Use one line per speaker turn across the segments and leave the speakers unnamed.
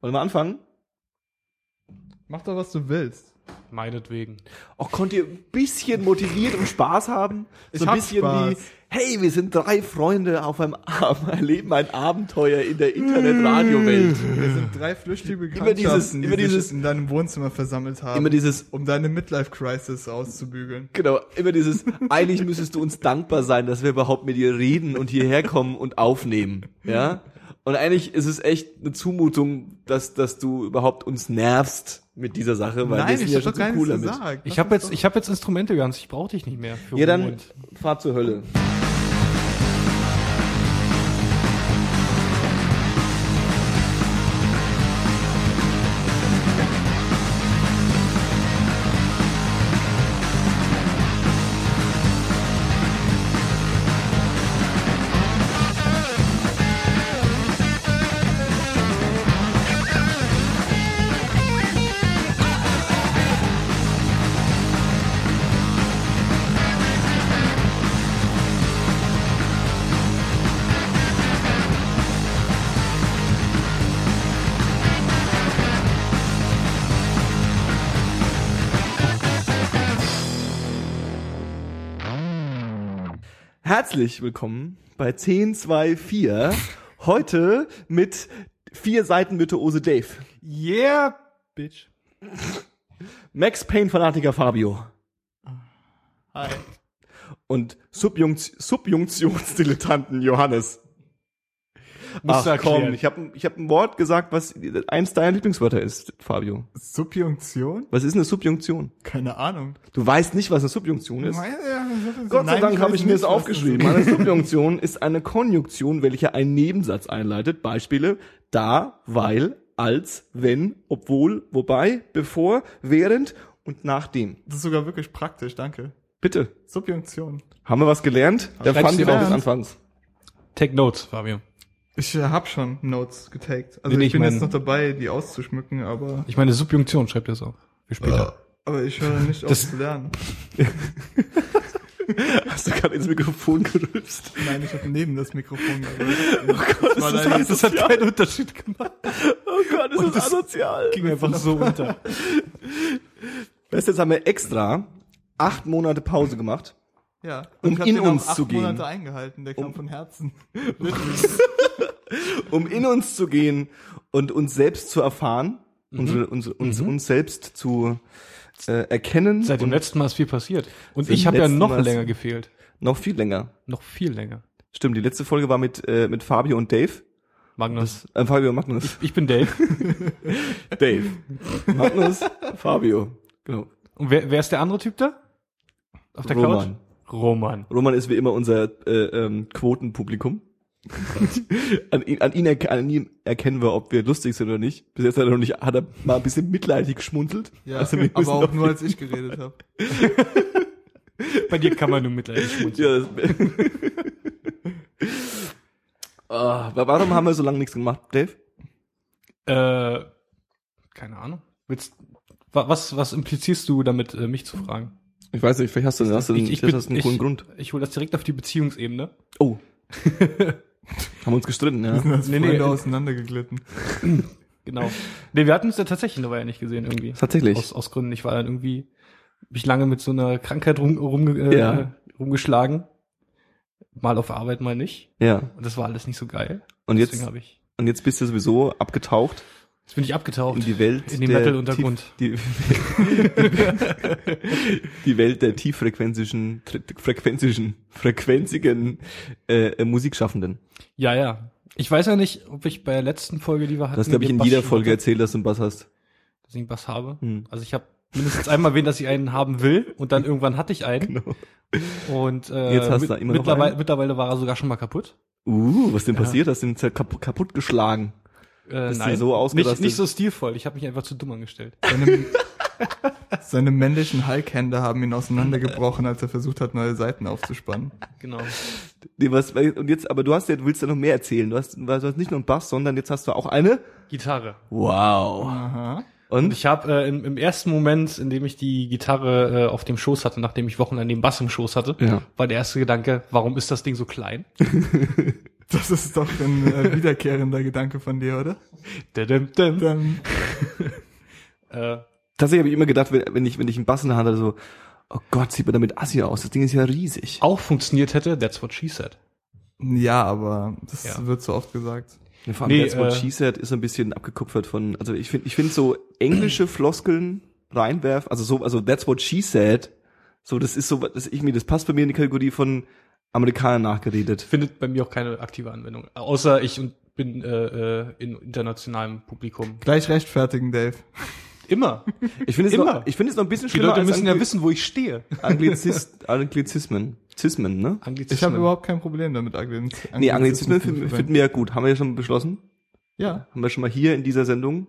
Wollen wir anfangen?
Mach doch, was du willst.
Meinetwegen.
Auch Oh, konnt ihr ein bisschen motiviert und Spaß haben?
Ich
So ein
hab
bisschen
Spaß.
wie, hey, wir sind drei Freunde auf einem Abend, erleben ein Abenteuer in der Internet-Radio-Welt.
Wir sind drei flüchtige
Immer
Bekanntschaften,
dieses-
die
immer
sich
dieses-
in deinem Wohnzimmer versammelt haben,
Immer dieses,
um deine Midlife-Crisis auszubügeln.
genau, immer dieses, eigentlich müsstest du uns dankbar sein, dass wir überhaupt mit dir reden und hierher kommen und aufnehmen, ja? Und eigentlich ist es echt eine Zumutung, dass, dass du überhaupt uns nervst mit dieser Sache, weil wir sind ja
hab
schon zu cool damit.
Ich habe jetzt, ich hab jetzt Instrumente ganz, ich brauche dich nicht mehr. Für
Ja, dann
Ruhmund.
fahr zur Hölle. Herzlich willkommen bei 1024. Heute mit vier Seiten Virtuose Dave.
Yeah, Bitch.
Max Payne Fanatiker Fabio
Hi.
und Subjunkt Subjunktionsdilettanten Johannes.
Musst du
Ach
erklären.
komm, ich habe ich hab ein Wort gesagt, was eins deiner Lieblingswörter ist, Fabio.
Subjunktion?
Was ist eine Subjunktion?
Keine Ahnung.
Du weißt nicht, was eine Subjunktion ist. Gott sei
Nein,
Dank
ich
habe
weiß
ich mir das
nicht, was
aufgeschrieben.
das
Eine Subjunktion ist eine Konjunktion, welche einen Nebensatz einleitet. Beispiele da, weil, als, wenn, obwohl, wobei, bevor, während und nachdem.
ist. Das ist sogar wirklich praktisch, danke.
Bitte.
Subjunktion.
Haben wir was gelernt? Der
Schreib's
Fun
dir
war
auf.
des Anfangs.
Take Notes, Fabio.
Ich äh, hab schon Notes getaggt. Also
Nee,
ich
ich
bin
meine-
jetzt noch dabei, die auszuschmücken, aber,
Ich meine, Subjunktion schreibt das auf. Für später.
aber ich höre nicht auf
Das-
zu lernen.
Hast du gerade ins Mikrofon gerülpst?
Nein, ich habe neben das Mikrofon. gerührt. Oh das war
Das,
deine-
hat- das hat keinen Unterschied gemacht.
Oh Gott, ist das asozial.
Ging einfach so runter.
Weißt du, jetzt haben wir extra acht Monate Pause gemacht.
ja.
Um
ich hab
in
den auch
uns
acht
zu gehen.
Monate eingehalten, der kam von Herzen.
um in uns zu gehen und uns selbst zu erfahren,
Mhm.
unsere, uns, uns, uns selbst zu äh, erkennen.
Seit dem
und
letzten Mal ist viel passiert. Und
Seit
ich
dem
habe ja
letzten
noch
Mal ist-
länger gefehlt.
noch viel länger.
Noch viel länger.
Stimmt, die letzte Folge war mit, äh, mit Fabio und Dave.
Magnus.
Äh, Fabio und Magnus.
Ich bin Dave.
Dave. Magnus, Fabio. Genau.
Und wer, wer ist der andere Typ da? Auf der
Roman.
Couch? Roman.
Roman ist wie immer unser äh, ähm, Quotenpublikum. an, ihn, an, ihn erk- an ihn erkennen wir, ob wir lustig sind oder nicht. Bis jetzt hat er noch nicht, hat er mal ein bisschen mitleidig geschmunzelt.
Ja,
Also wir müssen
aber auch
noch-
nur als ich geredet habe.
Bei dir kann man nur mitleidig
Ja,
schmunzeln.
das Ah, wa- warum haben wir so lange nichts gemacht, Dave?
Äh, keine Ahnung. Willst, wa- was, was implizierst du damit, äh, mich zu fragen?
Ich weiß nicht, vielleicht hast du, hast du,
Ich- ich
vielleicht
bin-
hast du einen
ich-
coolen Grund.
Ich hole das direkt auf die Beziehungsebene.
Oh. haben wir uns gestritten, ja.
Das
Nee,
nee,
nee.
Freunde auseinandergeglitten.
Genau. Nee, wir hatten uns ja tatsächlich dabei nicht gesehen irgendwie.
Tatsächlich.
Aus, aus Gründen. Ich war dann irgendwie mich lange mit so einer Krankheit rum, rumge, äh,
Ja.
rumgeschlagen. Mal auf Arbeit, mal nicht.
ja.
Und das war alles nicht so geil.
Und jetzt,
Deswegen habe ich.
und jetzt bist du sowieso abgetaucht
Jetzt bin ich abgetaucht.
in die Welt.
in den
der
Metal-Untergrund.
Tief- Die, die Welt der tieffrequenzischen, tr- frequenzischen, frequenzigen, äh, äh, Musikschaffenden.
ja, ja. Ich weiß ja nicht, ob ich bei der letzten Folge, die wir hatten,
Du hast, glaube ich, in
Bass
jeder
schon
Folge
hatte,
erzählt, dass du einen Bass hast.
dass ich einen Bass habe.
Hm.
Also ich habe mindestens einmal erwähnt, dass ich einen haben will und dann irgendwann hatte ich einen.
Genau.
Und äh,
Jetzt hast du da immer noch
mittlerweile,
einen?
mittlerweile war er sogar schon mal kaputt.
Uh, was ist denn passiert? Hast du ihn kaputt, kaputt geschlagen?
Äh,
Bist du so ausgerastet?
nicht, nicht so stilvoll. Ich habe mich einfach zu dumm angestellt.
Seine, seine männlichen Hulk-Hände haben ihn auseinandergebrochen, als er versucht hat, neue Seiten aufzuspannen.
Genau.
Nee, was, und jetzt, aber du hast ja, du willst ja noch mehr erzählen. Du hast, du hast nicht nur einen Bass, sondern jetzt hast du auch eine.
Gitarre.
Wow.
Aha.
Und?
Und ich habe äh, im, im ersten Moment, in dem ich die Gitarre äh, auf dem Schoß hatte, nachdem ich Wochen an dem Bass im Schoß hatte,
Ja.
war der erste Gedanke, warum ist das Ding so klein?
Das ist doch ein äh, wiederkehrender Gedanke von dir, oder?
Dadum, dum.
Dann,
Äh,
Tatsächlich habe ich immer gedacht, wenn, wenn ich wenn ich einen Bass in der Hand hatte, so, oh Gott, sieht man damit assi aus. Das Ding ist ja riesig.
auch funktioniert hätte, that's what she said.
ja, aber das
Ja.
wird so oft gesagt.
Ja, Vor allem
Nee,
That's What
äh,
She Said ist so ein bisschen abgekupfert von, also ich finde ich find so englische Floskeln reinwerfen, also so, also That's What She Said, so das ist so, was- das, irgendwie, das passt bei mir in die Kategorie von Amerikanern nachgeredet.
Findet bei mir auch keine aktive Anwendung. Außer ich und bin äh, äh, in internationalem Publikum.
Gleich rechtfertigen, Dave.
Immer.
Ich finde es,
Immer.
noch- ich finde es noch ein bisschen
Die
schlimmer
Leute
als
müssen ja
Angli-
wissen, wo ich stehe.
Anglizis Anglizismen. Zismen, ne?
Anglizismen.
Ich habe überhaupt kein Problem damit, Anglizismen.
Nee, Anglizismen finden finden wir ja gut. Haben wir ja schon beschlossen?
Ja.
Haben wir schon mal hier in dieser Sendung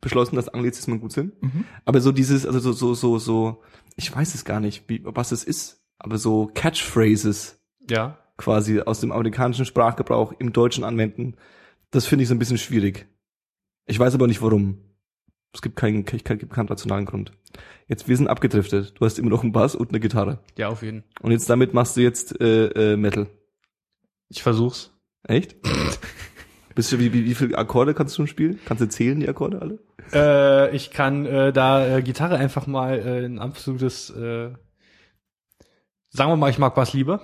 beschlossen, dass Anglizismen gut sind?
Mhm.
Aber so dieses, also so, so, so, so, ich weiß es gar nicht, wie, was es ist, aber so Catchphrases
Ja.
quasi aus dem amerikanischen Sprachgebrauch im Deutschen anwenden, das finde ich so ein bisschen schwierig. Ich weiß aber nicht warum. Es gibt keinen, ke- ke- gibt keinen rationalen Grund. Jetzt, wir sind abgedriftet. Du hast immer noch einen Bass und eine Gitarre.
Ja, auf jeden.
Und jetzt damit machst du jetzt äh, äh, Metal.
Ich versuch's.
Echt? Bist du, wie, wie, wie viele Akkorde kannst du schon spielen? Kannst du zählen, die Akkorde alle?
Äh, ich kann äh, da äh, Gitarre einfach mal äh, ein absolutes, äh, sagen wir mal, ich mag Bass lieber.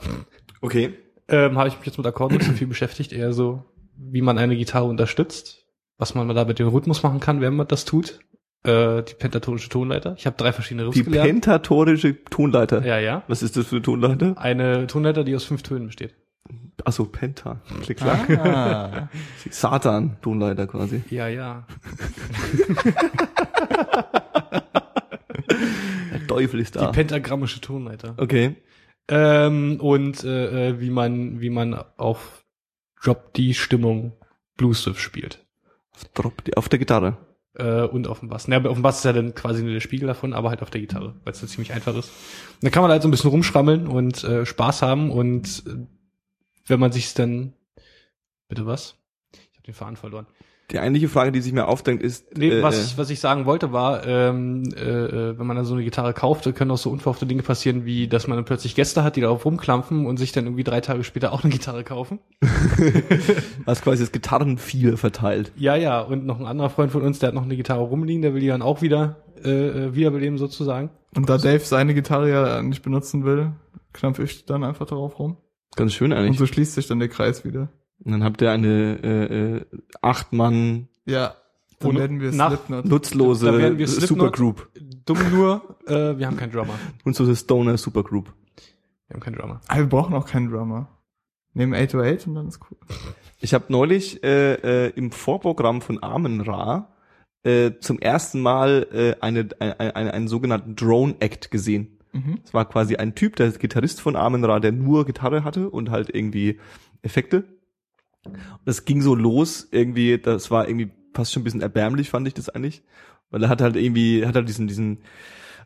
Okay.
Ähm, habe ich mich jetzt mit Akkorden nicht so viel beschäftigt, eher so, wie man eine Gitarre unterstützt, was man da mit dem Rhythmus machen kann, wenn man das tut. Äh, die pentatonische Tonleiter. Ich habe drei verschiedene Riffs
Die
gelernt.
pentatonische Tonleiter.
ja, ja.
Was ist das für eine Tonleiter?
Eine Tonleiter, die aus fünf Tönen besteht.
Achso, Penta. Klick, klack.
Ah.
Satan, Tonleiter quasi.
Ja, ja.
Der Teufel ist
Die
da.
pentagrammische Tonleiter.
Okay.
Ähm, und äh, äh, wie man, wie man auf Drop D Stimmung Blues Riff spielt.
Drop die auf der Gitarre.
Äh, und auf dem Bass. Na, auf dem Bass ist ja dann quasi nur der Spiegel davon, aber halt auf der Gitarre, weil es ziemlich einfach ist. Und dann kann man halt so ein bisschen rumschrammeln und äh, Spaß haben und äh, wenn man sich dann bitte was? Ich habe den Faden verloren.
Die eigentliche Frage, die sich mir aufdenkt, ist.
Nee,
äh,
was, ich, was ich sagen wollte war, ähm, äh, äh, wenn man dann so eine Gitarre kauft, dann können auch so unverhoffte Dinge passieren, wie dass man dann plötzlich Gäste hat, die darauf rumklampfen und sich dann irgendwie drei Tage später auch eine Gitarre kaufen.
äh, was quasi das Gitarrenfieber verteilt.
Ja, ja, und noch ein anderer Freund von uns, der hat noch eine Gitarre rumliegen, der will die dann auch wieder äh, äh, wiederbeleben sozusagen.
Und da Dave seine Gitarre ja nicht benutzen will, knampf ich dann einfach darauf rum.
Ganz schön
Und
eigentlich.
so schließt sich dann der Kreis wieder.
Und dann habt ihr eine äh, äh, acht Mann
Ja. Dann
Und
werden wir
nach-
Slipknot.
nutzlose
Da werden wir Slipknot-
Supergroup.
Dumm nur, äh, wir haben keinen Drummer.
Nutzlose Stoner Supergroup.
Wir haben keinen Drummer.
Ah, wir brauchen auch keinen Drummer. Nehmen 808 und dann ist cool.
Ich habe neulich äh, äh, im Vorprogramm von Armen Ra äh, zum ersten Mal äh, eine, ein, ein, einen sogenannten Drone Act gesehen.
Mhm.
Es war quasi ein Typ, der ist Gitarrist von Armin Ra, der nur Gitarre hatte und halt irgendwie Effekte. Und das ging so los, irgendwie, das war irgendwie fast schon ein bisschen erbärmlich, fand ich das eigentlich. Weil er hat halt irgendwie, hat halt diesen, diesen,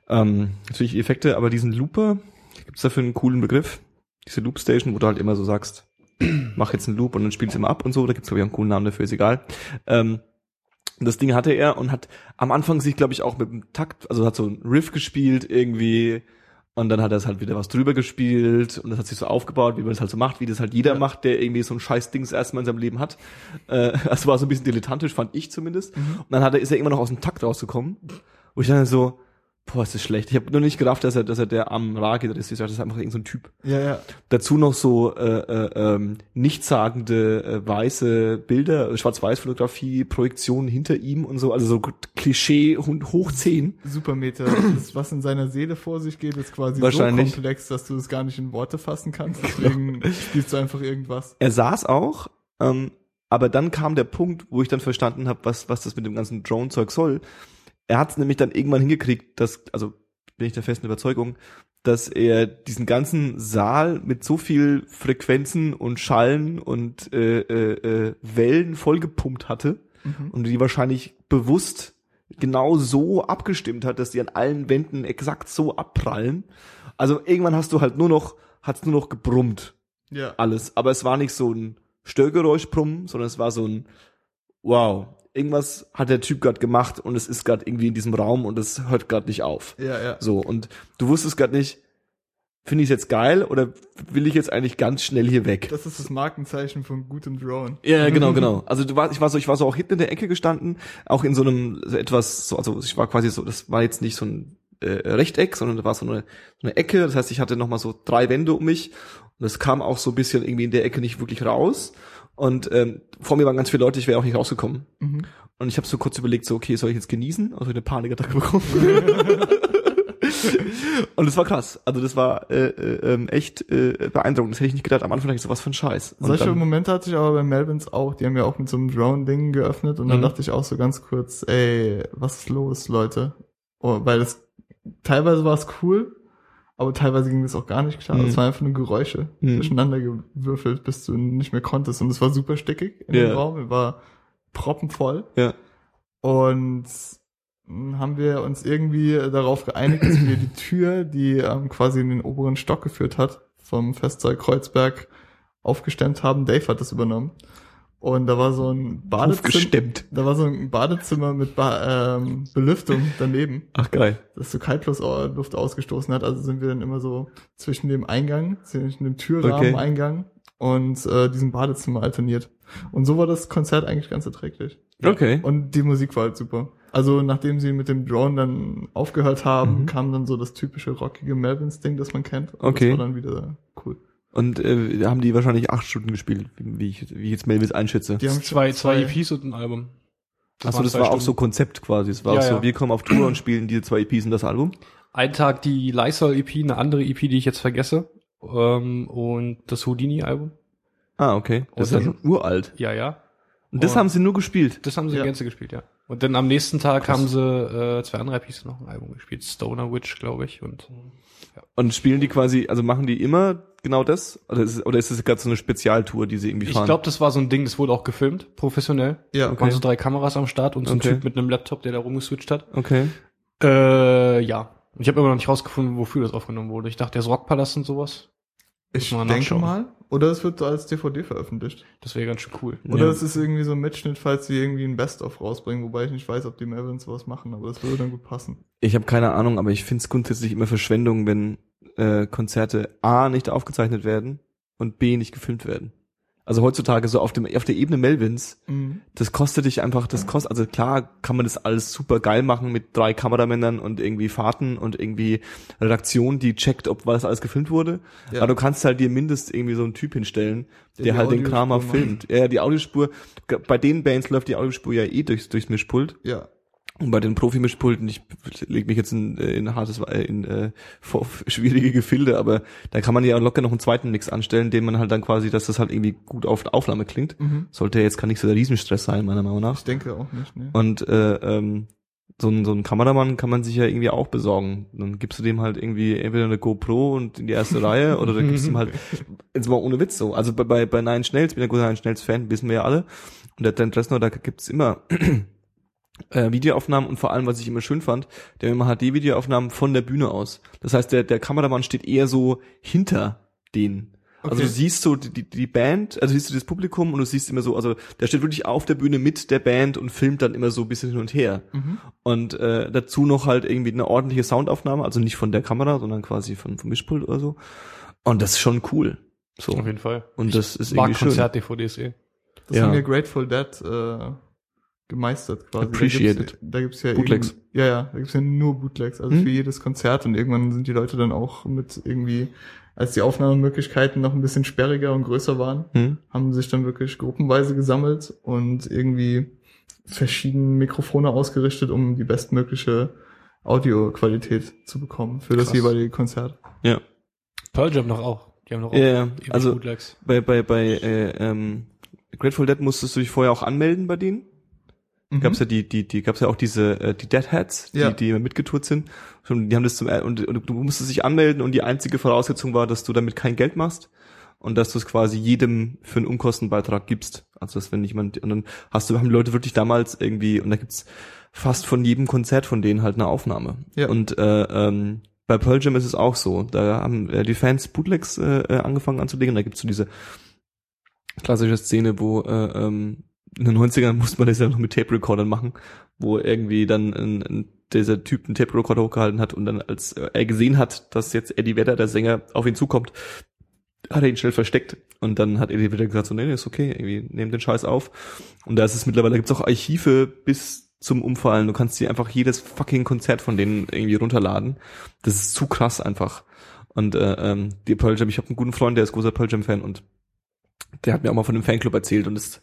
ähm, natürlich Effekte, aber diesen Looper, gibt's dafür einen coolen Begriff? Diese Loopstation, wo du halt immer so sagst, mach jetzt einen Loop und dann spielst du immer ab und so, da gibt's glaub ich auch einen coolen Namen dafür, ist egal. Ähm, und das Ding hatte er und hat am Anfang sich, glaube ich, auch mit dem Takt, also hat so einen Riff gespielt irgendwie und dann hat er es halt wieder was drüber gespielt und das hat sich so aufgebaut, wie man das halt so macht, wie das halt jeder
Ja.
macht, der irgendwie so ein scheiß Dings erstmal in seinem Leben hat. Äh, das war so ein bisschen dilettantisch, fand ich zumindest. Und dann hat er, ist er immer noch aus dem Takt rausgekommen. Wo ich dann so, boah, ist das schlecht. Ich habe nur nicht gedacht, dass er, dass er der am Rage ist. Ich dachte, das ist einfach irgendein so ein Typ
Ja, ja.
dazu noch so äh, äh, ähm, nichtssagende äh, weiße Bilder, äh, Schwarz-Weiß-Fotografie, Projektionen hinter ihm und so, also so Klischee und hochziehen.
Supermeter. Das, was in seiner Seele vor sich geht, ist quasi
Wahrscheinlich.
so komplex, dass du es gar nicht in Worte fassen kannst. Deswegen spielst du einfach irgendwas.
Er saß auch, ähm, aber dann kam der Punkt, wo ich dann verstanden habe, was, was das mit dem ganzen Drone-Zeug soll. Er hat es nämlich dann irgendwann hingekriegt, dass, also bin ich der festen Überzeugung, dass er diesen ganzen Saal mit so viel Frequenzen und Schallen und äh, äh, äh, Wellen vollgepumpt hatte,
Mhm.
und die wahrscheinlich bewusst genau so abgestimmt hat, dass die an allen Wänden exakt so abprallen. Also irgendwann hast du halt nur noch, hat's nur noch gebrummt,
Ja.
alles. Aber es war nicht so ein Störgeräuschbrummen, sondern es war so ein Wow. Irgendwas hat der Typ gerade gemacht und es ist gerade irgendwie in diesem Raum und es hört gerade nicht auf.
Ja, ja.
So, und du wusstest gerade nicht, finde ich es jetzt geil oder will ich jetzt eigentlich ganz schnell hier weg?
Das ist das Markenzeichen von gutem Drone.
Ja,
Mhm.
genau, genau. Also du warst, ich war so, ich war so auch hinten in der Ecke gestanden, auch in so einem so etwas, so, also ich war quasi so, das war jetzt nicht so ein äh, Rechteck, sondern da war so eine, so eine Ecke. Das heißt, ich hatte noch mal so drei Wände um mich und es kam auch so ein bisschen irgendwie in der Ecke nicht wirklich raus. Und ähm, vor mir waren ganz viele Leute, ich wäre auch nicht rausgekommen.
Mhm.
Und ich habe so kurz überlegt, so okay, soll ich jetzt genießen? Also eine Panikattacke bekommen. und es war krass. Also das war äh, äh, ähm, echt äh, beeindruckend. Das hätte ich nicht gedacht. Am Anfang dachte ich so, was für ein Scheiß. Und
Solche
dann-
Momente hatte ich aber bei Melvins auch. Die haben ja auch mit so einem Drone-Ding geöffnet und dann
Mhm.
dachte ich auch so ganz kurz, ey, was ist los, Leute? Oh, weil das, teilweise war es cool, aber teilweise ging das auch gar nicht klar.
Mhm.
Es waren einfach nur Geräusche
Mhm.
durcheinander gewürfelt, bis du nicht mehr konntest. Und es war super stickig in
Ja.
dem Raum. Er war proppenvoll.
Ja.
Und mh, haben wir uns irgendwie darauf geeinigt, dass wir die Tür, die ähm, quasi in den oberen Stock geführt hat, vom Festsaal Kreuzberg aufgestemmt haben. Dave hat das übernommen. Und da war so ein Badezimmer.
aufgestemmt.
Da war so ein Badezimmer mit ba ähm, Belüftung daneben,
Ach geil.
das so Kaltluft ausgestoßen hat. Also sind wir dann immer so zwischen dem Eingang, zwischen dem Türrahmeneingang und äh, diesem Badezimmer alterniert. Und so war das Konzert eigentlich ganz erträglich.
Okay.
Und die Musik war halt super. Also nachdem sie mit dem Drone dann aufgehört haben,
Mhm.
kam dann so das typische rockige Melvins-Ding, das man kennt. Und
Okay.
Das war dann wieder cool.
Und äh, da haben die wahrscheinlich acht Stunden gespielt, wie ich, wie ich jetzt Melvis einschätze.
Die haben
Zwei, zwei E
zwei-
EPs und ein Album.
Achso,
waren
das
zwei
war auch
Stunden.
so Konzept quasi. Es war
Ja,
auch so,
ja.
wir kommen auf Tour und spielen diese zwei EPs und das Album.
Einen Tag die Lysol EP, eine andere EP, die ich jetzt vergesse. Ähm, und das Houdini Album.
Ah, okay. Das ist
Und
ja schon uralt.
Ja, ja.
Und das
Oh.
haben sie nur gespielt.
Das haben sie
Ja.
in Gänze gespielt, ja. Und dann am nächsten Tag haben sie äh, zwei andere EPs und noch ein Album gespielt. Stoner Witch, glaube ich. Und
Und spielen die quasi, also machen die immer genau das? Oder ist, es- oder ist es gerade so eine Spezialtour, die sie irgendwie
ich
fahren?
glaube, das war so ein Ding, das wurde auch gefilmt, professionell.
Ja,
Da
Okay.
waren so drei Kameras am Start und so ein
Okay.
Typ mit einem Laptop, der da rumgeswitcht hat.
Okay.
Äh, ja. Ich habe immer noch nicht rausgefunden, wofür das aufgenommen wurde. Ich dachte, der ist Rockpalast und sowas.
ich
Muss man
denke
nachschauen.
mal. Oder es wird so als DVD veröffentlicht.
Das wäre ganz schön cool.
Oder
Ja.
es ist irgendwie so ein Mitschnitt, falls sie irgendwie ein Best-of rausbringen, wobei ich nicht weiß, ob die Melvins was machen, aber das würde dann gut passen.
Ich habe keine Ahnung, aber ich finde es grundsätzlich immer Verschwendung, wenn äh, Konzerte A nicht aufgezeichnet werden und B nicht gefilmt werden. Also heutzutage so auf, dem, auf der Ebene Melvins,
Mhm.
das kostet dich einfach, das kostet, also klar kann man das alles super geil machen mit drei Kameramännern und irgendwie Fahrten und irgendwie Redaktion, die checkt, ob was alles gefilmt wurde.
Ja.
Aber du kannst halt dir mindestens irgendwie so einen Typ hinstellen, der,
Der die
halt den
Audiospur
Kram mal
macht.
filmt. Ja, die Audiospur, bei den Bands läuft die Audiospur ja eh durchs, durchs Mischpult.
Ja.
Und bei den Profi-Mischpulten, ich lege mich jetzt in, äh, in hartes, äh, in äh, vor- schwierige Gefilde, aber da kann man ja locker noch einen zweiten Mix anstellen, den man halt dann quasi, dass das halt irgendwie gut auf Aufnahme klingt.
Mhm.
Sollte ja jetzt gar nicht so der Riesenstress sein, meiner Meinung nach.
Ich denke auch nicht, ne.
Und äh, ähm, so einen so einen Kameramann kann man sich ja irgendwie auch besorgen. Dann gibst du dem halt irgendwie entweder eine GoPro und in die erste Reihe oder dann gibst du ihm halt, jetzt mal ohne Witz so. Also bei, bei, bei Nine Schnells, ich bin ein großer Nine Schnells-Fan, wissen wir ja alle. Und der Trent Reznor, da gibt's immer äh, Videoaufnahmen und vor allem, was ich immer schön fand, der hat immer HD-Videoaufnahmen von der Bühne aus. Das heißt, der, der Kameramann steht eher so hinter denen. Also
Okay.
du siehst so die, die, die Band, also siehst du das Publikum und du siehst immer so, also der steht wirklich auf der Bühne mit der Band und filmt dann immer so ein bisschen hin und her.
Mhm.
Und äh, dazu noch halt irgendwie eine ordentliche Soundaufnahme, also nicht von der Kamera, sondern quasi von, vom Mischpult oder so. Und das ist schon cool. So.
Auf jeden Fall.
Und das ist
Mag
irgendwie schön.
Konzert-DVDs eh.
Das
Ja.
haben wir Grateful Dead äh, gemeistert quasi.
Appreciated.
Da gibt's ja, da gibt's ja
Bootlegs.
irgend- Ja, ja, da gibt's ja nur Bootlegs, also
Hm?
für jedes Konzert und irgendwann sind die Leute dann auch mit irgendwie als die Aufnahmemöglichkeiten noch ein bisschen sperriger und größer waren,
Hm?
haben sich dann wirklich gruppenweise gesammelt und irgendwie verschiedene Mikrofone ausgerichtet, um die bestmögliche Audioqualität zu bekommen für das
Krass.
jeweilige Konzert.
Ja.
Pearl Jam noch auch. Die haben noch
Ja, ja.
auch ewig
Also
Bootlegs.
bei, bei, bei äh, ähm, Grateful Dead musstest du dich vorher auch anmelden bei denen.
Mhm.
Gab's ja die, die, die, gab's ja auch diese, äh, die Deadheads, die,
Ja.
die immer mitgetourt sind. Und die haben das zum, er- und, und du musstest dich anmelden und die einzige Voraussetzung war, dass du damit kein Geld machst und dass du es quasi jedem für einen Unkostenbeitrag gibst. Also, dass wenn jemand, und dann hast du, haben die Leute wirklich damals irgendwie, und da gibt's fast von jedem Konzert von denen halt eine Aufnahme.
Ja.
Und, äh, ähm, bei Pearl Jam ist es auch so. Da haben äh, die Fans Bootlegs äh, äh, angefangen anzulegen. Da gibt's so diese klassische Szene, wo äh, ähm, in den 90ern musste man das ja noch mit Tape-Recordern machen, wo irgendwie dann ein, ein dieser Typ einen Tape-Recorder hochgehalten hat und dann, als äh, er gesehen hat, dass jetzt Eddie Vedder, der Sänger, auf ihn zukommt, hat er ihn schnell versteckt und dann hat Eddie Vedder gesagt, so, nee, nee, ist okay, irgendwie, nehmt den Scheiß auf. Und da ist es mittlerweile, gibt's auch Archive bis zum Umfallen. Du kannst dir einfach jedes fucking Konzert von denen irgendwie runterladen. Das ist zu krass einfach. Und äh, ähm, die Pearl Jam, ich habe einen guten Freund, der ist großer Pearl Jam Fan und der hat mir auch mal von dem Fanclub erzählt und das,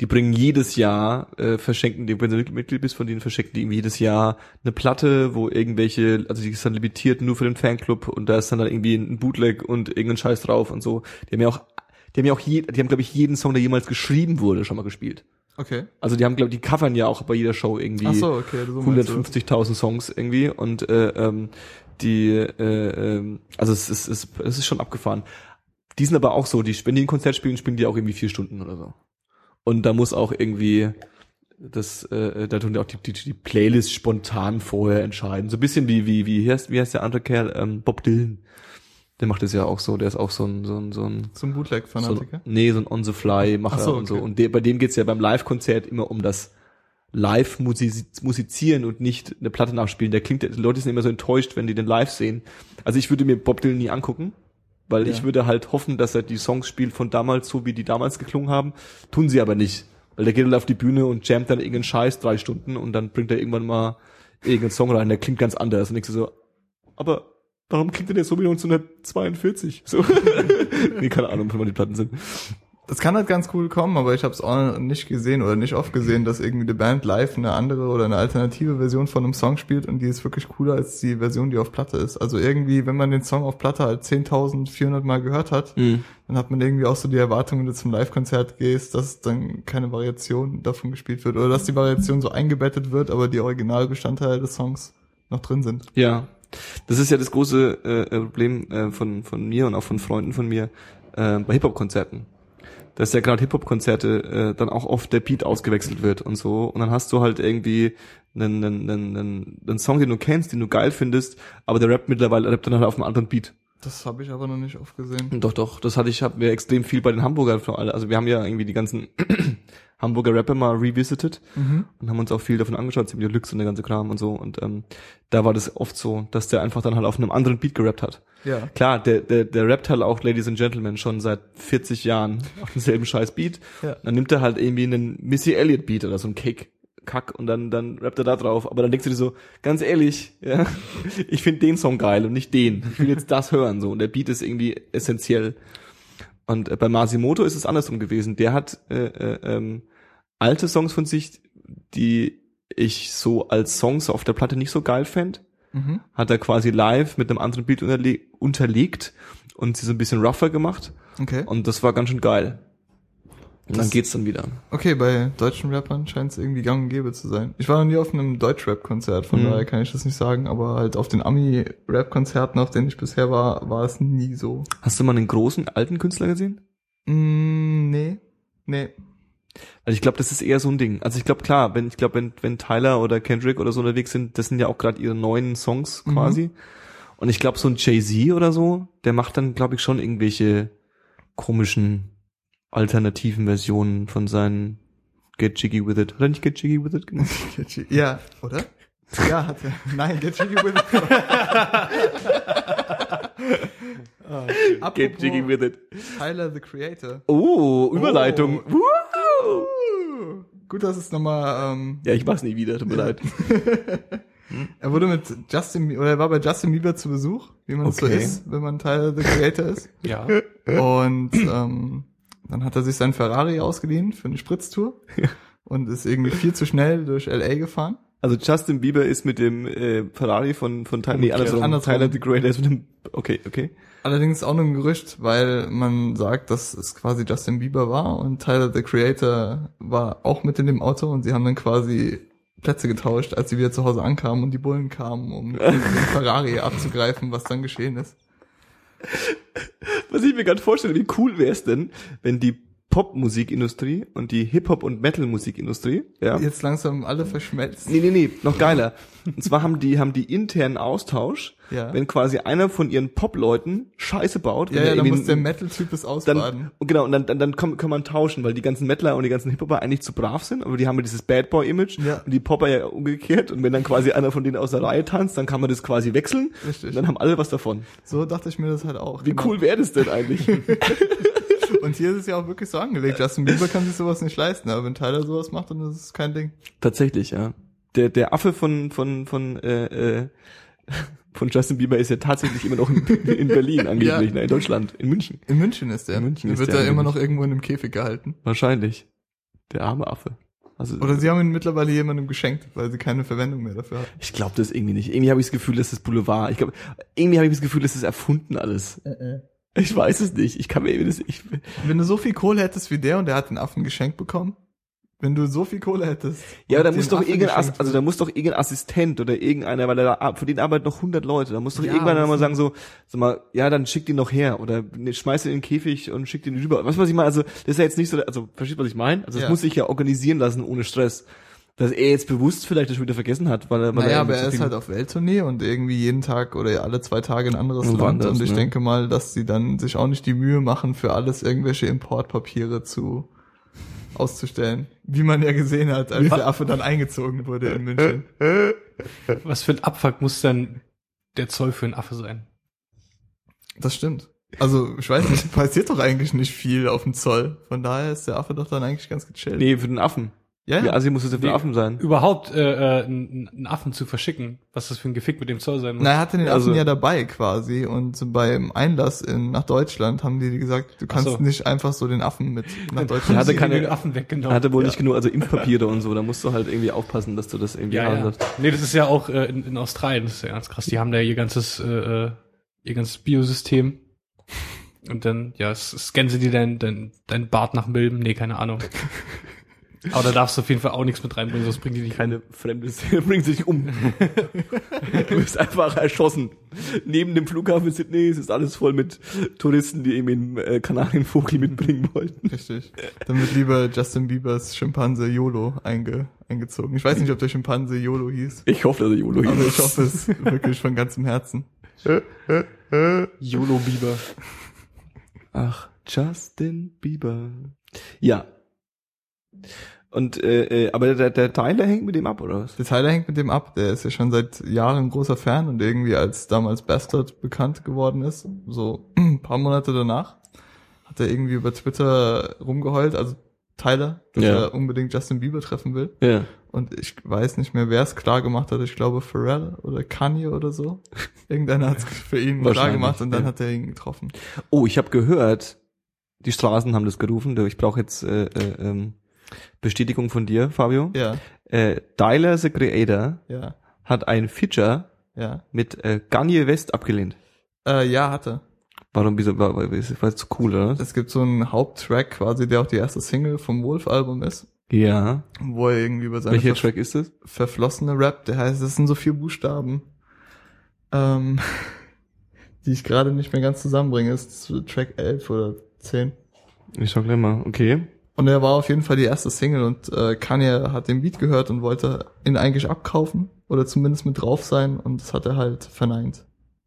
die bringen jedes Jahr, äh, verschenken, die, wenn du Mitglied bist von denen, verschenken die irgendwie jedes Jahr eine Platte, wo irgendwelche, also die ist dann limitiert nur für den Fanclub und da ist dann, dann irgendwie ein Bootleg und irgendein Scheiß drauf und so. Die haben ja auch, die haben ja auch, je, die haben glaube ich jeden Song, der jemals geschrieben wurde, schon mal gespielt.
Okay.
Also die haben glaube die covern ja auch bei jeder Show irgendwie.
Ach so, okay. So meinst du das.
150.000 Songs irgendwie und äh, ähm, die, äh, ähm, also es ist, es, ist- es ist schon abgefahren. Die sind aber auch so, die, wenn die ein Konzert spielen, spielen die auch irgendwie vier Stunden oder so. Und da muss auch irgendwie das, äh, da tun die auch die, die, die Playlist spontan vorher entscheiden. So ein bisschen wie, wie, wie, wie heißt, wie heißt der andere Kerl? Ähm, Bob Dylan. Der macht das ja auch so, der ist auch so ein, so ein, so ein
Zum
so,
Bootleg-Fanatiker.
nee, so ein On-the-Fly-Macher
Ach so,
und so.
okay.
Und de, bei dem geht's ja beim Live-Konzert immer um das Live-Musizieren und nicht eine Platte nachspielen. Der klingt, die Leute sind immer so enttäuscht, wenn die den live sehen. Also ich würde mir Bob Dylan nie angucken, weil
Ja.
ich würde halt hoffen, dass er die Songs spielt von damals, so wie die damals geklungen haben. Tun sie aber nicht. Weil der geht halt auf die Bühne und jammt dann irgendeinen Scheiß drei Stunden und dann bringt er irgendwann mal irgendeinen Song rein, der klingt ganz anders. Und ich so, aber warum klingt denn der so wie 1942? So. nee, keine Ahnung, wann die Platten sind.
Das kann halt ganz cool kommen, aber ich habe es auch nicht gesehen oder nicht oft gesehen, dass irgendwie die Band live eine andere oder eine alternative Version von einem Song spielt und die ist wirklich cooler als die Version, die auf Platte ist. Also irgendwie, wenn man den Song auf Platte halt 10.400 Mal gehört hat, dann hat man irgendwie auch so die Erwartung, wenn du zum Live-Konzert gehst, dass dann keine Variation davon gespielt wird oder dass die Variation so eingebettet wird, aber die Originalbestandteile des Songs noch drin sind.
Ja. Das ist ja das große äh, Problem äh, von, von mir und auch von Freunden von mir äh, bei Hip-Hop-Konzerten. Dass ja gerade Hip-Hop-Konzerte äh, dann auch oft der Beat ausgewechselt wird und so. Und dann hast du halt irgendwie einen, einen, einen, einen, einen Song, den du kennst, den du geil findest, aber der rappt mittlerweile, rappt dann halt auf einem anderen Beat.
Das habe ich aber noch nicht oft gesehen.
Doch, doch, das hatte ich, hab mir extrem viel bei den Hamburger vor allem. Also wir haben ja irgendwie die ganzen Hamburger Rapper mal revisited und haben uns auch viel davon angeschaut, Simon Deluxe und der ganze Kram und so. Und ähm, da war das oft so, dass der einfach dann halt auf einem anderen Beat gerappt hat.
Ja.
Klar, der, der, der rappt halt auch Ladies and Gentlemen schon seit 40 Jahren auf denselben scheiß Beat.
Ja.
Dann nimmt er halt irgendwie einen Missy Elliott Beat oder so einen Cake. Kack und dann dann rappt er da drauf, aber dann denkst du dir so, ganz ehrlich, ja, ich finde den Song geil und nicht den. Ich will jetzt das hören so und der Beat ist irgendwie essentiell. Und äh, bei Masimoto ist es andersrum gewesen. Der hat äh, äh, ähm, alte Songs von sich, die ich so als Songs auf der Platte nicht so geil fänd,
Mhm.
hat er quasi live mit einem anderen Beat unterle unterlegt und sie so ein bisschen rougher gemacht.
Okay.
Und das war ganz schön geil. Und dann
Das-
geht's dann wieder.
Okay, bei deutschen Rappern scheint es irgendwie gang und gäbe zu sein. Ich war noch nie auf einem Deutschrap-Konzert, von
Mhm.
daher kann ich das nicht sagen, aber halt auf den Ami-Rap-Konzerten, auf denen ich bisher war, war es nie so.
Hast du mal einen großen alten Künstler gesehen?
Mm, nee. Nee.
Also ich glaube, das ist eher so ein Ding. Also ich glaube, klar, wenn ich glaube, wenn, wenn Tyler oder Kendrick oder so unterwegs sind, das sind ja auch gerade ihre neuen Songs
Mhm.
quasi. Und ich glaube, so ein Jay-Z oder so, der macht dann, glaube ich, schon irgendwelche komischen alternativen Versionen von seinen Get Jiggy With It. Hat er nicht Get Jiggy With It genau. genannt?
Get you- Ja, oder? Ja, hat er. Nein, get jiggy with it.
Ah,
Apropos
With It.
Tyler, the Creator.
Oh, Überleitung. Woo!
Gut, dass es nochmal, ähm,
Ja, ich mach's nie wieder, tut mir leid.
er wurde mit Justin, oder er war bei Justin Bieber zu Besuch, wie man es so
Okay.
ist, wenn man Tyler, the Creator ist.
Ja.
Und ähm, dann hat er sich sein Ferrari ausgeliehen für eine Spritztour und ist irgendwie viel zu schnell durch LA gefahren.
Also Justin Bieber ist mit dem äh, Ferrari von, von Tyler, nee,
Umgekehrt.
andersrum.
Andersrum.
Tyler the Creator ist mit dem, okay, okay.
Allerdings auch nur ein Gerücht, weil man sagt, dass es quasi Justin Bieber war und Tyler the Creator war auch mit in dem Auto und sie haben dann quasi Plätze getauscht, als sie wieder zu Hause ankamen und die Bullen kamen, um den Ferrari abzugreifen, was dann geschehen ist.
Was ich mir gerade vorstelle, wie cool wäre es denn, wenn die Popmusikindustrie und die Hip-Hop- und Metal-Musikindustrie. Ja.
Jetzt langsam alle verschmelzen.
Nee, nee, nee, noch geiler. Und zwar haben die, haben die internen Austausch,
Ja.
wenn quasi einer von ihren Pop-Leuten Scheiße baut.
Ja,
wenn
ja,
er
dann
irgendwie
muss der
einen-
Metal-Typ es ausbaden.
dann, und genau, und dann, dann, dann kann, kann man tauschen, weil die ganzen Mettler und die ganzen Hip-Hopper eigentlich zu brav sind, aber die haben ja dieses Bad Boy-Image
Ja.
und die Popper ja umgekehrt. Und wenn dann quasi einer von denen aus der Reihe tanzt, dann kann man das quasi wechseln
Richtig.
und dann haben alle was davon.
So dachte ich mir das halt auch.
Wie
genau.
cool wäre das denn eigentlich?
Und hier ist es ja auch wirklich so angelegt. Justin Bieber kann sich sowas nicht leisten, aber wenn Tyler sowas macht, dann ist es kein Ding.
Tatsächlich, ja. Der, der Affe von, von, von, äh, äh, von Justin Bieber ist ja tatsächlich immer noch in, in Berlin angeblich,
Ja.
ne, in Deutschland, in München.
In München ist der.
In München
Er
ist
wird
der
da immer
nämlich.
noch irgendwo in einem Käfig gehalten.
Wahrscheinlich. Der arme Affe. Also,
Oder sie haben ihn mittlerweile jemandem geschenkt, weil sie keine Verwendung mehr dafür hat.
ich glaube das irgendwie nicht. Irgendwie habe ich das Gefühl, dass das Boulevard. Ich glaube, irgendwie habe ich das Gefühl, dass das erfunden alles.
Äh,
Ich weiß es nicht. Ich kann mir eben das. Ich,
Wenn du so viel Kohle hättest wie der und der hat den Affen geschenkt bekommen, wenn du so viel Kohle hättest.
ja, aber
und
da
den
muss doch
Affen
irgendein, Ass-
geschenkt
also da muss doch irgendein Assistent oder irgendeiner, weil da ah, für den arbeiten noch 100 Leute. Da muss doch
Ja,
irgendwann
das
dann mal
ist-
sagen so, sag mal, ja, dann schick den noch her oder ne, schmeiß den in den Käfig und schick den rüber. Was weiß ich mal. Also das ist ja jetzt nicht so, also versteht was ich meine? Also das
Ja.
muss sich ja organisieren lassen ohne Stress. Dass er jetzt bewusst vielleicht das schon wieder vergessen hat, weil er. Weil irgendwie
Naja, aber
zu
er ist
viel-
halt auf Welttournee und irgendwie jeden Tag oder alle zwei Tage ein anderes
Irgendwo
Land.
anders,
und ich
ne?
denke mal, dass sie dann sich auch nicht die Mühe machen, für alles irgendwelche Importpapiere zu auszustellen. Wie man ja gesehen hat, als der Affe dann eingezogen wurde in München.
Was für ein Abfuck muss denn der Zoll für einen Affe sein?
Das stimmt. Also, ich weiß nicht, passiert doch eigentlich nicht viel auf dem Zoll. Von daher ist der Affe doch dann eigentlich ganz gechillt.
Nee, für den Affen.
ja,
Ja,
ja.
also muss es ja für den
Nee.
Affen sein.
Überhaupt äh, äh, einen, einen Affen zu verschicken, was das für ein Gefick mit dem Zoll sein muss.
Na, er hatte den
Also-
Affen ja dabei quasi und beim Einlass in, nach Deutschland haben die gesagt, du kannst
so.
nicht einfach so den Affen mit nach
Haben
Deutschland
hatte
sie
keine-
den Affen weggenommen.
Er hatte wohl nicht genug, also Impfpapiere und so, da musst du halt irgendwie aufpassen, dass du das irgendwie
Ja, ja.
hast.
Nee, das ist ja auch äh, in, in Australien, das ist ja ganz krass. Die haben da ihr ganzes, äh, äh, ihr ganzes Biosystem. Und dann, ja, s- scannen sie dir dein, dein, dein Bart nach dem Bilden. Nee, keine Ahnung. Aber da darfst du auf jeden Fall auch nichts mit reinbringen, sonst bringt die dich
Keine fremde Szene bringt sich um. du bist einfach erschossen. Neben dem Flughafen Sydney ist es alles voll mit Touristen, die eben den äh, Kanarienvogel mitbringen wollten.
Richtig. Dann wird lieber Justin Biebers Schimpanse YOLO einge eingezogen. Ich weiß nicht, ob der Schimpanse YOLO hieß,
Ich hoffe, dass er YOLO
aber
hieß.
Also ich hoffe es wirklich von ganzem Herzen.
YOLO-Biber.
Ach, Justin Bieber. Ja. Und äh, äh, aber der, der Tyler hängt mit dem ab, oder was?
Der Tyler hängt mit dem ab, der ist ja schon seit Jahren großer Fan und irgendwie als damals Bastard bekannt geworden ist, so ein paar Monate danach, hat er irgendwie über Twitter rumgeheult, also Tyler, dass
Ja.
er unbedingt Justin Bieber treffen will.
Ja.
Und ich weiß nicht mehr, wer es klar gemacht hat. Ich glaube Pharrell oder Kanye oder so. Irgendeiner hat es für ihn klar
Wahrscheinlich,
gemacht und dann
ja.
hat er ihn getroffen.
Oh, ich habe gehört, die Straßen haben das gerufen. Ich brauche jetzt äh, äh, ähm, Bestätigung von dir, Fabio.
Ja,
Äh, Tyler the Creator
ja,
hat ein Feature
ja.
mit äh, Kanye West abgelehnt.
Äh, ja, hatte.
Warum? Wieso? War, war, war, war zu cool, oder?
Es gibt so einen Haupttrack quasi, der auch die erste Single vom Wolf-Album ist,
Ja.
wo er irgendwie über seine
Welcher
verf-
Track ist das?
verflossene Rap, der heißt, das sind so vier Buchstaben, ähm, die ich gerade nicht mehr ganz zusammenbringe. Ist so Track 11 oder 10.
Ich schau gleich mal. Okay.
Und er war auf jeden Fall die erste Single und äh, Kanye hat den Beat gehört und wollte ihn eigentlich abkaufen oder zumindest mit drauf sein und das hat er halt verneint.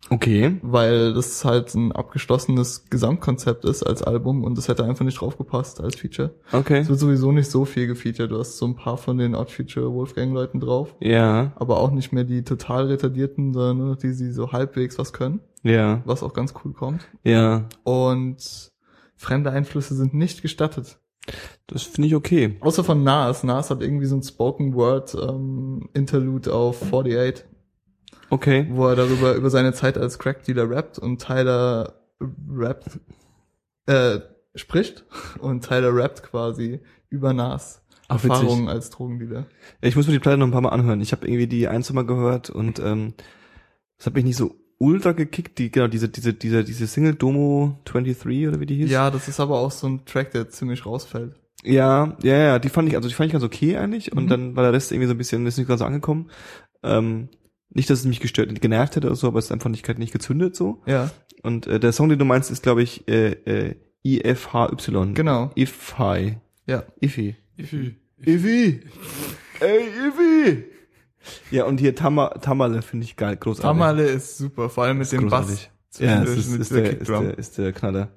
Okay.
Weil das halt ein abgeschlossenes Gesamtkonzept ist als Album und das hätte einfach nicht draufgepasst als Feature.
Okay.
Es wird sowieso nicht so viel gefeatured. Du hast so ein paar von den Odd-Feature Wolfgang-Leuten drauf,
Ja.
aber auch nicht mehr die total retardierten, sondern nur noch die, die so halbwegs was können,
Ja.
was auch ganz cool kommt.
Ja.
Und fremde Einflüsse sind nicht gestattet.
Das finde ich okay.
Außer von Nas. Nas hat irgendwie so ein Spoken Word ähm, Interlude auf 48,
Okay.
wo er darüber über seine Zeit als Crack Dealer rappt und Tyler rappt äh, spricht und Tyler rappt quasi über Nas
Ach, witzig.
Erfahrungen als Drogendealer.
Ich muss mir die Platte noch ein paar Mal anhören. Ich habe irgendwie die ein, zwei Mal gehört und ähm, das hat mich nicht so ultra gekickt. Die, genau, diese, diese, diese, diese Single Domo 23 oder wie die hieß.
Ja, das ist aber auch so ein Track, der ziemlich rausfällt.
Ja, ja, ja, die fand ich, also die fand ich ganz okay eigentlich und
Mhm.
dann war der Rest irgendwie so ein bisschen, ist nicht ganz so angekommen. Ähm, nicht, dass es mich gestört, genervt hätte oder so, aber es ist einfach nicht, nicht gezündet so.
Ja,
Und äh, der Song, den du meinst, ist glaube ich äh, äh, I-F-H-Y.
Genau.
Ify.
Ja.
Iffy. Iffy. Ey, Iffy. Ja, und hier Tama, Tamale finde ich geil, großartig.
Tamale ist super, vor allem mit dem Bass.
großartig. Ja, das
zwischendurch
ist,
mit
ist,
dieser
der, ist,
Kickdrum.
der, ist der Knaller.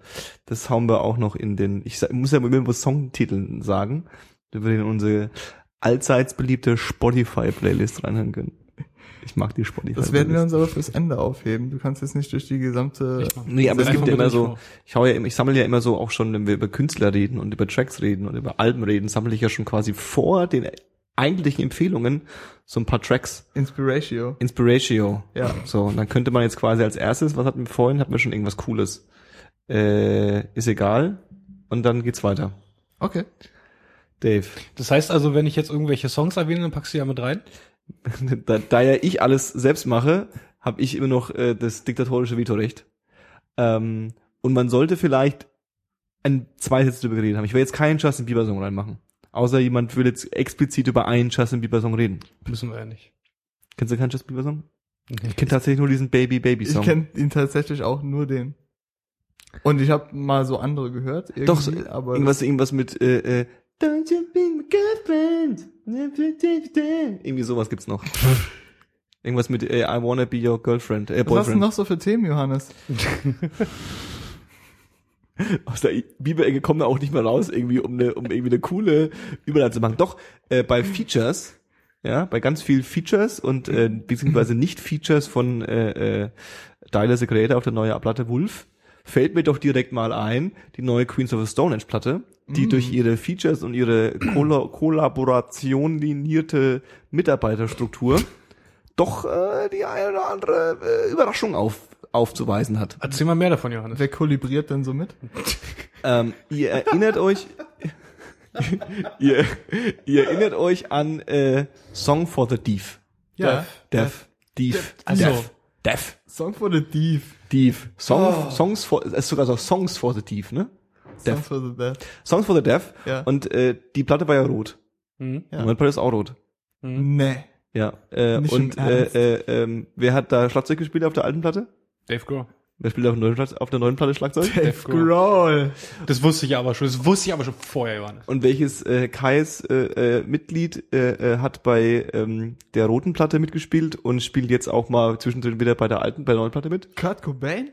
Das hauen wir auch noch in den, ich sa- muss ja immer was Songtiteln sagen, damit wir in unsere allseits beliebte Spotify-Playlist reinhören können. Ich mag die Spotify-Playlist.
Das werden wir uns aber fürs Ende aufheben. Du kannst jetzt nicht durch die gesamte.
Äh, Nee, aber es
Einfach
gibt ja
mal
immer so,
durchmachen.
ich hau ja, immer- ich sammle ja immer so auch schon, wenn wir über Künstler reden und über Tracks reden und über Alben reden, sammle ich ja schon quasi vor den eigentlichen Empfehlungen so ein paar Tracks.
Inspiratio.
Inspiratio.
Ja.
So, und dann könnte man jetzt quasi als erstes, was hatten wir vorhin, hatten wir schon irgendwas Cooles. Äh, ist egal. Und dann geht's weiter.
Okay.
Dave,
Das heißt also, wenn ich jetzt irgendwelche Songs erwähne, dann packst du die ja mit rein.
da, da ja ich alles selbst mache, habe ich immer noch äh, das diktatorische Vetorecht. Ähm, und man sollte vielleicht ein zwei Sätze darüber geredet haben. Ich will jetzt keinen Justin Bieber Song reinmachen. Außer jemand will jetzt explizit über einen Justin Bieber Song reden.
Müssen wir ja nicht.
Kennst du keinen Justin Bieber Song? Ich
Okay.
kenne tatsächlich nur diesen Baby Baby
Ich
Song.
kenne ihn tatsächlich auch nur den. Und ich habe mal so andere gehört. Irgendwie,
Doch, so
aber
irgendwas, irgendwas mit äh, äh, Don't you be my girlfriend. Irgendwie sowas gibt's noch. irgendwas mit äh, I wanna be your girlfriend. Äh,
Was hast du
Boyfriend.
denn noch so für Themen, Johannes?
aus der Biberecke kommen wir auch nicht mehr raus, irgendwie, um, eine, um irgendwie eine coole Überleitung zu machen. Doch, äh, bei Features, ja, bei ganz viel Features und äh, beziehungsweise Nicht-Features von äh, äh, Tyler the Creator auf der neuen Platte Wolf, fällt mir doch direkt mal ein, die neue Queens of the Stone Age Platte, die durch ihre Features und ihre Kolla Kollaboration linierte Mitarbeiterstruktur doch äh, die eine oder andere äh, Überraschung auf, aufzuweisen hat.
Erzähl mal mehr davon, Johannes.
Wer kollabiert denn so mit?
Ähm, ihr erinnert euch, ihr, ihr erinnert euch an äh, Song for the Deaf.
Ja.
Deaf. Deaf.
Also-
Deaf. Deaf.
Song for the Thief.
Deaf.
Oh.
Song, Songs for, es ist sogar so Songs for the Deaf, ne?
Song
Deaf.
for the Death.
Songs for the Deaf.
Ja.
Und äh, die Platte war ja rot.
Mhm.
Ja.
Und meine Platte ist auch rot.
Nee.
Ja. Äh,
Nicht
und
im Ernst.
äh, äh, ähm, wer hat da Schlagzeug gespielt auf der alten Platte?
Dave Grohl.
Wer spielt auf der neuen, Schlag- auf der neuen Platte Schlagzeug?
Dave
Grohl.
Grohl.
Das wusste ich aber schon. Das wusste ich aber schon vorher, Johannes.
Und welches äh, Kais äh, äh, Mitglied äh, äh, hat bei ähm, der roten Platte mitgespielt und spielt jetzt auch mal zwischendrin wieder bei der alten, bei der neuen Platte mit?
Kurt Cobain?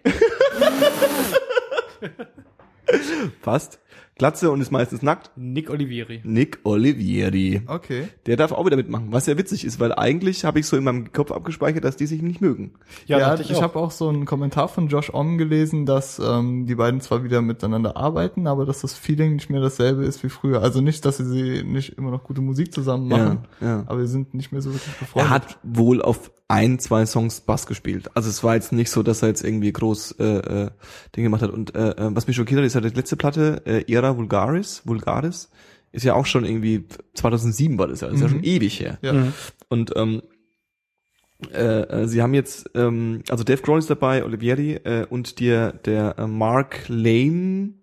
Fast. Glatze und ist meistens nackt.
Nick Olivieri.
Nick Olivieri.
Okay.
Der darf auch wieder mitmachen, was ja witzig ist, weil eigentlich habe ich so in meinem Kopf abgespeichert, dass die sich nicht mögen.
Ja, ich, habe auch so einen Kommentar von Josh Om gelesen, dass ähm, die beiden zwar wieder miteinander arbeiten, aber dass das Feeling nicht mehr dasselbe ist wie früher. Also nicht, dass sie, sie nicht immer noch gute Musik zusammen machen,
Ja, ja.
aber sie sind nicht mehr so wirklich befreundet.
Er hat wohl auf ein, zwei Songs Bass gespielt. Also es war jetzt nicht so, dass er jetzt irgendwie groß äh, äh, Dinge gemacht hat. Und äh, äh, was mich schockiert hat, ist ja die letzte Platte, äh, Era Vulgaris, Vulgaris, ist ja auch schon irgendwie 2007 war das ja, ist ja
Mhm.
schon ewig her.
ja.
Mhm.
Und ähm, äh, äh, sie haben jetzt, ähm, also Dave Grohl ist dabei, Olivieri äh, und der, der äh, Mark Lane,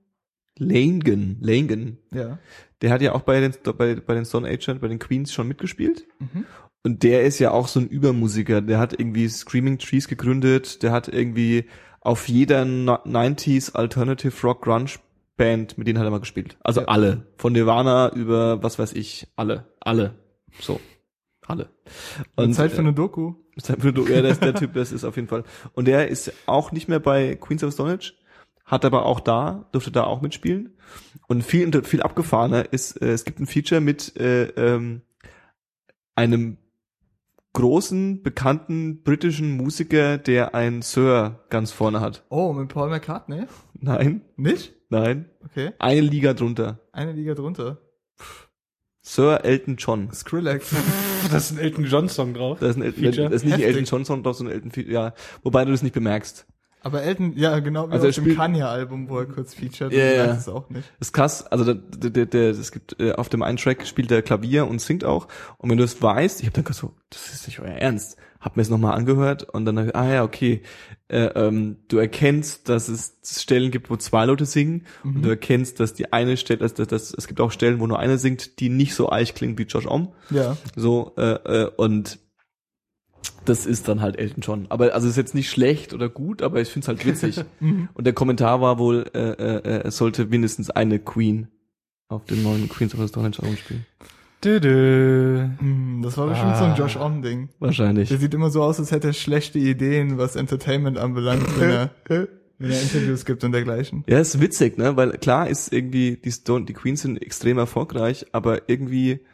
Langen, Langen,
ja.
der hat ja auch bei den, bei, bei den Stone Agent, bei den Queens schon mitgespielt.
Mhm.
Und der ist ja auch so ein Übermusiker. Der hat irgendwie Screaming Trees gegründet. Der hat irgendwie auf jeder Na- 90s Alternative Rock Grunge Band, mit denen hat er mal gespielt. Also
Ja.
alle. Von Nirvana über, was weiß ich, alle. Alle. So. Alle.
Und Zeit
äh,
für eine Doku.
Sam Riddle, ja, das, der Typ, das ist auf jeden Fall. Und der ist auch nicht mehr bei Queens of Stone Age, hat aber auch da, durfte da auch mitspielen. Und viel, viel abgefahrener ist, äh, es gibt ein Feature mit äh, ähm, einem großen, bekannten britischen Musiker, der ein Sir ganz vorne hat.
Oh, mit Paul McCartney?
Nein,
Nicht?
nein,
Okay.
eine Liga drunter.
Eine Liga drunter.
Sir Elton John.
Skrillex.
Das ist ein Elton John Song drauf.
Das ist, ein Elton,
Feature?
das ist nicht ein
Heftig.
Elton John, sondern doch so ein Elton, Fe- ja, wobei du das nicht bemerkst.
aber Elton, ja, genau wie
Also er
auf dem
spielt-
Kanye-Album, wo er kurz featured.
Ja,
und
ja.
sagt es auch nicht.
Das ist krass, also der, der, der, der, es gibt äh, auf dem einen Track spielt er Klavier und singt auch. Und wenn du es weißt, ich habe dann gedacht so, das ist nicht euer Ernst. Hab mir es nochmal angehört und dann, hab ich, ah ja, okay, äh, ähm, du erkennst, dass es Stellen gibt, wo zwei Leute singen und du erkennst, dass die eine Stelle, dass, dass, dass es gibt auch Stellen, wo nur einer singt, die nicht so eich klingen wie Josh Om.
Ja.
So, äh, äh, und das ist dann halt Elton John. Aber also ist jetzt nicht schlecht oder gut, aber ich finde es halt witzig. Und der Kommentar war wohl, äh, äh, äh, es sollte mindestens eine Queen auf dem neuen Queens of the Stone Age Album spielen.
Dö.
Hm, Das war bestimmt so ein
Ah.
Josh Om-Ding.
Wahrscheinlich.
Der sieht immer so aus, als hätte er schlechte Ideen, was Entertainment anbelangt, wenn er, wenn er Interviews gibt und dergleichen.
Ja, ist witzig, ne? Weil klar ist irgendwie, die Stone, die Queens sind extrem erfolgreich, aber irgendwie,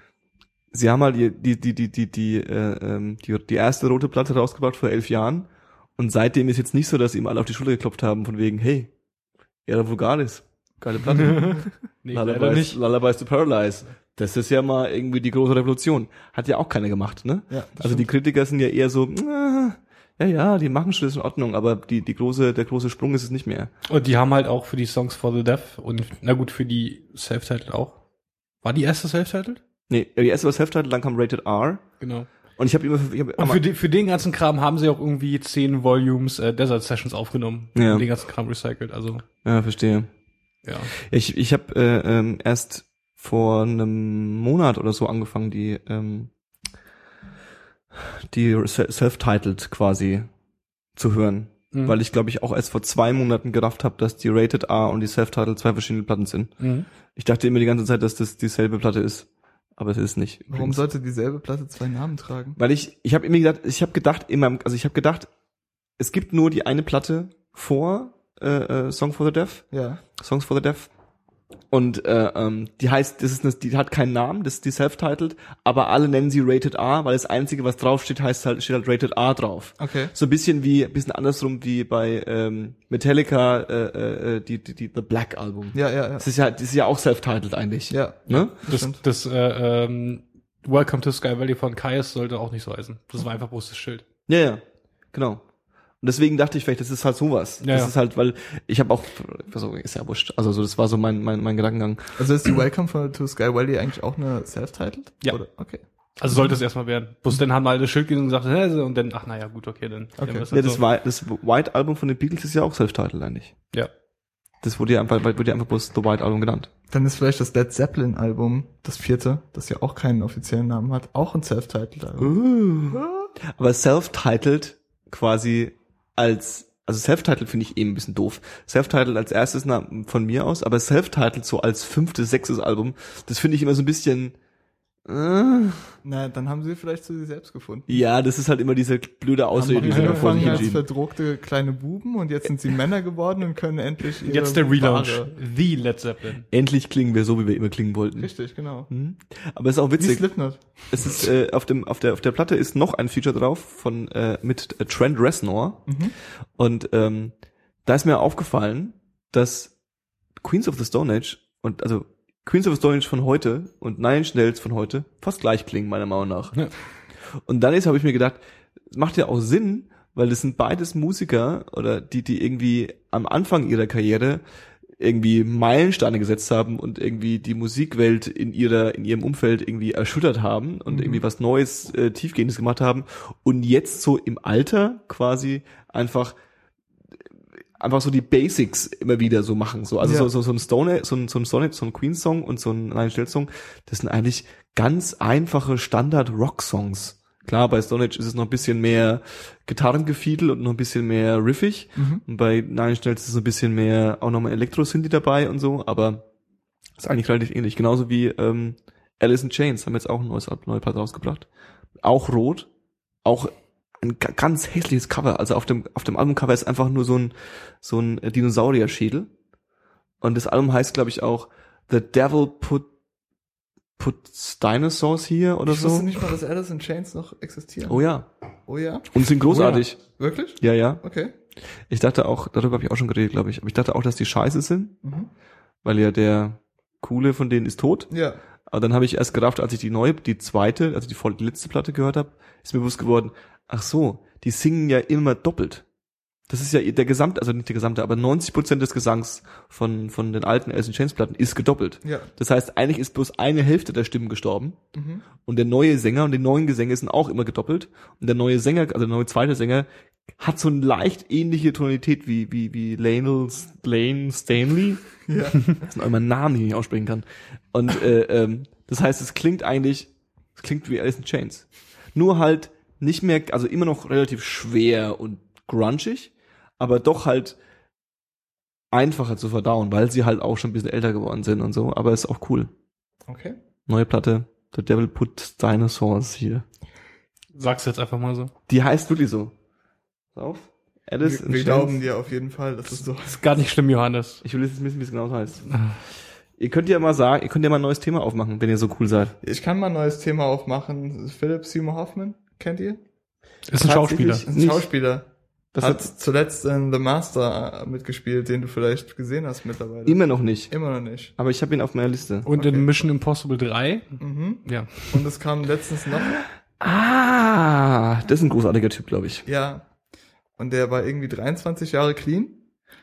sie haben halt die, die, die, die, die, die, äh, ähm, die, die erste rote Platte rausgebracht vor elf Jahren. Und seitdem ist jetzt nicht so, dass sie ihm alle auf die Schulter geklopft haben, von wegen, hey, Era Vulgaris, geile Platte.
Nee, leider
Lullabies,
nicht.
Lullabies to Paradise. Das ist ja mal irgendwie die große Revolution. Hat ja auch keiner gemacht, ne?
Ja, das
Also die
stimmt.
Kritiker sind ja eher so, "Ah, ja, ja, die machen schon das in Ordnung, aber die, die große, der große Sprung ist es nicht mehr.
Und die haben halt auch für die Songs for the Deaf und na gut, für die Self-Titled auch. War die erste Self-Titled?
Nee, die erste war Self-Titled, dann kam Rated R.
Genau.
Und ich habe immer, ich hab,
Und
am-
für, die, für den ganzen Kram haben sie auch irgendwie zehn Volumes äh, Desert Sessions aufgenommen.
Ja.
Und den ganzen Kram recycelt. Also,
ja, verstehe.
ja.
Ich, ich habe äh, ähm, erst vor einem Monat oder so angefangen, die ähm, die se- Self-Titled quasi zu hören,
Mhm.
weil ich glaube ich auch erst vor zwei Monaten gerafft habe, dass die Rated R und die Self-Titled zwei verschiedene Platten sind.
Mhm.
Ich dachte immer die ganze Zeit, dass das dieselbe Platte ist, aber es ist nicht.
Warum
übrigens.
sollte dieselbe Platte zwei Namen tragen?
Weil ich, ich habe immer gedacht, ich habe gedacht, in meinem, also ich habe gedacht, es gibt nur die eine Platte vor äh, äh, Song for the Deaf,
Ja.
Songs for the Deaf. Und äh, ähm, die heißt, das ist eine, die hat keinen Namen, das ist die self-titled, aber alle nennen sie Rated R, weil das Einzige, was draufsteht, heißt halt, steht halt Rated R drauf.
Okay.
So ein bisschen wie, ein bisschen andersrum wie bei ähm, Metallica, äh, äh, die, die, die The Black Album.
Ja, ja, ja.
Das ist ja, das ist ja auch self-titled eigentlich.
Ja.
Ne?
Das,
stimmt.
das äh, ähm, Welcome to Sky Valley von Kaius sollte auch nicht so heißen. Das war einfach bloß das Schild.
Ja, ja, genau. Und deswegen dachte ich vielleicht, das ist halt sowas.
Ja,
das
ja.
ist halt, weil ich habe auch, also, ist ja wurscht. Also so, das war so mein, mein, mein Gedankengang.
Also ist die Welcome von, to Sky Valley eigentlich auch eine Self-Titled?
Ja.
Oder? Okay.
Also sollte es erstmal werden. Bloß dann haben alle das Schild gesehen und gesagt, hä, und dann, ach naja, gut, okay, dann.
Okay.
dann ist
Ja,
halt
das,
so.
Whi- das White Album von den Beatles ist ja auch Self-Titled eigentlich.
ja.
Das wurde ja einfach, wurde ja einfach bloß The White Album genannt.
Dann ist vielleicht das Led Zeppelin Album, das vierte, das ja auch keinen offiziellen Namen hat, auch ein Self-Titled Album.
Uh.
Aber Self-Titled quasi als, also Self-Titled finde ich eben ein bisschen doof. Self-Titled als erstes na, von mir aus, aber Self-Titled so als fünftes, sechstes Album, das finde ich immer so ein bisschen, äh,
Na, dann haben sie vielleicht zu sich selbst gefunden.
ja, das ist halt immer diese blöde Ausrede,
haben
die sie immer vor sich
angefangen als
hinschieben.
verdruckte kleine Buben und jetzt sind sie Männer geworden und können endlich ihre
Jetzt der Relaunch.
Ware-
The Led Zeppelin.
Endlich klingen wir so, wie wir immer klingen wollten.
Richtig, genau.
Mhm. Aber es ist auch
Wie
witzig.
Slipknot.
Es ist äh, auf dem auf der auf der Platte ist noch ein Feature drauf von äh, mit äh, Trent Reznor und ähm, da ist mir aufgefallen, dass Queens of the Stone Age und also Queens of the Stone Age von heute und Nine Schnells von heute fast gleich klingen meiner Meinung nach.
Ja.
Und dann ist habe ich mir gedacht, es macht ja auch Sinn, weil das sind beides Musiker oder die die irgendwie am Anfang ihrer Karriere irgendwie Meilensteine gesetzt haben und irgendwie die Musikwelt in ihrer in ihrem Umfeld irgendwie erschüttert haben und
Mhm.
irgendwie was Neues, äh, tiefgehendes gemacht haben und jetzt so im Alter quasi einfach einfach so die Basics immer wieder so machen so also
Ja.
so, so so ein Stone so ein so ein Sonnet so ein Queen Song und so ein Nine Schnell Song das sind eigentlich ganz einfache Standard Rock Songs klar bei Stone Age ist es noch ein bisschen mehr Gitarrengefiedel und noch ein bisschen mehr riffig
Mhm.
und bei Nine Schnells ist es ein bisschen mehr, auch nochmal Elektro-Synthi dabei und so, aber ist eigentlich relativ ähnlich. Genauso wie ähm, Alice in Chains haben jetzt auch ein neues Al- neue Platte rausgebracht. Auch rot, auch ein ga- ganz hässliches Cover. Also auf dem, auf dem Albumcover ist einfach nur so ein, so ein äh, Dinosaurier-Schädel. Und das Album heißt, glaube ich, auch The Devil Put, Puts Dinosaurs Here oder
Ich
so.
wusste nicht mal, dass Alice in Chains noch existieren.
Oh ja.
Oh ja?
Und sind großartig.
Wirklich?
ja. ja,
Okay.
Ich dachte auch, darüber habe ich auch schon geredet, glaube ich. Aber ich dachte auch, dass die scheiße sind.
Mhm.
weil ja der coole von denen ist tot.
Ja.
Aber dann habe ich erst gerafft, als ich die neue, die zweite, also die, voll- die letzte Platte gehört habe, ist mir bewusst geworden, ach so, die singen ja immer doppelt. Das ist ja ihr- der gesamte, also nicht der gesamte, aber 90% des Gesangs von, von den alten Alice in Chains Platten ist gedoppelt.
Ja.
Das heißt, eigentlich ist bloß eine Hälfte der Stimmen gestorben
Mhm.
und der neue Sänger und die neuen Gesänge sind auch immer gedoppelt und der neue Sänger, also der neue zweite Sänger, hat so eine leicht ähnliche Tonalität wie, wie, wie Lane, Lane Stanley.
Ja.
Das sind auch immer Namen, die ich nicht aussprechen kann. Und äh, ähm, das heißt, es klingt eigentlich, es klingt wie Alice in Chains. Nur halt nicht mehr, also immer noch relativ schwer und grungig, aber doch halt einfacher zu verdauen, weil sie halt auch schon ein bisschen älter geworden sind und so, aber ist auch cool.
Okay.
Neue Platte, The Devil Put Dinosaurs hier.
Sag's jetzt einfach mal so.
Die heißt wirklich so. Pass Auf. Alice
wir, wir
Chains.
glauben dir auf jeden Fall, dass es so
Ist gar nicht schlimm, Johannes.
Ich will jetzt nicht wissen, wie es genau heißt.
Ah.
ihr könnt ja mal sagen, ihr könnt ja mal ein neues Thema aufmachen, wenn ihr so cool seid.
Ich kann mal ein neues Thema aufmachen. Philip Seymour Hoffman, kennt ihr?
Ist ein Schauspieler.
Tatsächlich
Ein
Nicht.
Schauspieler.
Das
hat
hat
zuletzt in The Master äh, mitgespielt, den du vielleicht gesehen hast mittlerweile.
immer noch nicht.
Immer noch nicht.
Aber ich habe ihn auf meiner Liste.
Und
Okay.
in Mission Impossible 3.
Mhm.
Ja.
Und es kam letztens noch,
Ah, das ist ein großartiger Typ, glaube ich.
ja. Und der war irgendwie 23 Jahre clean.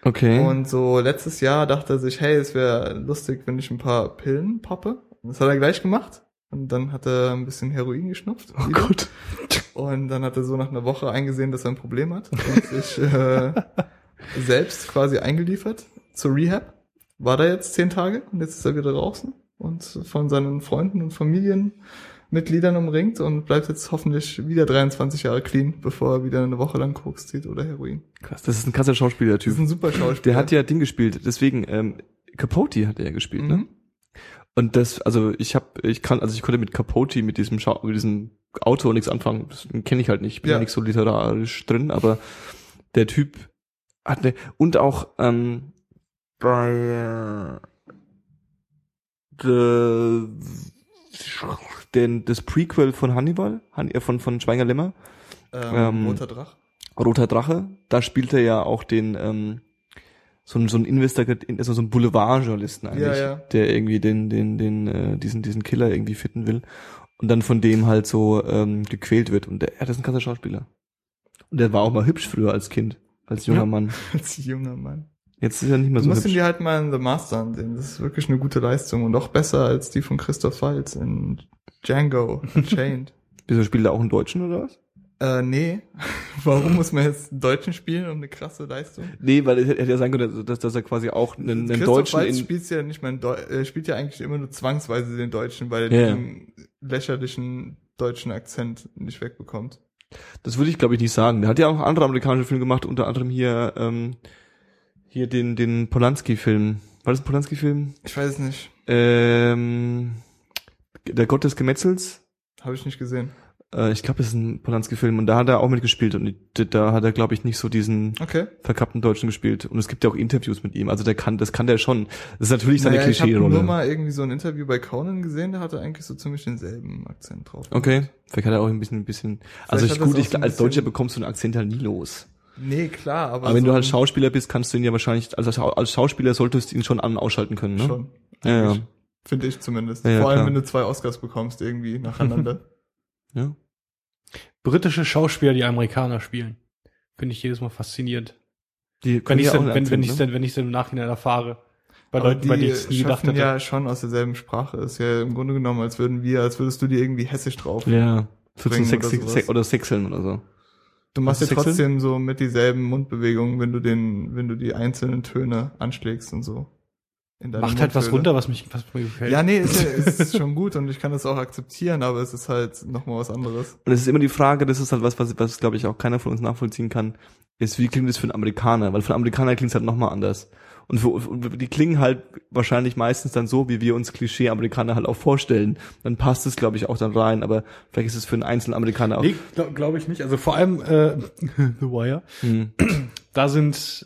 Okay.
Und so letztes Jahr dachte er sich, hey, es wäre lustig, wenn ich ein paar Pillen poppe. Und das hat er gleich gemacht. Und dann hat er ein bisschen Heroin geschnupft.
oh Gott.
Und dann hat er so nach einer Woche eingesehen, dass er ein Problem hat. Und sich äh, selbst quasi eingeliefert zur Rehab. War da jetzt zehn Tage und jetzt ist er wieder draußen und von seinen Freunden und Familienmitgliedern umringt und bleibt jetzt hoffentlich wieder 23 Jahre clean, bevor er wieder eine Woche lang Koks zieht oder Heroin.
Krass, das ist ein krasser
Das ist
Schauspielertyp.
ein super Schauspieler.
Der hat ja Ding gespielt, deswegen ähm, Capote hat er ja gespielt, ne?
Mhm.
Und das, also ich habe, ich kann, also ich konnte mit Capote, mit diesem, Schau mit diesem Autor nichts anfangen. Das kenne ich halt nicht. Ich bin ja.
Ja.
nicht so literarisch drin, aber der Typ hat ne und auch ähm, bei äh, the, den, das Prequel von Hannibal, Han, äh, von von Schweiger Lämmer,
ähm,
ähm,
Roter Drach.
Roter Drache, da spielt er ja auch den ähm, so ein so ein Investigat also so ein Boulevardjournalisten eigentlich,
Ja, ja.
der irgendwie den den den äh, diesen diesen Killer irgendwie fitten will und dann von dem halt so ähm, gequält wird und der ja, das ist ein krasser Schauspieler. Und der war auch mal hübsch früher als Kind, als junger
Ja.
Mann.
Als junger Mann.
Jetzt ist er nicht mehr
Du
so
musst ihn
hübsch.
dir halt mal in The Master ansehen. Das ist wirklich eine gute Leistung und auch besser als die von Christoph Waltz in Django Unchained.
Wieso spielt er auch einen Deutschen oder was?
äh, nee. Warum muss man jetzt einen Deutschen spielen um eine krasse Leistung?
Nee, weil es hätte hätte ja sein können, dass, dass er quasi auch einen, einen
Christoph
Deutschen
Waltz
in
spielt ja nicht mal einen Deu äh, spielt ja eigentlich immer nur zwangsweise den Deutschen, weil
Ja,
er
ja.
den lächerlichen deutschen Akzent nicht wegbekommt.
Das würde ich, glaube ich, nicht sagen. Der hat ja auch andere amerikanische Filme gemacht, unter anderem hier, ähm, hier den, den Polanski-Film. War das ein Polanski-Film?
Ich weiß es nicht.
Ähm, der Gott des Gemetzels.
Habe ich nicht gesehen.
Äh, ich glaube, das ist ein Polanski-Film und da hat er auch mitgespielt und da hat er, glaube ich, nicht so diesen
Okay.
verkappten Deutschen gespielt. Und es gibt ja auch Interviews mit ihm. Also der kann, das kann der schon. Das ist natürlich seine
Naja, ich habe nur
Klischee-Rolle.
mal irgendwie so ein Interview bei Conan gesehen, da hatte eigentlich so ziemlich denselben Akzent drauf.
Okay. Vielleicht hat er auch ein bisschen, ein bisschen. also
hat
ich,
das
gut,
auch
ich,
so ein
als Deutscher
bisschen-
bekommst du einen Akzent halt nie los.
Nee, klar, aber.
Aber, wenn
so
du halt
ein-
Schauspieler bist, kannst du ihn ja wahrscheinlich, also als Schau- als Schauspieler solltest du ihn schon an- und ausschalten können, ne?
Schon.
Ja, ja.
Finde ich zumindest.
Ja, ja,
Vor allem,
klar.
wenn du zwei Oscars bekommst, irgendwie nacheinander.
ja.
Britische Schauspieler, die Amerikaner spielen. Finde ich jedes Mal faszinierend.
Die
Wenn
können
ich
ja
dann,
auch
wenn, wenn
einen ne?
ich
Akzent,
dann, wenn ich dann im Nachhinein erfahre. Bei
Aber
Leuten, bei denen ich nie gedacht
schaffen
hätte.
ja schon aus derselben Sprache. Ist ja im Grunde genommen, als würden wir, als würdest du dir irgendwie hessisch drauf.
ne? Ja. Für
bringen
zum Sex,
oder sowas.
Sex oder Sexeln oder so.
Du machst ja
Sexuell?
trotzdem so mit dieselben Mundbewegungen, wenn du den, wenn du die einzelnen Töne anschlägst und so. In deine
Macht halt was
Mundhöhle.
runter, was, mich, was mir gefällt.
Ja, nee, ist, ja- ist schon gut und ich kann das auch akzeptieren, aber es ist halt nochmal was anderes.
Und es ist immer die Frage, das ist halt was, was, was glaube ich auch keiner von uns nachvollziehen kann, ist, wie klingt das für einen Amerikaner? Weil für einen Amerikaner klingt es halt nochmal anders. Und, für, und die klingen halt wahrscheinlich meistens dann so, wie wir uns Klischee-Amerikaner halt auch vorstellen. Dann passt es, glaube ich, auch dann rein, aber vielleicht ist es für einen einzelnen Amerikaner auch.
Nee, glaube glaub ich nicht. Also vor allem äh, The Wire.
Hm.
Da sind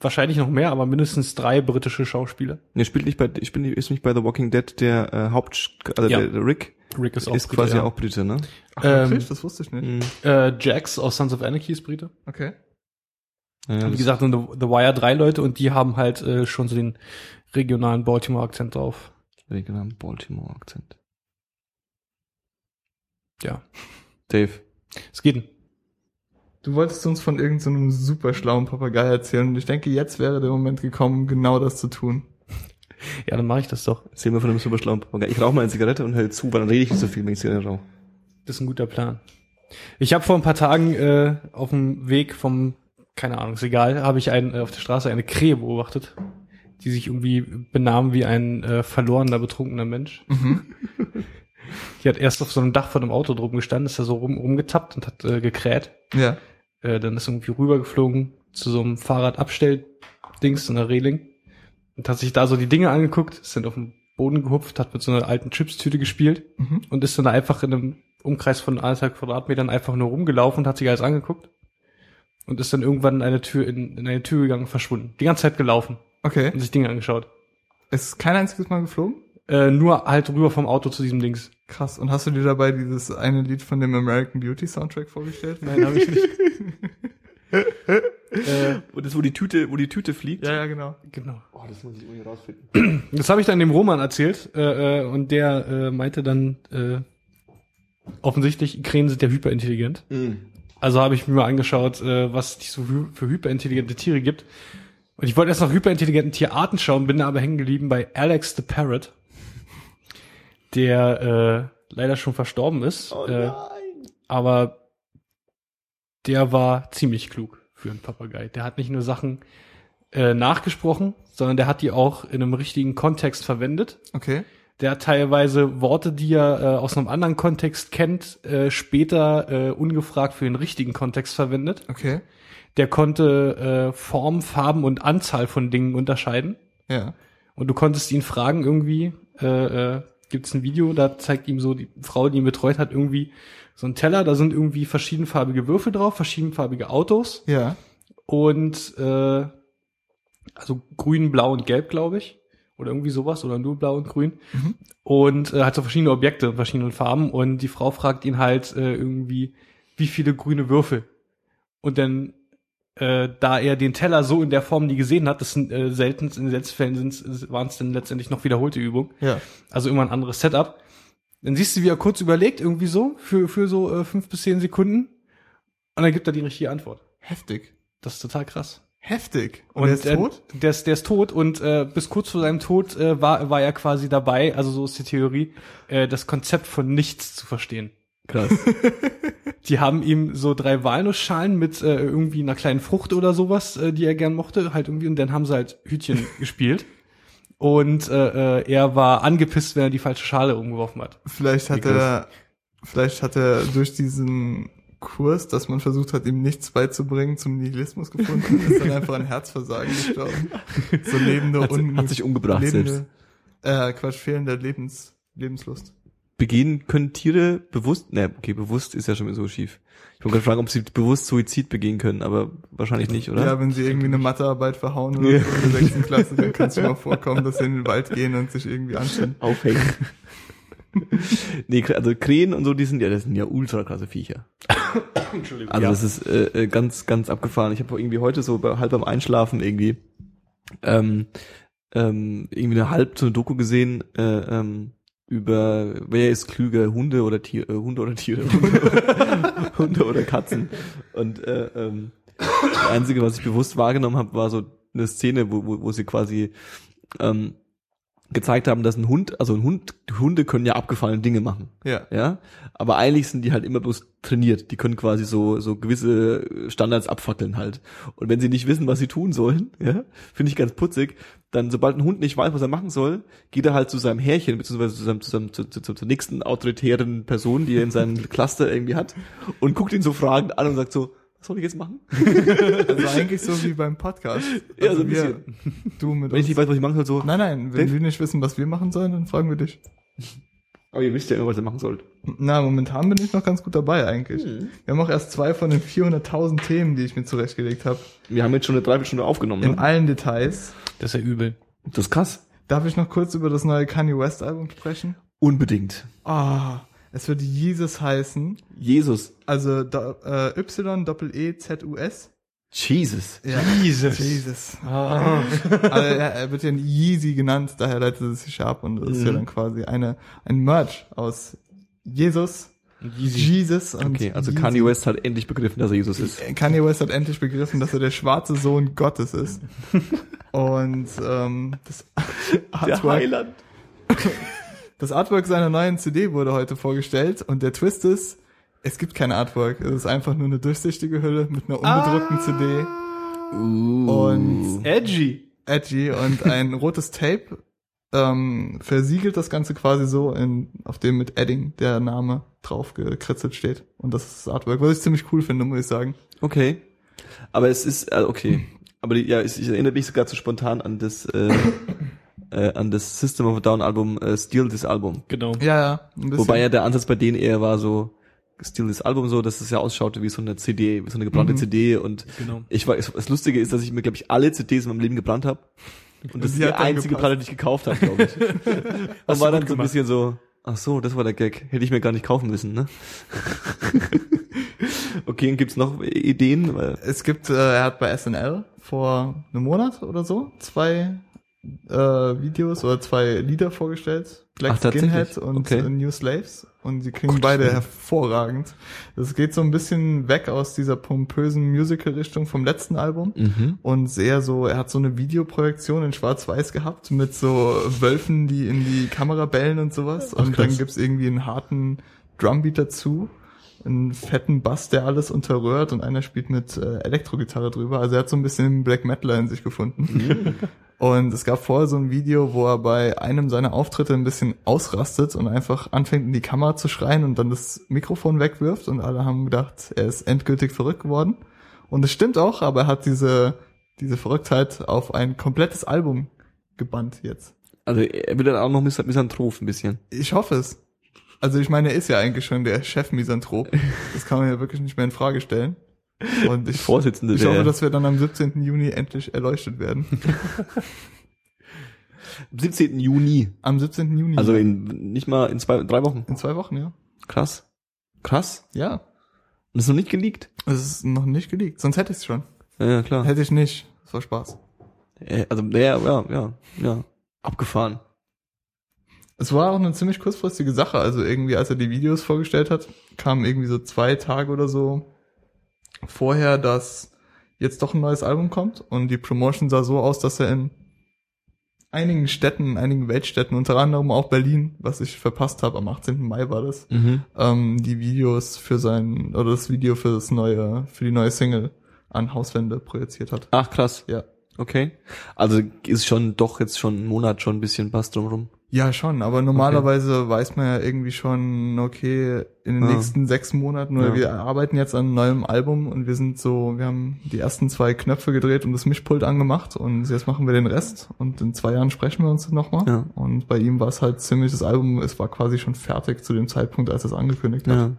wahrscheinlich noch mehr, aber mindestens drei britische Schauspieler.
Nee, spielt nicht bei, ich bin ist nicht bei The Walking Dead der äh, Haupt, also
Ja.
der, der Rick
Rick
ist, quasi auch Brite, ne?
Ach,
Ähm,
wirklich? Das wusste ich nicht.
Mhm.
Äh, Jax aus Sons of Anarchy ist Brite.
Okay.
Ja,
Wie gesagt, in The, The Wire drei Leute und die haben halt äh, schon so den regionalen Baltimore-Akzent drauf.
regionalen Baltimore-Akzent.
Ja.
Dave.
Es geht.
Du wolltest uns von irgendeinem so einem super schlauen Papagei erzählen und ich denke, jetzt wäre der Moment gekommen, genau das zu tun.
Ja, dann mache ich das doch.
Erzähl mal von einem super schlauen Papagei. Ich rauche mal eine Zigarette und höre zu, weil dann rede ich nicht so viel, wenn ich Zigarette rauche.
Das ist ein guter Plan. Ich habe vor ein paar Tagen äh, auf dem Weg vom, keine Ahnung, ist egal, habe ich einen, äh, auf der Straße eine Krähe beobachtet, die sich irgendwie benahm wie ein äh, verlorener, betrunkener Mensch. Die hat erst auf so einem Dach von einem Auto drum gestanden, ist da so rum, rumgetappt und hat äh, gekräht.
Ja.
Äh, dann ist irgendwie rübergeflogen zu so einem Fahrradabstell-Dings, so einer Reling. Und hat sich da so die Dinge angeguckt, ist dann auf den Boden gehupft, hat mit so einer alten Chipstüte gespielt
Mhm.
und ist dann einfach in einem Umkreis von anderthalb Quadratmetern einfach nur rumgelaufen und hat sich alles angeguckt. Und ist dann irgendwann in eine Tür, in, in eine Tür gegangen und verschwunden. Die ganze Zeit gelaufen und
Okay.
sich Dinge angeschaut.
Ist kein einziges Mal geflogen?
Äh, nur halt rüber vom Auto zu diesem Dings.
Krass. Und hast du dir dabei dieses eine Lied von dem American Beauty Soundtrack vorgestellt?
Nein, habe ich nicht. äh,
Und das, wo die Tüte, wo die Tüte fliegt.
Ja, ja, genau.
genau.
Oh, das muss ich irgendwie rausfinden.
Das habe ich dann dem Roman erzählt äh, äh, und der äh, meinte dann, äh, offensichtlich, Krähen sind ja hyperintelligent.
Mhm.
Also habe ich mir mal angeschaut, äh, was es so hy- für hyperintelligente Tiere gibt. Und ich wollte erst nach hyperintelligenten Tierarten schauen, bin da aber hängen geblieben bei Alex the Parrot, der äh, leider schon verstorben ist.
Oh
äh,
nein.
aber der war ziemlich klug für einen Papagei. Der hat nicht nur Sachen äh, nachgesprochen, sondern der hat die auch in einem richtigen Kontext verwendet.
Okay.
Der hat teilweise Worte, die er äh, aus einem anderen Kontext kennt, äh, später äh, ungefragt für den richtigen Kontext verwendet.
Okay.
Der konnte äh, Form, Farben und Anzahl von Dingen unterscheiden.
Ja.
Und du konntest ihn fragen irgendwie, äh, äh, gibt es ein Video, da zeigt ihm so die Frau, die ihn betreut hat, irgendwie so einen Teller, da sind irgendwie verschiedenfarbige Würfel drauf, verschiedenfarbige Autos
Ja.
und äh, also grün, blau und gelb, glaube ich. Oder irgendwie sowas, oder nur blau und grün.
Mhm.
Und äh, hat so verschiedene Objekte in verschiedenen Farben und die Frau fragt ihn halt äh, irgendwie, wie viele grüne Würfel. Und dann, äh, da er den Teller so in der Form nie gesehen hat, das sind äh, selten, in den letzten Fällen waren es dann letztendlich noch wiederholte Übungen,
Ja.
also immer ein anderes Setup. Dann siehst du, wie er kurz überlegt, irgendwie so, für, für so äh, fünf bis zehn Sekunden. Und dann gibt er die richtige Antwort.
Heftig.
Das ist total krass.
Heftig. Und, er ist
äh,
tot?
Der ist, der ist tot und äh, bis kurz vor seinem Tod äh, war, war er quasi dabei, also so ist die Theorie, äh, das Konzept von nichts zu verstehen.
Krass.
Die haben ihm so drei Walnussschalen mit äh, irgendwie einer kleinen Frucht oder sowas, äh, die er gern mochte, halt irgendwie und dann haben sie halt Hütchen gespielt. Und äh, äh, er war angepisst, wenn er die falsche Schale umgeworfen hat.
Vielleicht hat er, vielleicht hat er durch diesen Kurs, dass man versucht hat, ihm nichts beizubringen, zum Nihilismus gefunden und ist dann einfach an Herzversagen gestorben. So lebende
Hat,
Un
hat sich umgebracht selbst.
lebende, äh, Quatsch, fehlender Lebens Lebenslust.
Begehen können Tiere bewusst, ne, okay, bewusst ist ja schon so schief. Ich wollte gerade fragen, ob sie bewusst Suizid begehen können, aber wahrscheinlich nicht, oder?
Ja, wenn sie irgendwie eine Mathearbeit verhauen oder
Ja.
so in der sechsten Klasse, dann kann es schon mal vorkommen, dass sie in den Wald gehen und sich irgendwie anstellen.
Aufhängen. nee, Kr- also Krähen und so, die sind ja, das sind ja ultra krasse Viecher.
Entschuldigung.
Also
ja.
das ist äh, äh, ganz, ganz abgefahren. Ich habe irgendwie heute so bei, halb beim Einschlafen irgendwie ähm, ähm, irgendwie eine halb so eine Doku gesehen äh, ähm, über wer ist klüger, Hunde oder Tiere, äh, Hunde oder Tiere, Hunde oder Katzen. Und äh, ähm, das Einzige, was ich bewusst wahrgenommen habe, war so eine Szene, wo, wo, wo sie quasi ähm, gezeigt haben, dass ein Hund, also ein Hund, Hunde können ja abgefallene Dinge machen
Ja.
ja. Aber eigentlich sind die halt immer bloß trainiert. Die können quasi so, so gewisse Standards abfackeln halt. Und wenn sie nicht wissen, was sie tun sollen, ja, finde ich ganz putzig, dann sobald ein Hund nicht weiß, was er machen soll, geht er halt zu seinem Härchen, beziehungsweise zu seinem, zu seinem, zu, zu, zu, zur nächsten autoritären Person, die er in seinem Cluster irgendwie hat, und guckt ihn so fragend an und sagt so, was soll ich jetzt machen?
Also eigentlich so wie beim Podcast.
Ja,
Also
so ein
wir, du mit
Wenn ich
uns.
nicht weiß, was ich machen soll, so,
Nein, nein, wenn
Dave?
wir nicht wissen, was wir machen sollen, dann fragen wir dich.
aber ihr wisst ja immer, was ihr machen sollt.
Na, momentan bin ich noch ganz gut dabei eigentlich.
Hm.
Wir haben auch erst zwei von den 400.000 Themen, die ich mir zurechtgelegt habe,
Wir haben jetzt schon eine Dreiviertelstunde aufgenommen,
in
ne?
allen Details.
Das ist ja übel.
Das ist krass.
Darf ich noch kurz über das neue Kanye West Album sprechen?
Unbedingt.
Ah, es wird Jesus heißen,
Jesus.
also do- äh, Y Doppel E Z U S.
Jesus.
Ja.
Jesus.
Jesus.
Ah.
Also er, er wird ja ein Yeezy genannt, daher leitet es sich ab und das ist ja
Mhm.
dann quasi eine ein Merch aus Jesus, Jesus und
Okay, also
Yeezy.
Kanye West hat endlich begriffen, dass er Jesus ist.
Äh, Kanye West hat endlich begriffen, dass er der schwarze Sohn Gottes ist. Und ähm, das, Artwork,
Heiland.
das Artwork seiner neuen CD wurde heute vorgestellt und der Twist ist, es gibt kein Artwork. Es ist einfach nur eine durchsichtige Hülle mit einer unbedruckten CD
Uh.
und
Edgy.
edgy und ein rotes Tape ähm, versiegelt das Ganze quasi so, in, auf dem mit Edding der Name drauf gekritzelt steht. Und das ist das Artwork, was ich ziemlich cool finde, muss ich sagen.
Okay. Aber es ist, äh, okay. Aber die, ja, ich, ich erinnere mich sogar zu spontan an das, äh, äh, an das System of a Down Album, äh, Steal This Album.
Genau.
Ja, ja. Ein bisschen.
Wobei ja der Ansatz bei denen eher war so, Steal This Album so, dass es ja ausschaute wie so eine CD, wie so eine gebrannte
Mhm.
CD und
Genau.
ich war, das Lustige ist, dass ich mir, glaube ich, alle CDs in meinem Leben gebrannt habe. Und das
Und
ist
die
die
hat dann
einzige
gepasst.
Platte, die ich gekauft habe, glaube ich. und
Hast
war
du
dann
gut
so ein
gemacht.
bisschen so, ach so, das war der Gag. Hätte ich mir gar nicht kaufen müssen, ne? okay, und gibt's noch Ideen? Weil-
Es gibt, äh, er hat bei SNL vor einem Monat oder so zwei äh, Videos oder zwei Lieder vorgestellt. Black
Ach, tatsächlich?
Skinhead und
Okay.
äh, New Slaves. Und die klingen beide hervorragend. Das geht so ein bisschen weg aus dieser pompösen Musical-Richtung vom letzten Album.
Mhm.
Und sehr so, er hat so eine Videoprojektion in Schwarz-Weiß gehabt mit so Wölfen, die in die Kamera bellen und sowas. und
krass.
dann gibt's irgendwie einen harten Drumbeat dazu, einen fetten Bass, der alles unterrührt und einer spielt mit äh, Elektrogitarre drüber. Also er hat so ein bisschen Black Metaler in sich gefunden.
Mhm.
und es gab vorher so ein Video, wo er bei einem seiner Auftritte ein bisschen ausrastet und einfach anfängt in die Kamera zu schreien und dann das Mikrofon wegwirft und alle haben gedacht, er ist endgültig verrückt geworden. Und es stimmt auch, aber er hat diese, diese Verrücktheit auf ein komplettes Album gebannt jetzt.
Also er wird dann auch noch mis Misanthrop ein bisschen.
Ich hoffe es. Also ich meine, er ist ja eigentlich schon der Chef-Misanthrop. Das kann man ja wirklich nicht mehr in Frage stellen. Und ich,
Vorsitzende
ich
der-
hoffe, dass wir dann am 17. Juni endlich erleuchtet werden.
Am 17. Juni.
Am 17. Juni.
Also in nicht mal in zwei, drei Wochen.
in zwei Wochen, ja.
Krass. Krass.
Ja.
Und ist noch nicht geleakt.
Es ist noch nicht geleakt. Sonst hätte ich es schon.
Ja, ja klar.
Hätte ich nicht. Das war Spaß.
Äh, Also ja, ja, ja, ja. Abgefahren.
Es war auch eine ziemlich kurzfristige Sache. Also irgendwie, als er die Videos vorgestellt hat, kam irgendwie so zwei Tage oder so vorher, dass jetzt doch ein neues Album kommt. Und die Promotion sah so aus, dass er in einigen Städten, in einigen Weltstädten, unter anderem auch Berlin, was ich verpasst habe, am 18. Mai war das,
Mhm.
ähm, die Videos für sein, oder das Video für das neue, für die neue Single an Hauswände projiziert hat.
Ach krass.
Ja.
Okay. Also ist schon doch jetzt schon ein Monat schon ein bisschen passt drum rum.
Ja, schon, aber normalerweise weiß man ja irgendwie schon, okay, in den
Ah.
nächsten sechs Monaten oder
Ja.
wir arbeiten jetzt an einem neuen Album und wir sind so, wir haben die ersten zwei Knöpfe gedreht und das Mischpult angemacht und jetzt machen wir den Rest und in zwei Jahren sprechen wir uns nochmal.
Ja.
Und bei ihm war es halt ziemlich, das Album, es war quasi schon fertig zu dem Zeitpunkt, als er es angekündigt hat.
Ja.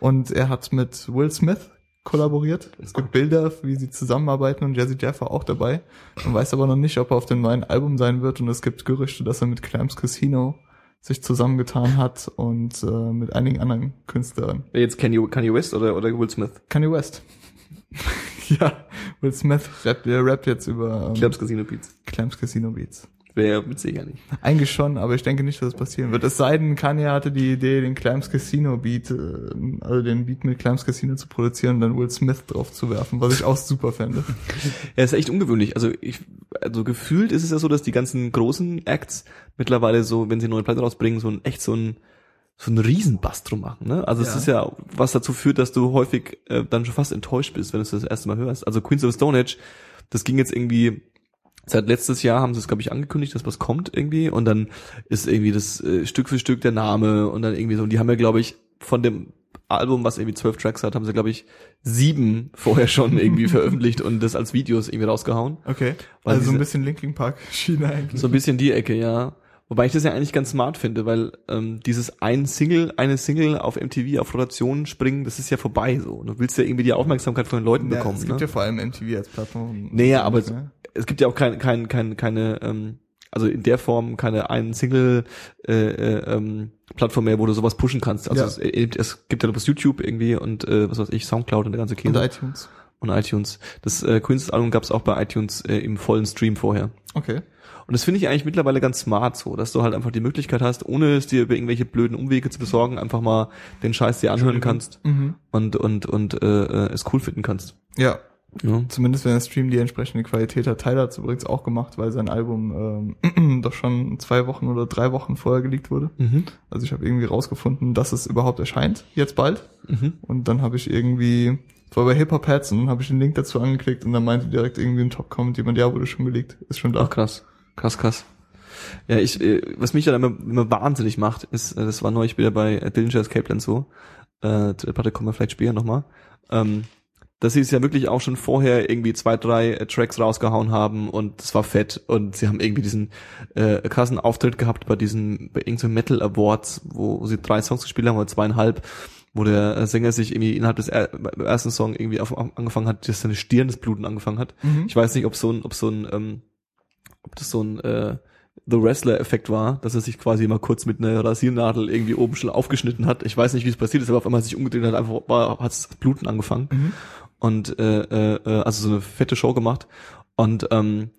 Und er hat mit Will Smith kollaboriert. Es gibt Bilder, wie sie zusammenarbeiten und Jazzy Jeff war auch dabei. Man weiß aber noch nicht, ob er auf dem neuen Album sein wird und es gibt Gerüchte, dass er mit Clams Casino sich zusammengetan hat und äh, mit einigen anderen Künstlern.
Wer Jetzt Kanye, Kanye West oder, oder Will Smith?
Kanye West. ja, Will Smith rappt, der rappt jetzt über ähm,
Clubs Casino Beats.
Clams Casino Beats.
Wäre witzig ja nicht.
Eigentlich schon, aber ich denke nicht, dass es passieren wird. Es sei denn, Kanye hatte die Idee, den Clams Casino Beat, äh, also den Beat mit Clams Casino zu produzieren und dann Will Smith drauf zu werfen, was ich auch super fände.
Ja, ist echt ungewöhnlich. Also ich, also gefühlt ist es ja so, dass die ganzen großen Acts mittlerweile so, wenn sie eine neue Platte rausbringen, so ein echt so ein so einen Riesenbass drum machen, ne? Also es
Ja.
ist ja, was dazu führt, dass du häufig äh, dann schon fast enttäuscht bist, wenn du es das erste Mal hörst. Also Queens of the Stone Age, das ging jetzt irgendwie seit letztes Jahr haben sie es glaube ich angekündigt, dass was kommt irgendwie und dann ist irgendwie das äh, Stück für Stück der Name und dann irgendwie so und die haben ja glaube ich von dem Album, was irgendwie zwölf Tracks hat, haben sie glaube ich sieben vorher schon irgendwie veröffentlicht und das als Videos irgendwie rausgehauen.
Okay.
Weil
also so
diese-
ein bisschen Linkin Park Schiene eigentlich.
So ein bisschen die Ecke, ja. Wobei ich das ja eigentlich ganz smart finde, weil ähm, dieses ein Single, eine Single auf MTV auf Rotation springen, das ist ja vorbei so. Du willst ja irgendwie die Aufmerksamkeit von den Leuten
Ja,
bekommen.
es
ne?
gibt ja vor allem MTV als Plattform.
Naja, aber es,
Ja.
es gibt ja auch kein, kein, kein, keine, ähm, also in der Form keine einen Single äh, äh, ähm, Plattform mehr, wo du sowas pushen kannst. Also
Ja.
es, es gibt ja bloß YouTube irgendwie und äh, was weiß ich, Soundcloud und der ganze
Und
Käse
iTunes.
und iTunes. Das äh, Queens Album gab es auch bei iTunes äh, im vollen Stream vorher.
Okay.
Und das finde ich eigentlich mittlerweile ganz smart so, dass du halt einfach die Möglichkeit hast, ohne es dir über irgendwelche blöden Umwege zu besorgen, einfach mal den Scheiß dir anhören kannst
Mhm.
und und und äh, äh, es cool finden kannst.
Ja,
Ja.
zumindest wenn der Stream die entsprechende Qualität hat. Tyler hat es übrigens auch gemacht, weil sein Album ähm, doch schon zwei Wochen oder drei Wochen vorher geleakt wurde.
Mhm.
Also ich habe irgendwie rausgefunden, dass es überhaupt erscheint, jetzt bald.
Mhm.
Und dann habe ich irgendwie, es war bei Hip-Hop-Hats und dann habe ich den Link dazu angeklickt und dann meinte direkt irgendwie ein Top-Comment jemand, ja, wurde schon gelegt, ist schon da.
Ach krass, krass, krass. Ja, ich, äh, was mich dann immer, immer wahnsinnig macht, ist, äh, das war neulich wieder bei äh, Dillinger Escape Plan so, äh, zu der Platte kommen wir vielleicht später nochmal, ähm, dass sie es ja wirklich auch schon vorher irgendwie zwei, drei äh, Tracks rausgehauen haben und es war fett und sie haben irgendwie diesen äh, krassen Auftritt gehabt bei diesen, bei irgendeinem Metal Awards, wo, wo sie drei Songs gespielt haben oder zweieinhalb, wo der äh, Sänger sich irgendwie innerhalb des er beim ersten Song irgendwie auf, angefangen hat, dass seine Stirn das Bluten angefangen hat.
Mhm.
Ich weiß nicht, ob so ein, ob so ein, ähm, ob das so ein äh, The Wrestler-Effekt war, dass er sich quasi mal kurz mit einer Rasiernadel irgendwie oben schon aufgeschnitten hat. Ich weiß nicht, wie es passiert ist, aber auf einmal hat er sich umgedreht und hat einfach war, hat's Bluten angefangen.
Mhm.
Und äh, äh, äh, also so eine fette Show gemacht. Und ähm,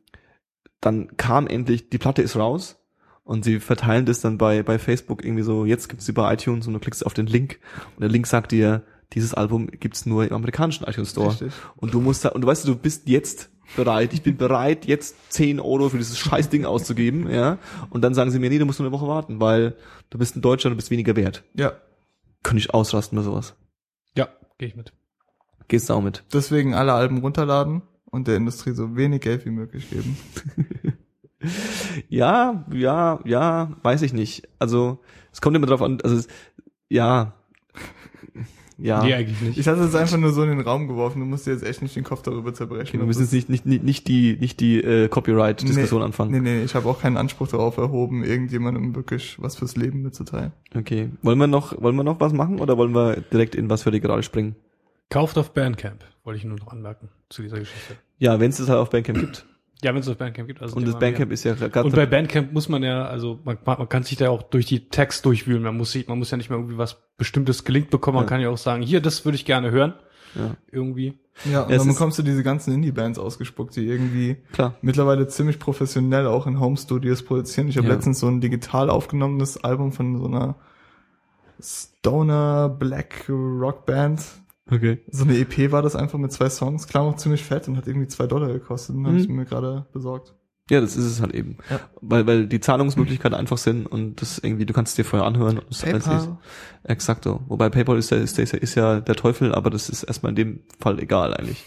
dann kam endlich, die Platte ist raus und sie verteilen das dann bei, bei Facebook irgendwie so, jetzt gibt's sie bei iTunes und du klickst auf den Link und der Link sagt dir, dieses Album gibt's nur im amerikanischen iTunes Store.
Richtig.
Und du musst da, und du weißt, du bist jetzt bereit, ich bin bereit, jetzt 10 Euro für dieses Scheißding auszugeben, ja. Und dann sagen sie mir, nee, du musst nur eine Woche warten, weil du bist in Deutschland, du bist weniger wert.
Ja,
Könnte ich ausrasten bei sowas.
Ja, gehe ich mit.
Gehst du auch mit.
deswegen alle Alben runterladen und der Industrie so wenig Geld wie möglich geben.
Ja, ja, ja, weiß ich nicht. Also, es kommt immer drauf an, also, es, ja. Ja.
Nee, eigentlich nicht.
Ich hatte es einfach nur so in den Raum geworfen, du musst dir jetzt echt nicht den Kopf darüber zerbrechen. Also,
Wir
ob
müssen
das-
jetzt nicht, nicht, nicht, nicht die, nicht die äh, Copyright-Diskussion
nee,
anfangen.
Nee, nee, ich habe auch keinen Anspruch darauf erhoben, irgendjemandem wirklich was fürs Leben mitzuteilen.
Okay. Wollen wir noch, wollen wir noch was machen oder wollen wir direkt in was für die gerade springen?
Kauft auf Bandcamp, wollte ich nur noch anmerken zu dieser Geschichte.
Ja, wenn es das halt auf Bandcamp gibt.
Ja, wenn es auf Bandcamp gibt. Also
Und
den
das
haben wir-
Bandcamp ist ja
Und bei
gerade.
Bandcamp muss man ja, also man, man man kann sich da auch durch die Tags durchwühlen. Man muss, sich, man muss ja nicht mehr irgendwie was Bestimmtes gelinkt bekommen. Man
Ja.
kann ja auch sagen, hier, das würde ich gerne hören.
Ja,
Irgendwie.
Ja, und
Es
dann
ist-
bekommst du diese ganzen Indie-Bands ausgespuckt, die irgendwie
klar.
mittlerweile ziemlich professionell auch in Home Studios produzieren. Ich habe
Ja.
letztens so ein digital aufgenommenes Album von so einer Stoner Black Rock Band.
Okay.
So eine EP war das einfach mit zwei Songs. Klar auch ziemlich fett und hat irgendwie zwei Dollar gekostet. Und hab
Mhm.
ich mir gerade besorgt.
Ja, das ist es halt eben.
Ja.
Weil, weil die Zahlungsmöglichkeiten einfach sind und das irgendwie, du kannst es dir vorher anhören. Und das alles ist-
PayPal.
Exakto. Wobei PayPal ist, ja- ist, ist, ja- ist ja der Teufel, aber das ist erstmal in dem Fall egal eigentlich.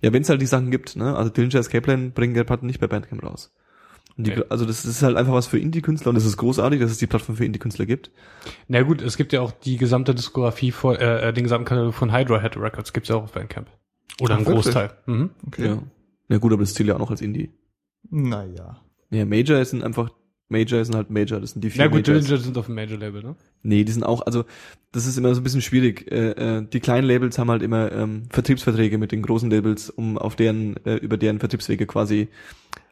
Ja, wenn es halt die Sachen gibt, ne? Also Dillinger Escape Plan bringen ihre Platten nicht bei Bandcamp raus. Und die,
Okay.
Also das ist halt einfach was für Indie-Künstler und es ist großartig, dass es die Plattform für Indie-Künstler gibt.
Na gut, es gibt ja auch die gesamte Diskografie von, äh, äh, den gesamten Katalog von Hydrohead Records gibt's ja auch auf Bandcamp. Oder
Ach,
ein
wirklich?
Großteil. Mhm.
Okay.
Ja. Na gut, aber das zählt ja auch noch als Indie.
Naja.
Ja, Major sind einfach, Major sind halt Major, das sind die vier
Na gut,
Majors.
Dillinger sind auf dem Major Label, ne?
Nee, die sind auch, also das ist immer so ein bisschen schwierig. Äh, äh, die kleinen Labels haben halt immer ähm, Vertriebsverträge mit den großen Labels, um auf deren, äh, über deren Vertriebswege quasi,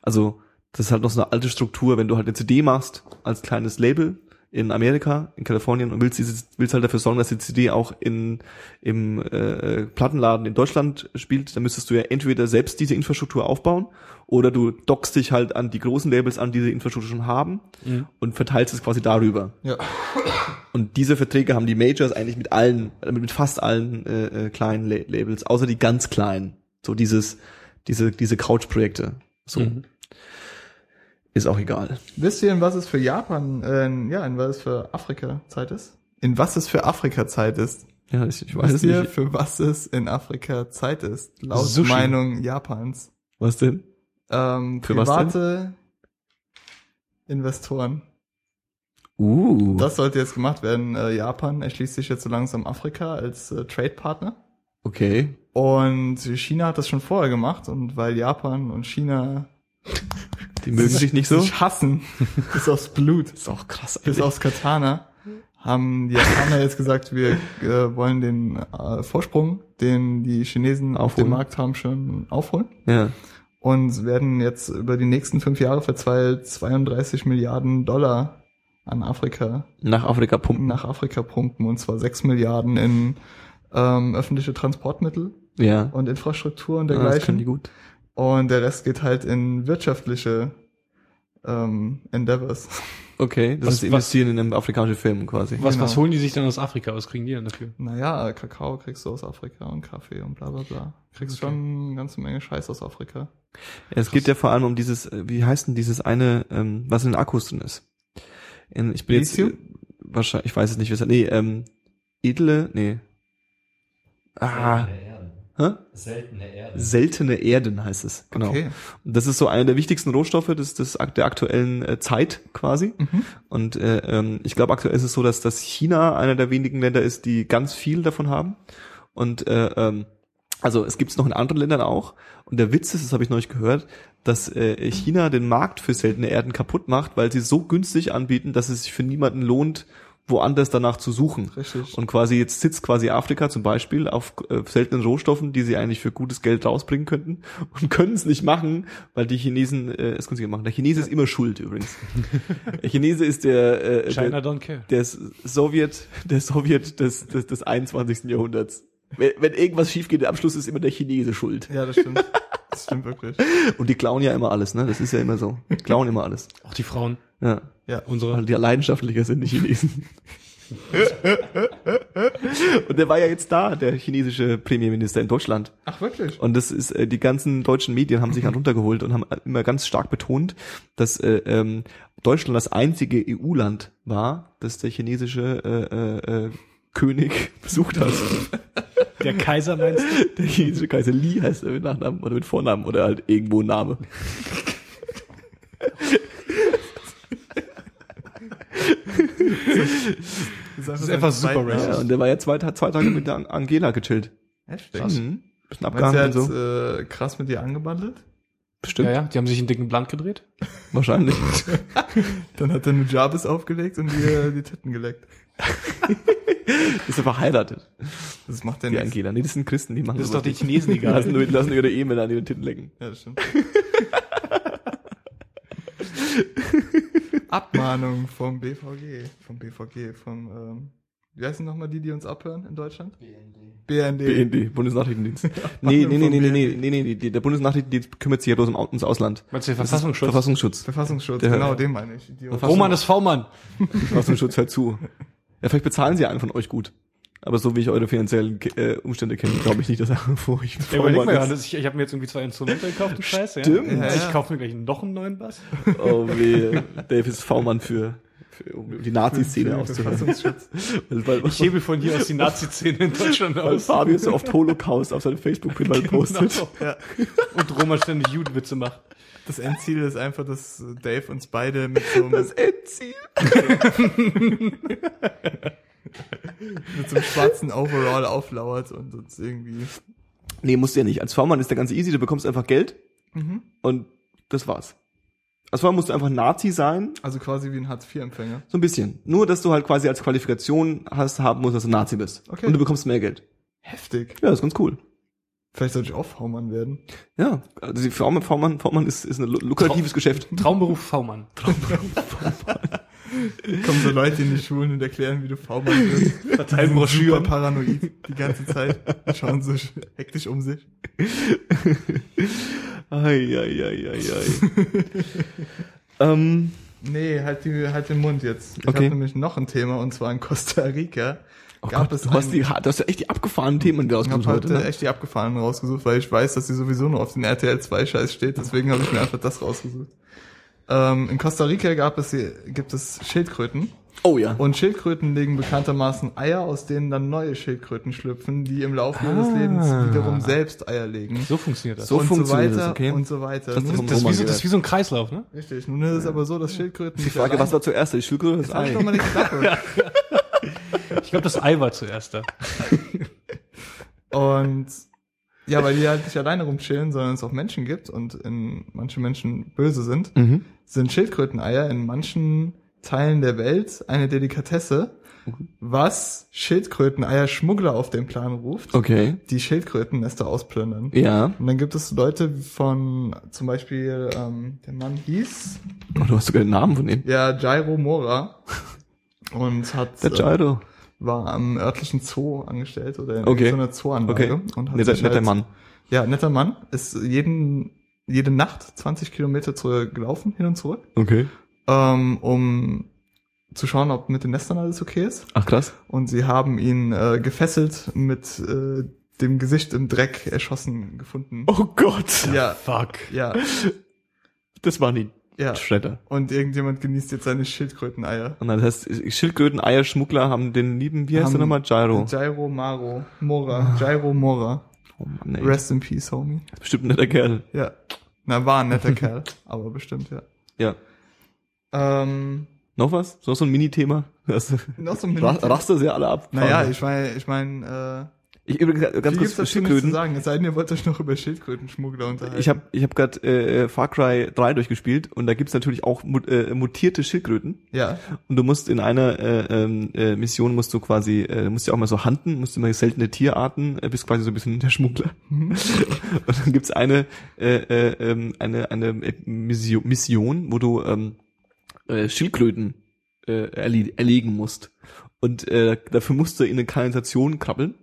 also das ist halt noch so eine alte Struktur, wenn du halt eine CD machst als kleines Label in Amerika, in Kalifornien und willst, diese, willst halt dafür sorgen, dass die CD auch in, im äh, Plattenladen in Deutschland spielt, dann müsstest du ja entweder selbst diese Infrastruktur aufbauen oder du dockst dich halt an die großen Labels an, die diese Infrastruktur schon haben
Mhm.
und verteilst es quasi darüber.
Ja.
Und diese Verträge haben die Majors eigentlich mit allen, äh, mit fast allen äh, äh, kleinen La Labels, außer die ganz kleinen. So dieses, diese, diese Couch-Projekte. So.
Mhm.
Ist auch egal.
Wisst ihr, in was es für Japan, äh, ja, in was es für Afrika Zeit ist? In was es für Afrika Zeit ist?
Ja, ich, ich
Wisst ihr, für was es in Afrika Zeit ist? Laut
Sushi.
Meinung Japans.
Was denn?
Ähm,
Für was
private Investoren.
Uh.
Das sollte jetzt gemacht werden. Äh, Japan erschließt sich jetzt so langsam Afrika als äh, Trade-Partner.
okay.
Und China hat das schon vorher gemacht. Und weil Japan und China
Die mögen sich nicht so.
sich hassen, bis aufs Blut,
ist auch krass.
bis aufs Katana, haben die Japaner jetzt gesagt, wir äh, wollen den äh, Vorsprung, den die Chinesen auf
Aufholen.
dem Markt haben, schon aufholen.
Ja.
und werden jetzt über die nächsten fünf Jahre verteilt 32 Milliarden Dollar an Afrika,
Nach Afrika pumpen.
nach Afrika pumpen und zwar 6 Milliarden in ähm, öffentliche Transportmittel
Ja.
und Infrastruktur und
Ah, das können die gut.
dergleichen. und der Rest geht halt in wirtschaftliche ähm, Endeavors.
Okay, das
Was-
ist investieren in einem afrikanischen Film quasi.
Was,
Genau.
was holen die sich dann aus Afrika? Was kriegen die dann dafür?
Naja, äh, Kakao kriegst du aus Afrika und Kaffee und bla bla bla. Kriegst
Okay.
schon eine ganze Menge Scheiß aus Afrika.
Es geht ja vor allem um dieses, äh, wie heißt denn dieses eine, ähm, was in den Akkus drin ist? In, ich bin jetzt äh,
Lithium?
wahrscheinlich, ich weiß es nicht, was nee, ähm, edle, nee. Ah,
Erde.
Hä?
Seltene Erde.
Seltene Erden heißt es, genau.
Okay.
Und das ist so einer der wichtigsten Rohstoffe des, des, ak- der aktuellen äh, Zeit quasi.
Mhm.
Und äh, ähm, ich glaube, aktuell ist es so, dass, dass China einer der wenigen Länder ist, die ganz viel davon haben. Und äh, ähm, also es gibt es noch in anderen Ländern auch. Und der Witz ist, das habe ich neulich gehört, dass äh, China den Markt für seltene Erden kaputt macht, weil sie es so günstig anbieten, dass es sich für niemanden lohnt, woanders danach zu suchen.
Richtig.
Und quasi jetzt sitzt quasi Afrika zum Beispiel auf äh, seltenen Rohstoffen, die sie eigentlich für gutes Geld rausbringen könnten und können es nicht machen, weil die Chinesen äh, es günstiger machen. Der Chinese ist immer schuld übrigens. der Chinese ist der, äh,
China
der,
don't care.
der S- Sowjet, der Sowjet des, des, des 21. Jahrhunderts. Wenn, wenn irgendwas schief geht, am Schluss ist immer der Chinese schuld.
Ja, das stimmt. Das stimmt wirklich.
Und die klauen ja immer alles, ne? Das ist ja immer so. Die klauen immer alles.
Auch die Frauen,
Ja.
Ja.
Weil
unsere.
die leidenschaftlicher sind, die Chinesen. Und der war ja jetzt da, der chinesische Premierminister in Deutschland.
Ach, wirklich?
Und das ist, äh, die ganzen deutschen Medien haben sich heruntergeholt und haben immer ganz stark betont, dass äh, ähm, Deutschland das einzige EU-Land war, das der chinesische äh, äh, äh, König besucht hat.
Der Kaiser meinst du?
Der chinesische Kaiser Li heißt er mit Nachnamen oder mit Vornamen oder halt irgendwo Name.
Das
ist einfach super racist.
Ja, und der war ja zwei, Ta- zwei Tage mit der Angela gechillt.
Heftig.
Mhm. Bisschen
Meinst du, er
abgehangen
hat
und so.
äh, krass mit dir angebandelt?
Bestimmt.
Ja, ja, die haben sich in dicken Bland gedreht.
Wahrscheinlich.
Dann hat er eine Jabis aufgelegt und dir die Titten geleckt.
Ist er verheiratet,
Das macht er
die
nicht.
Angela. Nee, das sind Christen, die machen
Das ist
sowas
doch den
nicht.
Chinesen
Die lassen,
egal.
nur, lassen ihre Ehemänner an ihren Titten lecken.
Ja, das stimmt. Abmahnung vom BVG. Vom BVG, vom, ähm, wie heißen nochmal die, die uns abhören in Deutschland?
BND.
BND.
BND, Bundesnachrichtendienst. nee, nee, nee, nee, nee,
Abmahnung
nee, nee, nee, nee, der Bundesnachrichtendienst kümmert sich ja bloß um Au- ums Ausland.
Meinst du den
Das ist
Verfassungsschutz?
Verfassungsschutz.
Verfassungsschutz,
Der-
genau, den meine ich. Idiot.
Verfass-
Roman ist V-Mann.
Verfassungsschutz hört zu. Ja, vielleicht bezahlen sie einen von euch gut. Aber so wie ich eure finanziellen äh, Umstände kenne, glaube ich nicht, dass er vor euch
Ja, überleg mal,
Vormann
Johannes, ich, ich habe mir jetzt irgendwie zwei Instrumente gekauft, du Scheiße.
Stimmt.
Ja.
Ja.
Ich kaufe mir gleich noch einen neuen Bass.
ist. Oh weh, Dave ist V-Mann für, für, um die Nazi-Szene auszuhören.
Verfassungsschutz.
Weil- weil-
Ich hebe von hier aus die Nazi-Szene in Deutschland
Weil
aus.
Fabio so oft Holocaust auf seinem Facebook-Profil postet.
Genau. Und Roman ständig Judenwitze macht.
Das Endziel ist einfach, dass äh, Dave uns beide mit so, einem,
Das Endziel.
mit so einem schwarzen Overall auflauert und uns irgendwie.
Nee, musst du ja nicht. Als V-Mann ist der ganz easy, du bekommst einfach Geld
Mhm.
und das war's. Als V-Mann musst du einfach Nazi sein,
Also quasi wie ein Hartz-IV-Empfänger.
so ein bisschen. Nur, dass du halt quasi als Qualifikation hast, haben musst, dass du Nazi bist.
Okay.
Und du bekommst mehr Geld.
Heftig.
Ja, ist ganz cool.
Vielleicht sollte ich auch V-Mann werden.
Ja, also die V-Mann, V-Mann, V-Mann ist, ist ein lu- lukratives Geschäft.
Traumberuf V-Mann.
Kommen so Leute in die Schulen und erklären, wie du V-Mann bist.
Verteilen
Super
Broschüren.
paranoid die ganze Zeit. und Schauen so sch- hektisch um sich.
Ai, ai, ai, ai, ai. ähm,
Nee, halt, die, halt den Mund jetzt. Ich
Okay.
habe nämlich noch ein Thema und zwar in Costa Rica.
oh
Gab
Gott,
es
du hast,
einen-
die, du hast ja echt die abgefahrenen Themen
Ich
rausgesucht
habe heute
heute, ne?
echt die abgefahrenen rausgesucht, weil ich weiß, dass die sowieso nur auf den RTL 2 Scheiß steht. Deswegen habe ich mir einfach das rausgesucht. Ähm, in Costa Rica gab es, hier- gibt es Schildkröten.
Oh ja.
Und Schildkröten legen bekanntermaßen Eier, aus denen dann neue Schildkröten schlüpfen, die im Laufe ihres
Ah.
Lebens wiederum selbst Eier legen.
So funktioniert das.
So funktioniert das,
weiter
okay.
Und so weiter.
Das ist
Nun,
vom
Das ist, wie
Roman
so, das ist wie so ein Kreislauf, ne?
richtig. Nun ist es aber so, dass Schildkröten.
Die Frage, was war zuerst, die Schildkröte oder das
Halt
Ei?
doch mal die Klappe.
Ich glaube, das Ei war zuerst da.
Und ja, weil die halt nicht alleine rumchillen, sondern es auch Menschen gibt und in manche Menschen böse sind,
Mhm.
sind Schildkröteneier in manchen Teilen der Welt eine Delikatesse, was Schildkröteneier-Schmuggler auf den Plan ruft,
Okay.
die Schildkrötennester ausplündern.
Ja.
Und dann gibt es Leute von zum Beispiel, ähm, der Mann hieß
Oh, du hast sogar den Namen von ihm.
ja Jairo Mora und hat
Der
äh,
Gyro.
war am örtlichen Zoo angestellt oder in
Okay.
so einer Zooanlage
Okay.
und hat
Netter,
sich halt-
netter Mann.
Ja, netter Mann. Ist jeden, jede Nacht 20 Kilometer zu, gelaufen, hin und zurück,
Okay.
ähm, um zu schauen, ob mit den Nestern alles okay ist.
Ach krass.
Und sie haben ihn äh, gefesselt mit äh, dem Gesicht im Dreck erschossen gefunden.
Oh Gott.
Ja,
Ah, Fuck.
ja,
Das waren die
ja.
Shredder.
Und irgendjemand genießt jetzt seine Schildkröteneier.
Und das heißt, Schildkröten, Eier, Schmuggler haben den lieben, wie heißt der
Haben-
nochmal? Gyro.
Gyro Maro. Mora. Gyro Mora.
Oh Mann, ey.
Rest in Peace, Homie.
Das ist bestimmt ein netter Kerl.
Ja. Na, war ein netter Kerl, aber bestimmt, ja.
Ja.
Ähm,
Noch was? Noch so ein Mini-Thema? Das-
noch so ein
Ra- Raster sie alle ab.
Naja, ich meine, ich meine,
ich übrigens
äh,
ganz
viel
kurz
gibt's
zu
dazu nichts zu
Schildkröten.
sagen. Es sei denn, ihr wollt euch noch über Schildkrötenschmuggler unterhalten.
Ich habe ich hab gerade äh, Far Cry 3 durchgespielt und da gibt's natürlich auch mut, äh, mutierte Schildkröten
ja,
und du musst in einer äh, ähm, äh, Mission musst du quasi äh, musst ja auch mal so handen, musst immer seltene Tierarten, äh, bist quasi so ein bisschen der Schmuggler. und dann gibt's eine äh, äh, ähm, eine eine äh, Mission, Mission, wo du ähm, äh, Schildkröten äh, erle erlegen musst und äh, dafür musst du in eine Kanalisation krabbeln.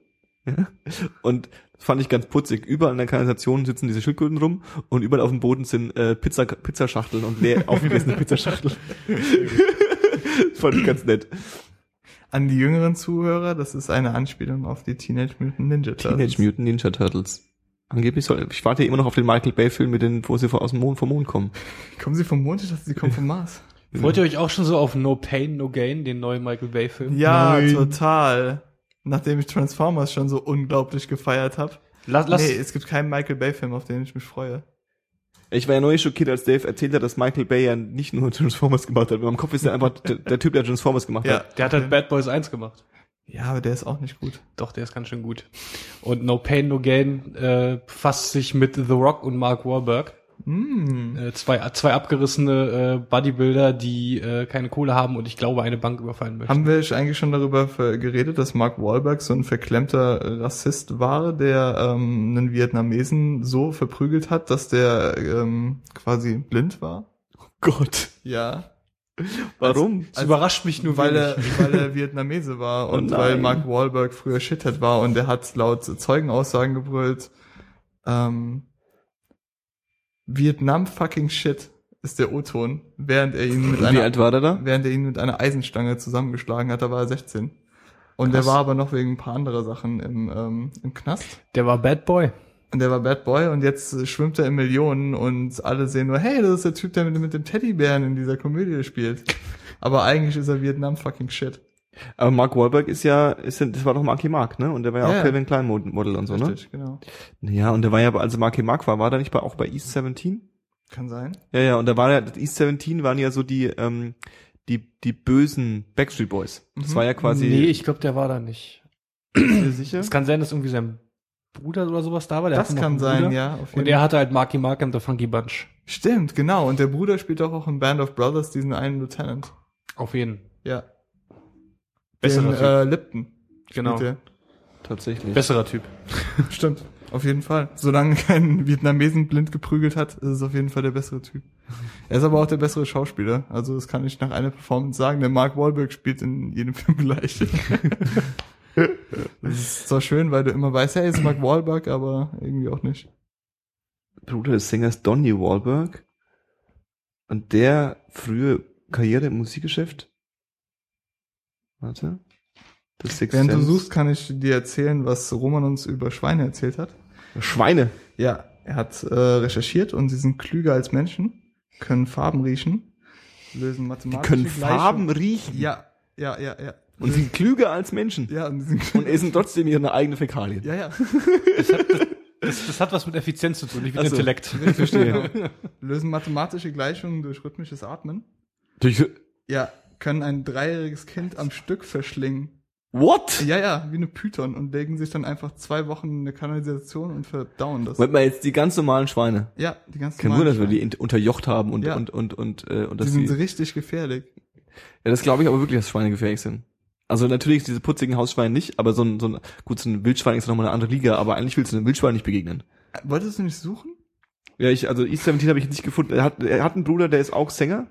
Und das fand ich ganz putzig. Überall in der Kanalisation sitzen diese Schildkröten rum und überall auf dem Boden sind äh, Pizza, Pizzaschachteln und leer aufgerissene Pizzaschachteln. fand ich ganz nett.
an die jüngeren Zuhörer, das ist eine Anspielung auf die Teenage Mutant Ninja Turtles.
Teenage Mutant Ninja Turtles. Angeblich soll, ich warte ja immer noch auf den Michael Bay Film mit den, wo sie vor- aus dem Mond, vom Mond kommen.
Kommen sie vom Mond? Ich dachte, sie kommen vom Mars.
Freut ihr euch auch schon so auf No Pain, No Gain, den neuen Michael Bay-Film?
Ja,
Nein.
total. Nachdem ich Transformers schon so unglaublich gefeiert habe.
Lass, lass,
Nee, es gibt keinen Michael Bay-Film, auf den ich mich freue.
Ich war ja neulich schockiert, als Dave erzählt hat, dass Michael Bay ja nicht nur Transformers gemacht hat. In meinem Kopf ist er einfach der, der Typ, der Transformers gemacht hat.
Der hat halt Bad Boys 1 gemacht.
ja, aber der ist auch nicht gut.
Doch, der ist ganz schön gut. Und No Pain, No Gain äh, befasst sich mit The Rock und Mark Wahlberg.
Mm.
Äh, zwei, zwei abgerissene äh, Bodybuilder, die äh, keine Kohle haben und ich glaube, eine Bank überfallen möchten.
Haben wir eigentlich schon darüber ver- geredet, dass Mark Wahlberg so ein verklemmter Rassist war, der ähm, einen Vietnamesen so verprügelt hat, dass der ähm, quasi blind war?
Gott.
Ja.
Warum?
das
also,
überrascht mich nur,
weil er,
wenig.
weil er Vietnamese war
Oh
und weil
nein.
Mark Wahlberg früher Shithead war und er hat laut Zeugenaussagen gebrüllt, ähm, Vietnam fucking shit ist der O-Ton, während er ihn mit
Und wie
einer,
alt war der da?
während er ihn mit einer Eisenstange zusammengeschlagen hat, da war er 16. Und
Krass.
der war aber noch wegen ein paar anderer Sachen im, ähm, im Knast.
Der war Bad Boy.
Und der war Bad Boy und jetzt äh, schwimmt er in Millionen und alle sehen nur, hey, das ist der Typ, der mit, mit dem Teddybären in dieser Komödie spielt. Aber eigentlich ist er Vietnam fucking shit.
Aber Mark Wahlberg ist ja, ist, ja- das war doch Marky Mark, ne? Und der war ja,
Ja,
auch
ja.
Calvin Klein Mod- Model und so,
Richtig, genau.
ne? Ja, und der war ja, bei- als er Marky Mark war, war der nicht bei, auch bei East 17?
Kann sein.
Ja, ja, und da war ja, das East 17 waren ja so die, ähm, die, die bösen Backstreet Boys. Das
Mhm.
war ja quasi,
Nee, ich glaube, der war da nicht.
Bist du sicher?
Es kann sein, dass irgendwie sein Bruder oder sowas da war. Der
Das
hatte noch
kann
einen
sein,
Bruder.
ja. Auf
Und
jeden
er hatte halt Marky Mark and the Funky Bunch.
Stimmt, genau. Und der Bruder spielt doch auch in Band of Brothers diesen einen Lieutenant.
Auf jeden.
Ja. Den
Besserer Typ.
äh, Lipton.
Genau.
spielt
tatsächlich.
Besserer Typ.
der. Stimmt, auf jeden Fall. Solange kein Vietnamesen blind geprügelt hat, ist es auf jeden Fall der bessere Typ. Er ist aber auch der bessere Schauspieler. Also das kann ich nach einer Performance sagen. Der Mark Wahlberg spielt in jedem Film gleich. das ist zwar schön, weil du immer weißt, hey, ist Mark Wahlberg, aber irgendwie auch nicht.
Bruder des Sängers Donny Wahlberg. Und der frühe Karriere im Musikgeschäft. Warte. Das Sixth
Während du
Sense.
suchst, kann ich dir erzählen, was Roman uns über Schweine erzählt hat.
Schweine.
Ja, er hat äh, recherchiert und sie sind klüger als Menschen, können Farben riechen, lösen
Die
mathematische
können
Gleichungen.
Farben riechen.
Ja, ja, ja, ja.
Und sind klüger als Menschen.
ja, und sie sind
Und essen trotzdem ihre eigene Fäkalien.
ja, ja.
Das, das hat was mit Effizienz zu tun, nicht mit
Ach so.
Intellekt.
Ich verstehe. Genau. Lösen mathematische Gleichungen durch rhythmisches Atmen.
Durch,
Ja, können ein dreijähriges Kind am Stück verschlingen.
what?
Ja, ja, wie eine Python und legen sich dann einfach zwei Wochen in eine Kanalisation und verdauen das.
Moment mal, jetzt die ganz normalen Schweine.
Ja, die ganzen
Kein Wunder, dass wir
Schweine.
die int- unterjocht haben und,
Ja.
und, und, und, äh, und
Die
dass
sind
sie,
so richtig gefährlich.
ja, das glaube ich aber wirklich, dass Schweine gefährlich sind. Also natürlich diese putzigen Hausschweine nicht, aber so ein, so ein, gut, so ein Wildschwein ist nochmal eine andere Liga, aber eigentlich willst du einem Wildschwein nicht begegnen.
Äh, Wolltest du nicht suchen?
Ja, ich, also East 17 habe ich jetzt nicht gefunden. Er hat, er hat einen Bruder, der ist auch Sänger,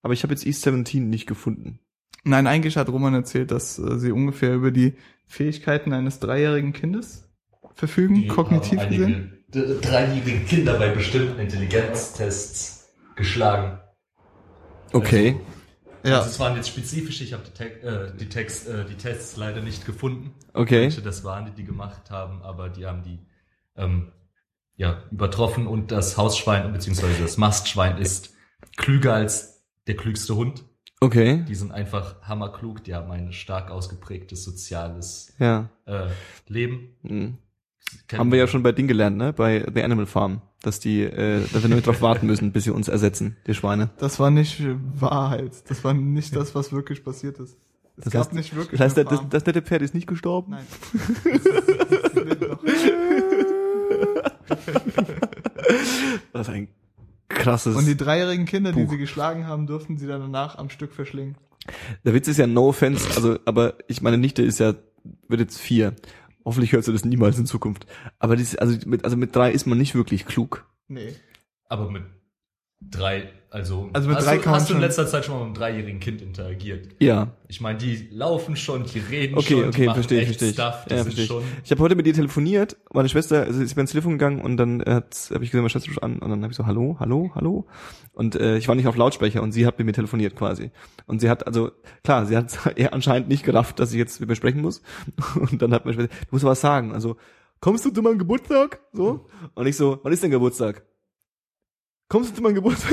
aber ich habe jetzt East 17 nicht gefunden.
Nein, eigentlich hat Roman erzählt, dass äh, sie ungefähr über die Fähigkeiten eines dreijährigen Kindes verfügen, kognitiv
haben
gesehen.
also einige d- dreijährige Kinder bei bestimmten Intelligenztests geschlagen.
Okay.
Also
Ja,
es waren jetzt spezifisch, ich habe die, Te äh, die, Text, äh, die Tests leider nicht gefunden.
Okay.
Welche das waren, die die gemacht haben, aber die haben die ähm, ja, übertroffen und das Hausschwein bzw. das Mastschwein ist klüger als der klügste Hund.
Okay.
Die sind einfach hammerklug, die haben ein stark ausgeprägtes soziales
Ja.
äh, Leben
Mhm.
Kennen
Haben wir ja schon bei Ding gelernt, ne? Bei The Animal Farm, dass die, äh, dass wir nur drauf warten müssen, bis sie uns ersetzen, die Schweine.
Das war nicht Wahrheit. Das war nicht das, was wirklich passiert ist. Es
Das
gab
heißt-
nicht wirklich
Das heißt,
eine
das,
Farm.
das nette Pferd ist nicht gestorben.
Nein. Das ist- das lebt noch.
Das ist ein krasses.
Und die dreijährigen Kinder, die
Puh.
sie geschlagen haben, durften sie dann danach am Stück verschlingen.
Der Witz ist ja no offense, also, aber ich meine Nichte ist ja, wird jetzt vier. Hoffentlich hört sie das niemals in Zukunft. Aber das, also mit, also mit drei ist man nicht wirklich klug.
Nee.
Aber mit drei, also,
Also mit
hast,
drei
du,
kann man
hast du in
schon-
letzter Zeit schon mal mit einem dreijährigen Kind interagiert?
Ja.
Ich meine, die laufen schon, die reden
Okay,
schon, die
okay,
machen
verstehe ich,
echt
verstehe ich.
Stuff, die
Ja,
sind
verstehe ich.
schon.
Ich habe heute mit ihr telefoniert, meine Schwester also ist mir ins Telefon gegangen und dann habe ich gesehen, meine Schwester ruft an und dann habe ich so, hallo, hallo, hallo. Und äh, ich war nicht auf Lautsprecher und sie hat mit mir telefoniert quasi. Und sie hat, also klar, sie hat eher anscheinend nicht gerafft, dass ich jetzt mit mir sprechen muss. Und dann hat meine Schwester, du musst was sagen. Also, kommst du zu meinem Geburtstag? So. Und ich so, wann ist denn Geburtstag? Kommst du zu meinem Geburtstag?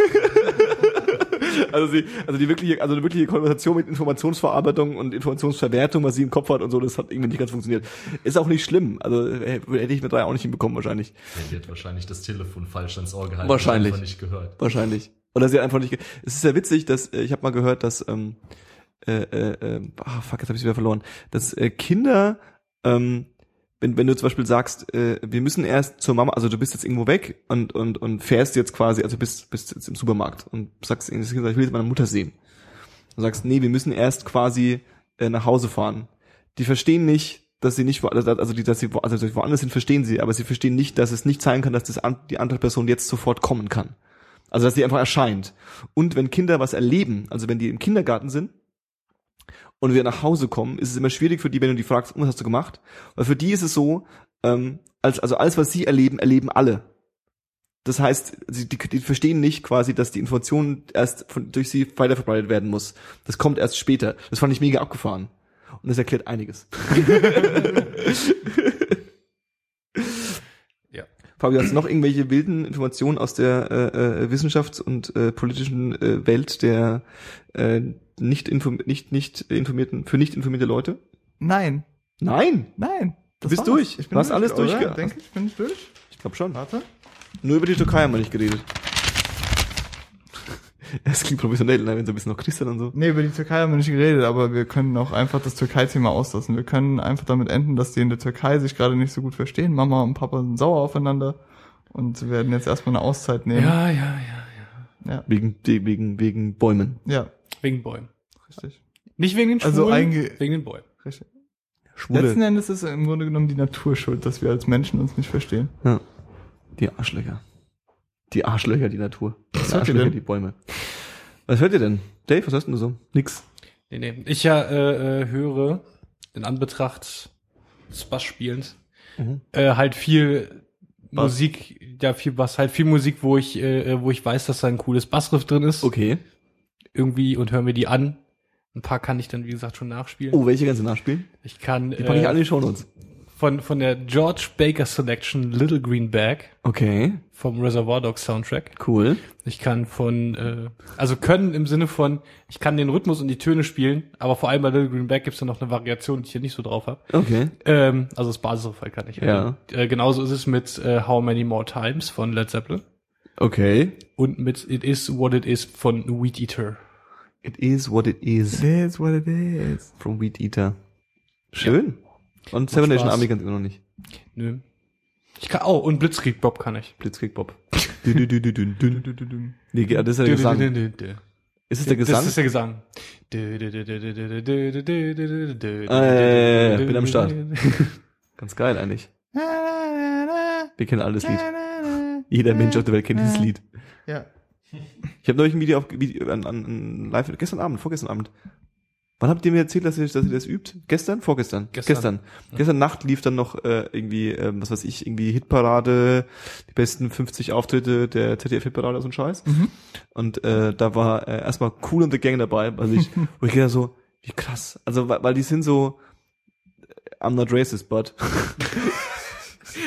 Also sie, also die wirkliche, also eine wirkliche Konversation mit Informationsverarbeitung und Informationsverwertung, was sie im Kopf hat und so, das hat irgendwie nicht ganz funktioniert. Ist auch nicht schlimm. Also äh, hätte ich mit drei auch nicht hinbekommen wahrscheinlich.
Ja, die hat wahrscheinlich das Telefon falsch ans Ohr gehalten.
Wahrscheinlich.
und einfach nicht gehört.
Wahrscheinlich. Oder sie hat einfach nicht. Ge es ist ja witzig, dass äh, ich habe mal gehört, dass ähm, äh, äh, äh, ah, fuck, jetzt habe ich wieder verloren, dass äh, Kinder, ähm, wenn, wenn du zum Beispiel sagst, äh, wir müssen erst zur Mama, also du bist jetzt irgendwo weg und und und fährst jetzt quasi, also bist bist jetzt im Supermarkt und sagst, irgendwie, das Kind sagt, ich will jetzt meine Mutter sehen. Du sagst, nee, wir müssen erst quasi äh, nach Hause fahren. Die verstehen nicht, dass sie nicht, wo- also die, dass sie wo- also dass sie woanders sind, verstehen sie, aber sie verstehen nicht, dass es nicht sein kann, dass das an, die andere Person jetzt sofort kommen kann. Also dass sie einfach erscheint. Und wenn Kinder was erleben, also wenn die im Kindergarten sind und wir nach Hause kommen, ist es immer schwierig für die, wenn du die fragst, was hast du gemacht? Weil für die ist es so, ähm, als, also alles, was sie erleben, erleben alle. Das heißt, sie, die, die verstehen nicht quasi, dass die Information erst von, durch sie weiterverbreitet werden muss. Das kommt erst später. Das fand ich mega abgefahren. Und das erklärt einiges.
Ja.
Fabio, hast du noch irgendwelche wilden Informationen aus der äh, äh, Wissenschafts- und äh, politischen äh, Welt der äh, nicht, inform nicht, nicht informierten, für nicht informierte Leute?
Nein,
Nein!
nein.
Du bist durch.
Ich
Du
bin
hast alles
oder?
durchge-
Denke ich, bin ich durch.
Ich glaube schon.
Warte.
Nur über die Türkei haben wir nicht geredet. Es klingt professionell, ne? wenn so ein bisschen noch Christian und so.
Nee, über die Türkei haben wir nicht geredet, aber wir können auch einfach das Türkei-Thema auslassen. Wir können einfach damit enden, dass die in der Türkei sich gerade nicht so gut verstehen. Mama und Papa sind sauer aufeinander und werden jetzt erstmal eine Auszeit nehmen.
Ja, ja, ja.
Wegen, die- wegen, wegen Bäumen.
ja
Wegen Bäumen.
richtig.
Nicht wegen den Schwulen,
Also einge-
wegen den Bäumen.
richtig. Letzten
Schwule.
Endes ist im Grunde genommen die Natur schuld, dass wir als Menschen uns nicht verstehen.
Ja. Die Arschlöcher. Die Arschlöcher, die Natur. Die
hört ihr
Arschlöcher,
denn?
die Bäume. Was hört ihr denn? Dave, was hörst denn du so? Nix.
Nee, nee. Ich ja äh, äh, höre, in Anbetracht des Bassspielens,
Mhm.
äh, halt viel
Bass.
Musik, ja, viel Bass, halt viel Musik, wo ich, äh, äh, wo ich weiß, dass da ein cooles Bassriff drin ist.
Okay.
Irgendwie und höre mir die an. Ein paar kann ich dann, wie gesagt, schon nachspielen.
Oh, welche ganze nachspielen?
Ich kann
Die packe ich alle in
äh,
die Shownotes.
von, von der George Baker Selection Little Green Bag
Okay,
vom Reservoir Dogs Soundtrack.
cool.
Ich kann von, äh, also können im Sinne von, ich kann den Rhythmus und die Töne spielen, aber vor allem bei Little Green Bag gibt's dann noch eine Variation, die ich hier nicht so drauf habe.
Okay.
Ähm, also das Basisfall kann ich.
Ja.
Äh, genauso ist es mit äh, How Many More Times von Led Zeppelin
Okay.
und mit It Is What It Is von Weed Eater.
It is what it is
is what it is.
from Weed Eater. Schön. Und Seven Nation
Spaß.
Army kannst du immer noch nicht.
Nö. Ich kann, oh, und Blitzkrieg Bob kann ich.
Blitzkrieg Bob. Dü- dü- dü- dü- dü- dü- dü- Nee, ge- das ist ja der Gesang. Ist es der Gesang?
Das ist der Gesang.
Ah, ja, ja, ja, ja, bin am Start. Ganz geil eigentlich. Wir kennen alle das Lied. Jeder Mensch auf der Welt kennt dieses Lied.
Ja.
Ich habe neulich ein Video auf Video, äh, an, an, an live gestern Abend, vorgestern Abend. Wann habt ihr mir erzählt, dass ihr, dass ihr das übt? Gestern? Vorgestern?
Gestern.
Gestern, Gestern Nacht lief dann noch äh, irgendwie, ähm, was weiß ich, irgendwie Hitparade, die besten 50 Auftritte der ZDF-Hitparade oder so ein Scheiß. Und äh, da war äh, erstmal Cool und the Gang dabei, also ich, wo ich gedacht so, wie krass. Also weil, weil die sind so, äh, I'm not racist, but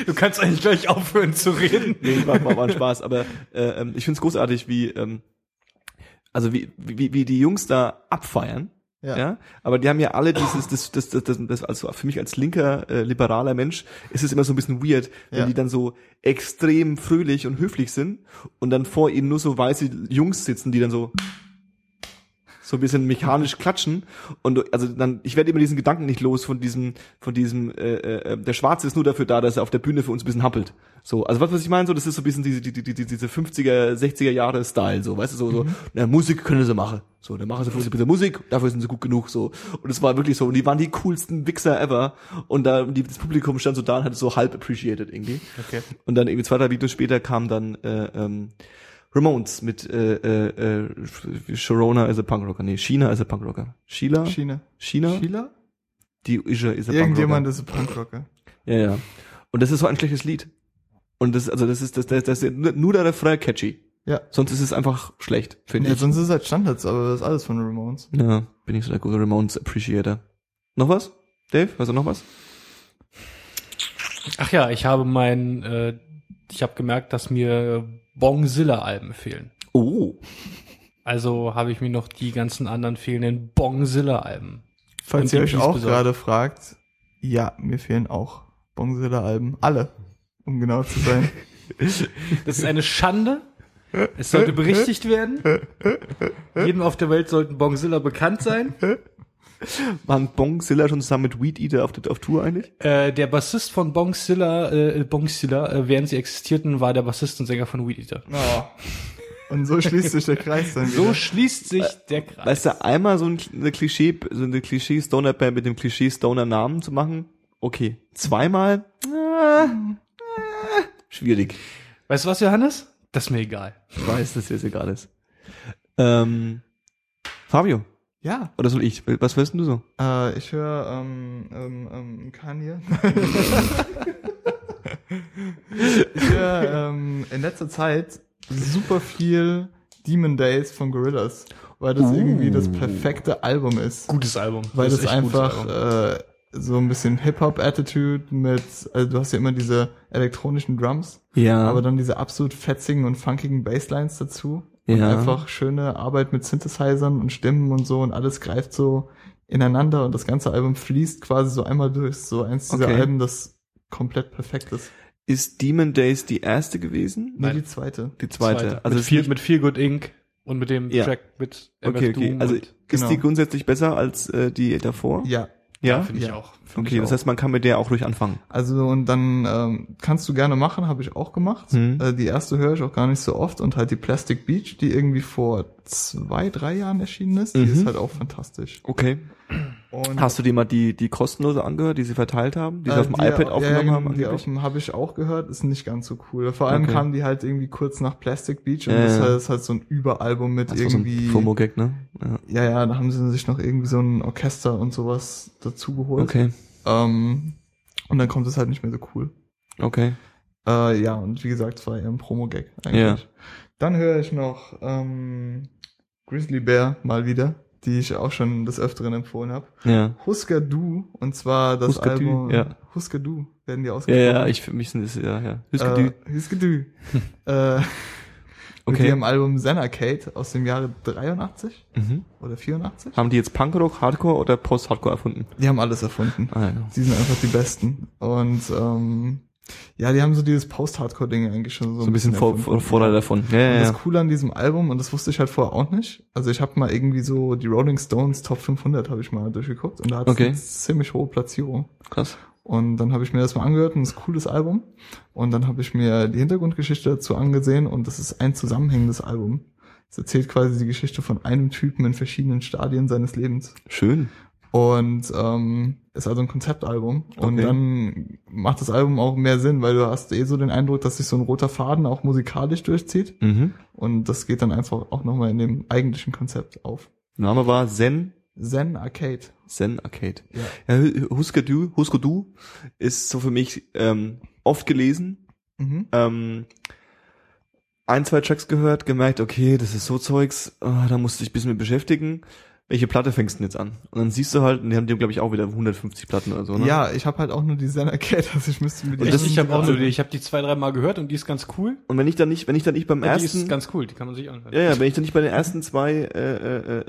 Du kannst eigentlich gleich aufhören zu reden.
Nee, war, war, war ein Spaß, aber äh, ähm, ich find's großartig, wie, ähm, also wie, wie, wie die Jungs da abfeiern Ja.
Ja.
Aber die haben ja alle dieses, das, das, das, das, das also für mich als linker, äh, liberaler Mensch ist es immer so ein bisschen weird, wenn
Ja.
die dann so extrem fröhlich und höflich sind und dann vor ihnen nur so weiße Jungs sitzen, die dann so so ein bisschen mechanisch klatschen und du- also dann ich werde immer diesen Gedanken nicht los von diesem von diesem äh, äh, der Schwarze ist nur dafür da, dass er auf der Bühne für uns ein bisschen hampelt. So, also was was ich meine, so das ist so ein bisschen diese die, die, die, diese 50er 60er Jahre Style so, weißt du so so na, Musik können sie machen. So, dann machen sie für uns ein bisschen Musik, dafür sind sie gut genug so. Und es war wirklich so und die waren die coolsten Wichser ever und da die, das Publikum stand so da und hat es so halb appreciated irgendwie.
Okay.
Und dann irgendwie zwei, drei Videos später kam dann äh, ähm, Ramones mit äh, äh, äh, Sharona is a Punkrocker. Nee, China is a Punkrocker. Sheila?
China.
China?
Sheila?
Die Isha is a
Irgendjemand
Punkrocker.
ist ein Punkrocker.
Ja, ja. Und das ist so ein schlechtes Lied. Und das, also das ist, das, das, das ist nur der Refrain catchy.
Ja.
Sonst ist es einfach schlecht, finde
Ja,
ich.
sonst ist es halt Standards, aber das ist alles von Ramones.
Ja, bin ich so der gute Ramones Appreciator. Noch was? Dave, hast du noch was?
Ach ja, ich habe mein, äh, ich habe gemerkt, dass mir Bongzilla-Alben fehlen.
Oh.
Also habe ich mir noch die ganzen anderen fehlenden Bongzilla-Alben.
Falls
Und
ihr
die
euch
Peace
auch
besorgt.
gerade fragt, ja, mir fehlen auch Bongzilla-Alben. Alle, um genau zu sein.
Das ist eine Schande. Es sollte berichtigt werden. Jedem auf der Welt sollten Bongzilla bekannt sein.
Waren Bongzilla schon zusammen mit Weed Eater auf, der- auf Tour eigentlich?
Äh, der Bassist von Bongzilla, äh, Bongzilla, äh, während sie existierten, war der Bassist und Sänger von Weed Eater.
Und so schließt sich der Kreis dann
So
wieder.
schließt sich der Kreis.
Weißt du, einmal so ein, eine Klischee, so eine Klischee-Stoner-Band mit dem Klischee-Stoner-Namen zu machen, okay. Zweimal, äh, äh, schwierig.
weißt du was, Johannes? Das ist mir egal.
Ich weiß, dass dir das egal ist. Ähm, Fabio,
Ja,
oder soll ich? Was willst denn du so?
äh, ich höre ähm, ähm, ähm, Kanye. ich höre ähm, in letzter Zeit super viel Demon Days von Gorillaz, weil das irgendwie das perfekte Album ist.
Gutes Album.
Weil
Das
das,
ist echt gutes
einfach
Album.
äh, so ein bisschen Hip-Hop-Attitude mit, also du hast ja immer diese elektronischen Drums,
Ja,
aber dann diese absolut fetzigen und funkigen Basslines dazu. Und
Ja.
einfach schöne Arbeit mit Synthesizern und Stimmen und so und alles greift so ineinander und das ganze Album fließt quasi so einmal durch. So eins dieser
Okay.
Alben, das komplett perfekt ist.
ist Demon Days die erste gewesen?
Nur
Nein.
die zweite.
Die zweite. Also
mit,
ist,
viel,
nicht,
mit Feel Good Inc. und mit dem
Ja.
Track mit MF
Okay, okay.
Doom.
Also-
und,
ist die
genau.
grundsätzlich besser als äh, die davor?
Ja.
Ja?
finde ich
Ja.
auch.
find
Okay,
ich
das
auch.
heißt, man kann mit der auch ruhig anfangen.
Also und dann ähm, kannst du gerne machen, habe ich auch gemacht.
Mhm.
Äh, die erste höre ich auch gar nicht so oft und halt die Plastic Beach, die irgendwie vor zwei, drei Jahren erschienen ist, die
Mhm.
ist halt auch fantastisch.
Okay.
Und
Hast du dir mal die, die kostenlose angehört, die sie verteilt haben, die sie
äh,
auf dem iPad aufgenommen
ja,
haben?
Die
angeblich?
auf dem habe ich auch gehört, ist nicht ganz so cool. Vor allem
Okay.
kamen die halt irgendwie kurz nach Plastic Beach und
Ja,
das
ja.
ist halt so ein Überalbum mit
Das war so
irgendwie.
ein FOMO-Gag, ne? Ja.
ja, ja, da haben sie sich noch irgendwie so ein Orchester und sowas dazu geholt.
Okay,
Ähm, und dann kommt es halt nicht mehr so cool.
okay.
Äh, ja, und wie gesagt, es war eher ein Promo-Gag eigentlich.
Ja.
Dann höre ich noch ähm, Grizzly Bear mal wieder, die ich auch schon des Öfteren empfohlen habe.
Ja.
Husker Du, und zwar das
Husker Du,
Album
ja.
Husker Du, werden die
Ja,
ausgesprochen.
ja, ich für mich sind es ja, ja. Hüske
äh,
die-
Husker Du. äh, Mit
Okay.
ihrem Album Zenarcade aus dem Jahre 83
Mhm.
oder 84.
Haben die jetzt Punkrock, Hardcore oder Post-Hardcore erfunden?
Die haben alles erfunden.
Ah, ja.
Die sind einfach die Besten. Und ähm, ja, die haben so dieses Post-Hardcore-Ding eigentlich schon so,
So ein bisschen vor, vor,
erfunden.
Vorreiter davon. Ja,
Und
ja,
das
ja.
Coole an diesem Album, und das wusste ich halt vorher auch nicht, also ich habe mal irgendwie so die Rolling Stones Top 500 habe ich mal durchgeguckt und da hat
Okay.
eine ziemlich hohe Platzierung.
Krass.
Und dann habe ich mir das mal angehört und es ist ein cooles Album. Und dann habe ich mir die Hintergrundgeschichte dazu angesehen und das ist ein zusammenhängendes Album. Es erzählt quasi die Geschichte von einem Typen in verschiedenen Stadien seines Lebens.
Schön.
Und ähm, ist also ein Konzeptalbum. Und
Okay.
dann macht das Album auch mehr Sinn, weil du hast eh so den Eindruck, dass sich so ein roter Faden auch musikalisch durchzieht.
Mhm.
Und das geht dann einfach auch nochmal in dem eigentlichen Konzept auf.
Name war Zen,
Zen Arcade.
Zen Arcade.
Ja.
Ja, Hü- Husker Du, Husker Du ist so für mich ähm, oft gelesen,
Mhm.
ähm, ein, zwei Tracks gehört, gemerkt, okay, das ist so Zeugs, ah, da musste ich ein bisschen mit beschäftigen. welche Platte fängst du denn jetzt an? Und dann siehst du halt, und die haben dem, glaube ich, auch wieder 150 Platten oder so, ne?
Ja, ich habe halt auch nur die Senna Cat, also ich müsste mir die
Ich,
das-
ich habe auch nur
also,
die, ich habe die zwei, dreimal gehört und die ist ganz cool.
Und wenn ich dann nicht, wenn ich dann nicht beim
Ja, die
ersten.
ist ganz cool, die kann man sich anhören.
Ja, ja, wenn ich dann nicht bei den ersten zwei äh,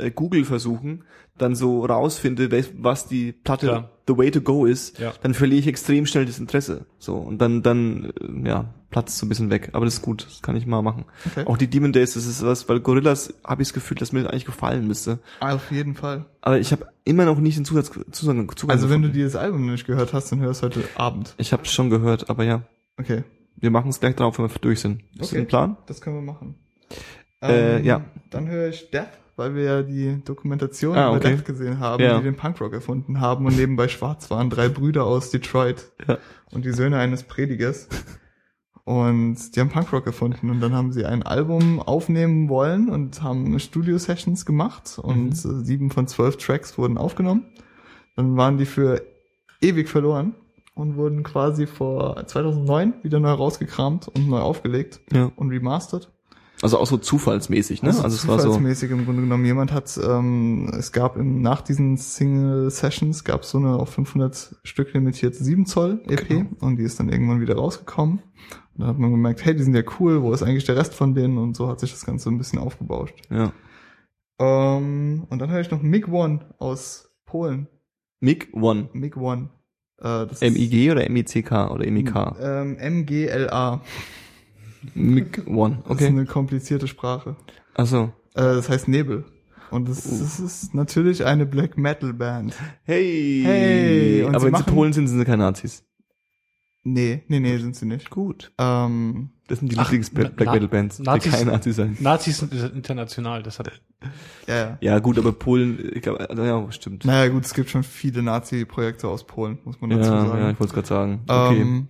äh, äh, Google-Versuchen dann so rausfinde, wel- was die Platte
Klar.
The Way to Go ist,
Ja.
dann verliere ich extrem schnell das Interesse. So und dann dann äh, ja platzt so ein bisschen weg. Aber das ist gut, das kann ich mal machen.
Okay.
Auch die Oh. Demon Days, das ist was, weil Gorillas habe ich das Gefühl, dass mir das eigentlich gefallen müsste.
Auf jeden Fall.
Aber ich habe immer noch nicht den Zusatz Zugang, Zugang
Also wenn du
gefunden.
dieses Album noch nicht gehört hast, dann hör es heute Abend.
ich habe schon gehört, aber ja,
Okay,
wir machen es gleich drauf, wenn wir durch sind. Ist
Okay.
das ein Plan?
das können wir machen. Ähm,
Äh, ja.
Dann höre ich Death, weil wir ja die Dokumentation
Ah,
über
okay.
Death gesehen haben,
Ja.
die den Punkrock erfunden haben und nebenbei schwarz waren. Drei Brüder aus Detroit
Ja.
und die Söhne eines Predigers. Und die haben Punkrock erfunden und dann haben sie ein Album aufnehmen wollen und haben Studio-Sessions gemacht und
Mhm.
äh, sieben von zwölf Tracks wurden aufgenommen. Dann waren die für ewig verloren und wurden quasi vor 2009 wieder neu rausgekramt und neu aufgelegt
Ja.
und remastered.
Also auch so zufallsmäßig, ne? Also es war so.
zufallsmäßig im Grunde genommen. Jemand hat, ähm, es gab im, nach diesen Single Sessions gab es so eine auf 500 Stück limitierte 7 Zoll EP
Genau.
und die ist dann irgendwann wieder rausgekommen. Und dann hat man gemerkt, hey, die sind ja cool, wo ist eigentlich der Rest von denen? Und so hat sich das Ganze ein bisschen aufgebauscht.
Ja.
Ähm, und dann höre ich noch Mig One aus Polen.
Mig One.
Mig One. Äh, das ist-
MIG oder MICK oder MIK?
Ähm, MGLA.
MIG One.
Das ist
Okay.
eine komplizierte Sprache.
Also
Äh, das heißt Nebel. Und das,
Oh.
das ist natürlich eine Black Metal Band.
hey.
Hey, und sie
Aber in
machen-
Polen sind sie keine Nazis.
Nee, nee, nee, sind sie nicht.
Gut.
Ähm,
Das sind die
Ach, na-
Lieblings-Black
Na-
Metal Bands, die
Nazis-
keine Nazis sind.
Nazis sind international, deshalb.
ja, ja.
Ja gut, aber Polen, ich glaube, also, ja stimmt.
Naja, gut, es gibt schon viele Nazi-Projekte aus Polen, muss man
ja,
dazu sagen.
ja, ich wollte es gerade sagen.
ähm,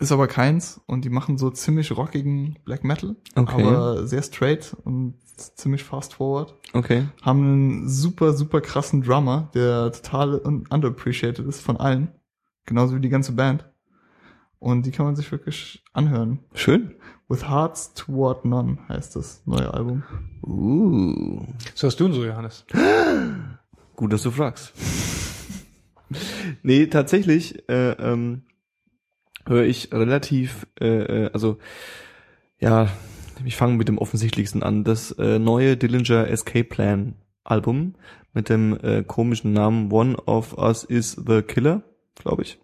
ist aber keins und die machen so ziemlich rockigen Black Metal,
Okay.
aber sehr straight und ziemlich fast forward.
okay.
Haben einen super, super krassen Drummer, der total un- underappreciated ist von allen. Genauso wie die ganze Band. Und die kann man sich wirklich anhören.
Schön.
With Hearts Toward None heißt das neue Album.
Uh.
So hast du ihn so, Johannes.
Gut, dass du fragst. nee, tatsächlich äh, ähm, höre ich relativ, äh, äh, also ja, ich fange mit dem offensichtlichsten an. Das äh, neue Dillinger Escape Plan Album mit dem äh, komischen Namen One of Us is the Killer, glaube ich.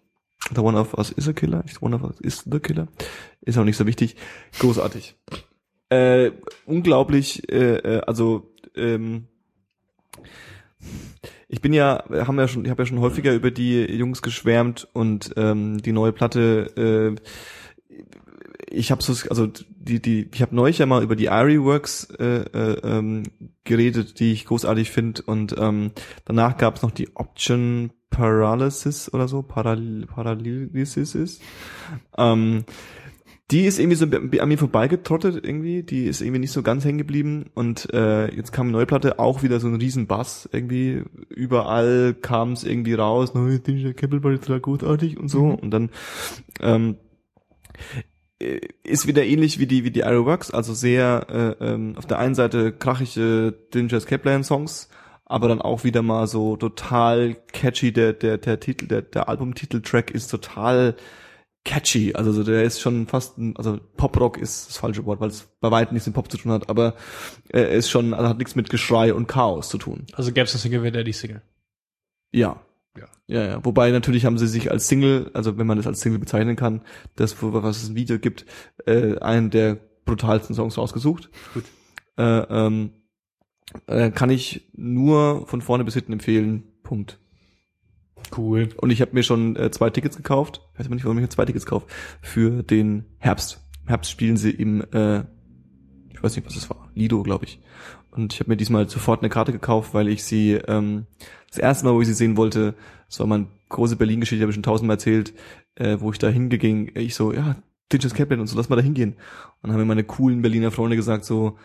The One of Us is a Killer. Nicht One of Us is the Killer. Ist auch nicht so wichtig. Großartig. äh, unglaublich, äh, äh, also ähm, ich bin ja, haben wir schon, ich habe ja schon häufiger über die Jungs geschwärmt und ähm, die neue Platte. Äh, ich habe so, also die, die, ich habe neulich ja mal über die Irie Works äh, äh, ähm, geredet, die ich großartig finde und ähm, danach gab es noch die Option Paralysis oder so, Paral Paralysis ist. Ähm, die ist irgendwie so an mir vorbeigetrottet irgendwie, die ist irgendwie nicht so ganz hängen geblieben und äh, jetzt kam eine neue Platte, auch wieder so ein riesen Bass irgendwie, überall kam es irgendwie raus, neue Digital Campbell war großartig und so und dann ähm, äh, ist wieder ähnlich wie die wie die Arrowworks, also sehr äh, ähm, auf der einen Seite krachige Dinger's Caplan Songs, aber dann auch wieder mal so total catchy der der der Titel der der Albumtiteltrack ist total catchy, also so, der ist schon fast ein, also Poprock ist das falsche Wort, weil es bei weitem nichts mit Pop zu tun hat, aber er ist schon also hat nichts mit Geschrei und Chaos zu tun.
Also gäbe es eine Single, wäre der die Single.
Ja.
Ja.
Ja, ja. Wobei natürlich haben sie sich als Single, also wenn man das als Single bezeichnen kann, das, wo- was es ein Video gibt, äh, einen der brutalsten Songs rausgesucht.
Gut.
Äh, ähm, äh, kann ich nur von vorne bis hinten empfehlen. Punkt.
Cool.
Und ich habe mir schon äh, zwei Tickets gekauft. Ich weiß aber nicht, warum ich jetzt zwei Tickets kaufe. Für den Herbst. Im Herbst spielen sie im, äh, ich weiß nicht, was es war, Lido, glaube ich. Und ich habe mir diesmal sofort eine Karte gekauft, weil ich sie, ähm, das erste Mal, wo ich sie sehen wollte, das war meine große Berlin-Geschichte, die habe ich schon tausendmal erzählt, äh, wo ich da hinging, ich so, ja, Ditches Kaplan und so, lass mal da hingehen. Und dann haben mir meine coolen Berliner Freunde gesagt so,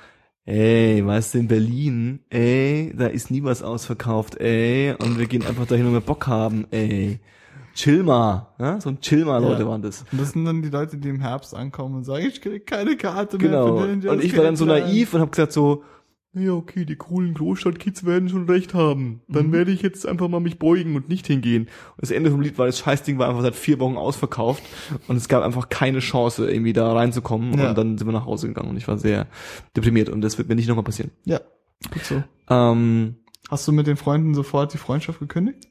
ey, weißt du, in Berlin, ey, da ist nie was ausverkauft, ey, und wir gehen einfach dahin, wenn wir Bock haben, ey. Chill mal, ja? so ein Chill mal, Leute,
Ja.
waren das.
Und das sind dann die Leute, die im Herbst ankommen und sagen, ich krieg keine Karte mehr.
Genau.
für den
Und ich war dann so
Jazz-Kid-Plan.
naiv und habe gesagt so,
naja, okay, die coolen Großstadtkids werden schon recht haben.
Mhm.
Dann werde ich jetzt einfach mal mich beugen und nicht hingehen.
Und das Ende vom Lied war, das Scheißding war einfach seit vier Wochen ausverkauft und es gab einfach keine Chance, irgendwie da reinzukommen.
Ja.
Und dann sind wir nach Hause gegangen und ich war sehr deprimiert und das wird mir nicht nochmal passieren.
Ja, gut so.
Ähm,
Hast du mit den Freunden sofort die Freundschaft gekündigt?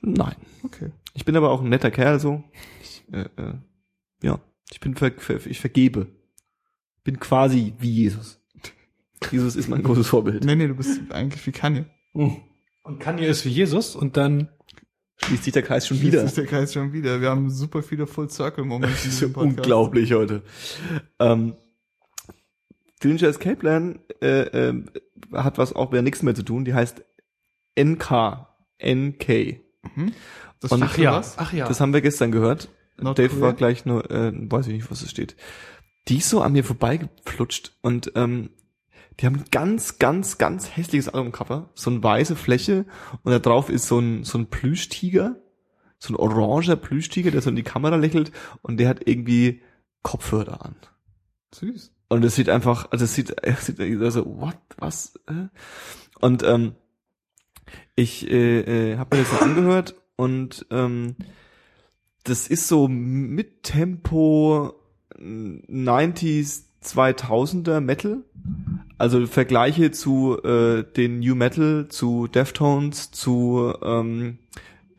nein.
Okay.
Ich bin aber auch ein netter Kerl, so. Ich, äh, äh, ja, ich bin ver ver ich vergebe. Bin quasi wie Jesus. Jesus ist mein großes Vorbild.
Nee, nee, du bist eigentlich wie Kanye.
Und Kanye ist wie Jesus und dann
Schließt sich der Kreis schon
Jetzt
wieder.
ist der Kreis schon wieder. Wir haben super viele Full-Circle-Momente in
Das ist ja
diesem Podcast.
unglaublich heute. Ähm, Dillinger Escape Plan äh, ähm, hat was auch mit nichts mehr zu tun. Die heißt NK. NK.
Das
Und-
steht
Ach
für was?
ach ja.
Das haben wir gestern gehört.
Nordkorea?
Dave war gleich nur, äh, weiß ich nicht, was es steht. Die ist so an mir vorbeigeflutscht und ähm, die haben ein ganz, ganz, ganz hässliches Albumcover. So eine weiße Fläche und da drauf ist so ein, so ein Plüschtiger, so ein oranger Plüschtiger, der so in die Kamera lächelt und der hat irgendwie Kopfhörer an.
Süß.
Und es sieht einfach, also es sieht, es sieht also, what, was? äh? Und ähm, ich äh, äh, habe mir das noch angehört und ähm, das ist so mit Tempo 90s, 2000er Metal. Also Vergleiche zu äh, den New Metal, zu Deftones, zu ähm,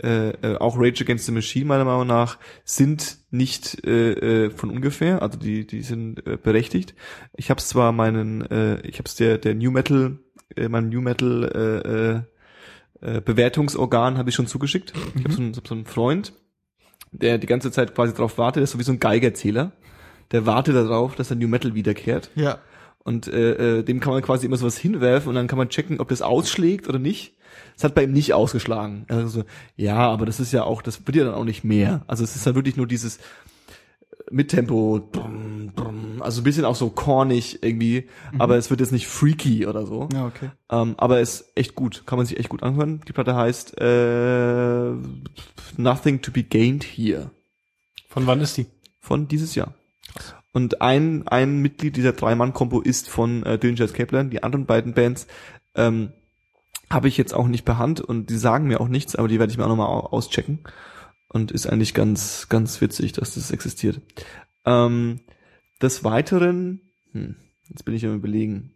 äh, äh, auch Rage Against the Machine meiner Meinung nach sind nicht äh, äh, von ungefähr, also die die sind äh, berechtigt. Ich habe zwar meinen, äh, ich habe der der New Metal, äh, meinem New Metal äh, äh, äh, Bewertungsorgan habe ich schon zugeschickt. Ich habe so, einen- hab so einen Freund, der die ganze Zeit quasi drauf wartet, ist so wie so ein Geigerzähler. Der wartet darauf, dass der New Metal wiederkehrt.
Ja.
Und äh, äh, dem kann man quasi immer sowas hinwerfen und dann kann man checken, ob das ausschlägt oder nicht. Es hat bei ihm nicht ausgeschlagen. Also, ja, aber das ist ja auch, das wird ja dann auch nicht mehr. Also es ist dann wirklich nur dieses Mittempo, brumm, brumm, also ein bisschen auch so cornig irgendwie, aber es wird jetzt nicht freaky oder so.
Ja, okay.
Ähm, aber ist echt gut, kann man sich echt gut anhören. Die Platte heißt äh, Nothing to be gained here
Von wann ist die?
von dieses Jahr. Und ein, ein Mitglied dieser Drei-Mann-Kombo ist von äh, Dillinger Escape Plan. Die anderen beiden Bands ähm, habe ich jetzt auch nicht per Hand und die sagen mir auch nichts, aber die werde ich mir auch nochmal au- auschecken. Und ist eigentlich ganz, ganz witzig, dass das existiert. Ähm, des Weiteren, hm, jetzt bin ich am überlegen.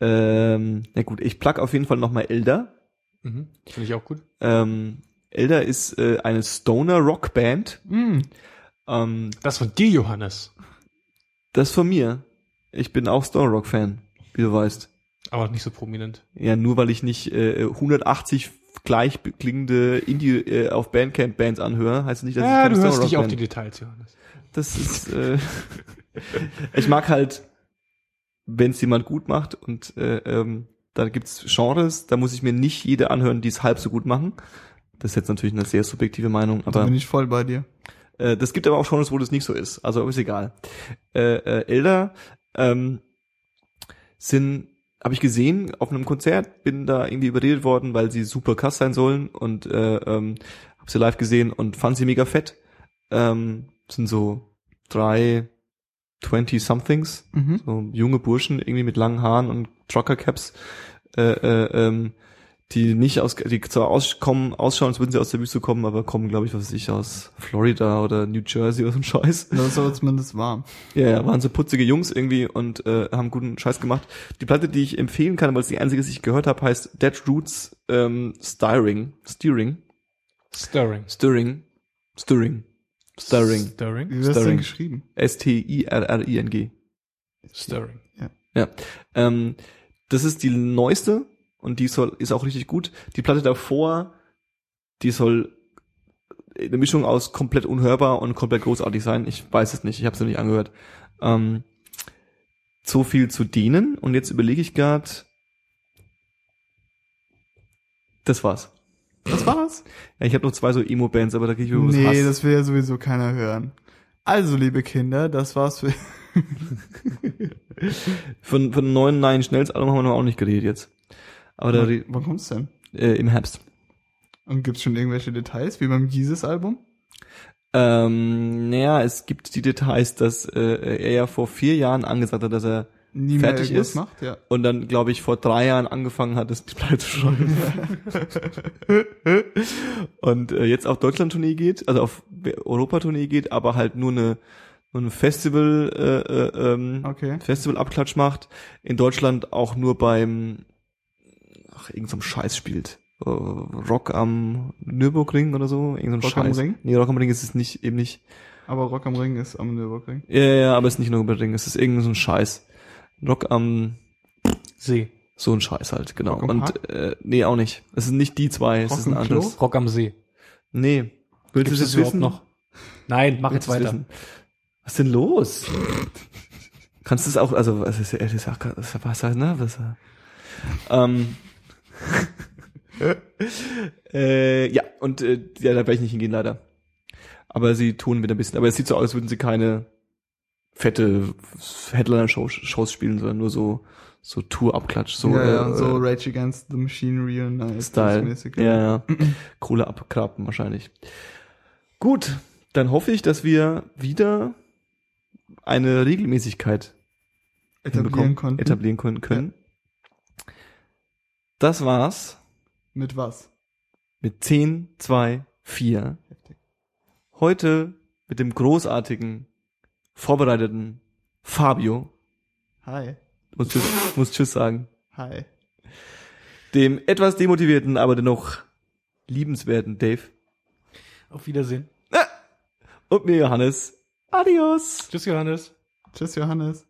Ähm, na gut, ich plug auf jeden Fall nochmal Elder.
Mhm. Finde ich auch gut.
Ähm, Elder ist äh, eine Stoner-Rock-Band.
Mm.
Ähm,
Das von dir, Johannes.
Das von mir. Ich bin auch Stone Rock Fan, wie du weißt.
Aber nicht so prominent.
Ja, nur weil ich nicht äh, 180 gleich klingende Indie äh, auf Bandcamp Bands anhöre, heißt es nicht, dass ich
ja,
kein
du
Stoner
hörst
Rock
nicht auf
Fan-
die Details, Johannes.
Das ist äh, ich mag halt wenn es jemand gut macht und äh, ähm, da gibt's Genres, da muss ich mir nicht jede anhören, die es halb so gut machen. Das ist jetzt natürlich eine sehr subjektive Meinung,
Da
aber
bin ich voll bei dir.
äh, das gibt aber auch Genres, wo das nicht so ist. Also ist egal. Äh, äh, Elder ähm, sind, habe ich gesehen auf einem Konzert, bin da irgendwie überredet worden, weil sie super krass sein sollen und äh, ähm, habe sie live gesehen und fand sie mega fett. Ähm, sind so drei 20-somethings
Mhm.
so junge Burschen irgendwie mit langen Haaren und Trucker-Caps, äh, äh, ähm, die nicht aus, die zwar auskommen, ausschauen, als würden sie aus der Wüste kommen, aber kommen, glaube ich, was weiß ich, aus Florida oder New Jersey oder so ein Scheiß.
Das ist aber zumindest warm.
Ja, ja, waren so putzige Jungs irgendwie und äh, haben guten Scheiß gemacht. Die Platte, die ich empfehlen kann, weil es die einzige ist, die ich gehört habe, heißt Dead Roots ähm, Steering. Steering.
Stirring.
Stirring. Stirring. Stirring.
Stirring.
Wie wird das
Stirring.
denn geschrieben?
S-T-I-R-R-I-N-G.
Stirring.
Ja. Ähm, das ist die neueste und die soll, ist auch richtig gut. Die Platte davor, die soll eine Mischung aus komplett unhörbar und komplett großartig sein. Ich weiß es nicht, ich habe es noch nicht angehört. Ähm, so viel zu denen und jetzt überlege ich gerade. Das war's.
Das war's.
Ja, ich habe noch zwei so Emo-Bands, aber da gehe ich über was
Nee,
Hass.
das will ja sowieso keiner hören. Also, liebe Kinder, das war's für.
Von, von dem neuen Nein Schnells Album haben wir noch auch nicht geredet jetzt. Aber da, re-
Wann kommt's denn?
äh, im Herbst.
Und gibt's schon irgendwelche Details, wie beim Jesus-Album?
Ähm, naja, es gibt die Details, dass äh, er ja vor vier Jahren angesagt hat, dass er
nie
fertig
irgendwas
ist.
macht, ja.
Und dann, glaube ich, vor drei Jahren angefangen hat, das Platte zu schreiben. und äh, jetzt auf Deutschland-Tournee geht, also auf Europa-Tournee geht, aber halt nur eine, nur ein Festival, äh, äh, ähm,
Okay.
Festival-Abklatsch macht. In Deutschland auch nur beim, ach, irgend so einem Scheiß spielt. Äh, Rock am Nürburgring oder so, irgend so ein
Rock am
Scheiß.
Ring?
Nee, Rock am Ring ist es nicht, eben nicht.
Aber Rock am Ring ist am Nürburgring.
Ja, ja, ja, aber es ist nicht nur Nürburgring, es ist irgend so ein Scheiß. Rock am
See.
so ein Scheiß halt, genau.
Rock am
Und äh, nee, auch nicht. Es sind nicht die zwei, es
Rock
ist ein
am Klo?
anderes.
Rock am See.
Nee. Willst du
Gibt's das
das
überhaupt
wissen?
noch? Nein, mach
Willst
jetzt
du das
weiter.
wissen? Was ist denn los? Kannst du es auch, also was ist das ist auch, das ist, was, ne? Was, ähm, äh, ja, und äh, ja, da werde ich nicht hingehen, leider. Aber sie tun wieder ein bisschen. Aber es sieht so aus, als würden sie keine fette Headliner-Shows spielen, sondern nur so, so Tour-Abklatsch. So,
ja, ja,
äh,
so Rage Against the Machinery und Night
Style.
mäßig.
Ja, ja. genau. Kohle abkrapen wahrscheinlich. Gut, dann hoffe ich, dass wir wieder eine Regelmäßigkeit
Etablieren
hinbekommen-
konnten.
etablieren können. können. Das war's
Mit was?
mit 10, 2, 4.
Heftig.
Heute mit dem großartigen, vorbereiteten Fabio.
Hi.
Muss tschüss, muss tschüss sagen.
Hi.
Dem etwas demotivierten, aber dennoch liebenswerten Dave.
Auf Wiedersehen.
Und mir Johannes. Adios.
Tschüss, Johannes.
Tschüss, Johannes.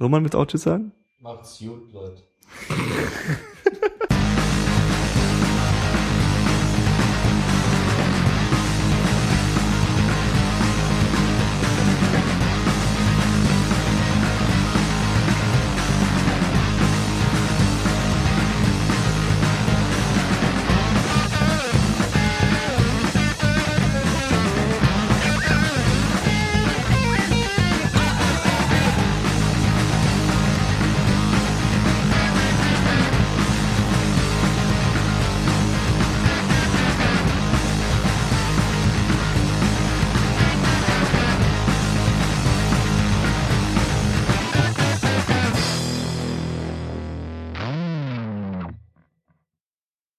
Roman, willst du auch Tschüss sagen?
Macht's gut, Leute.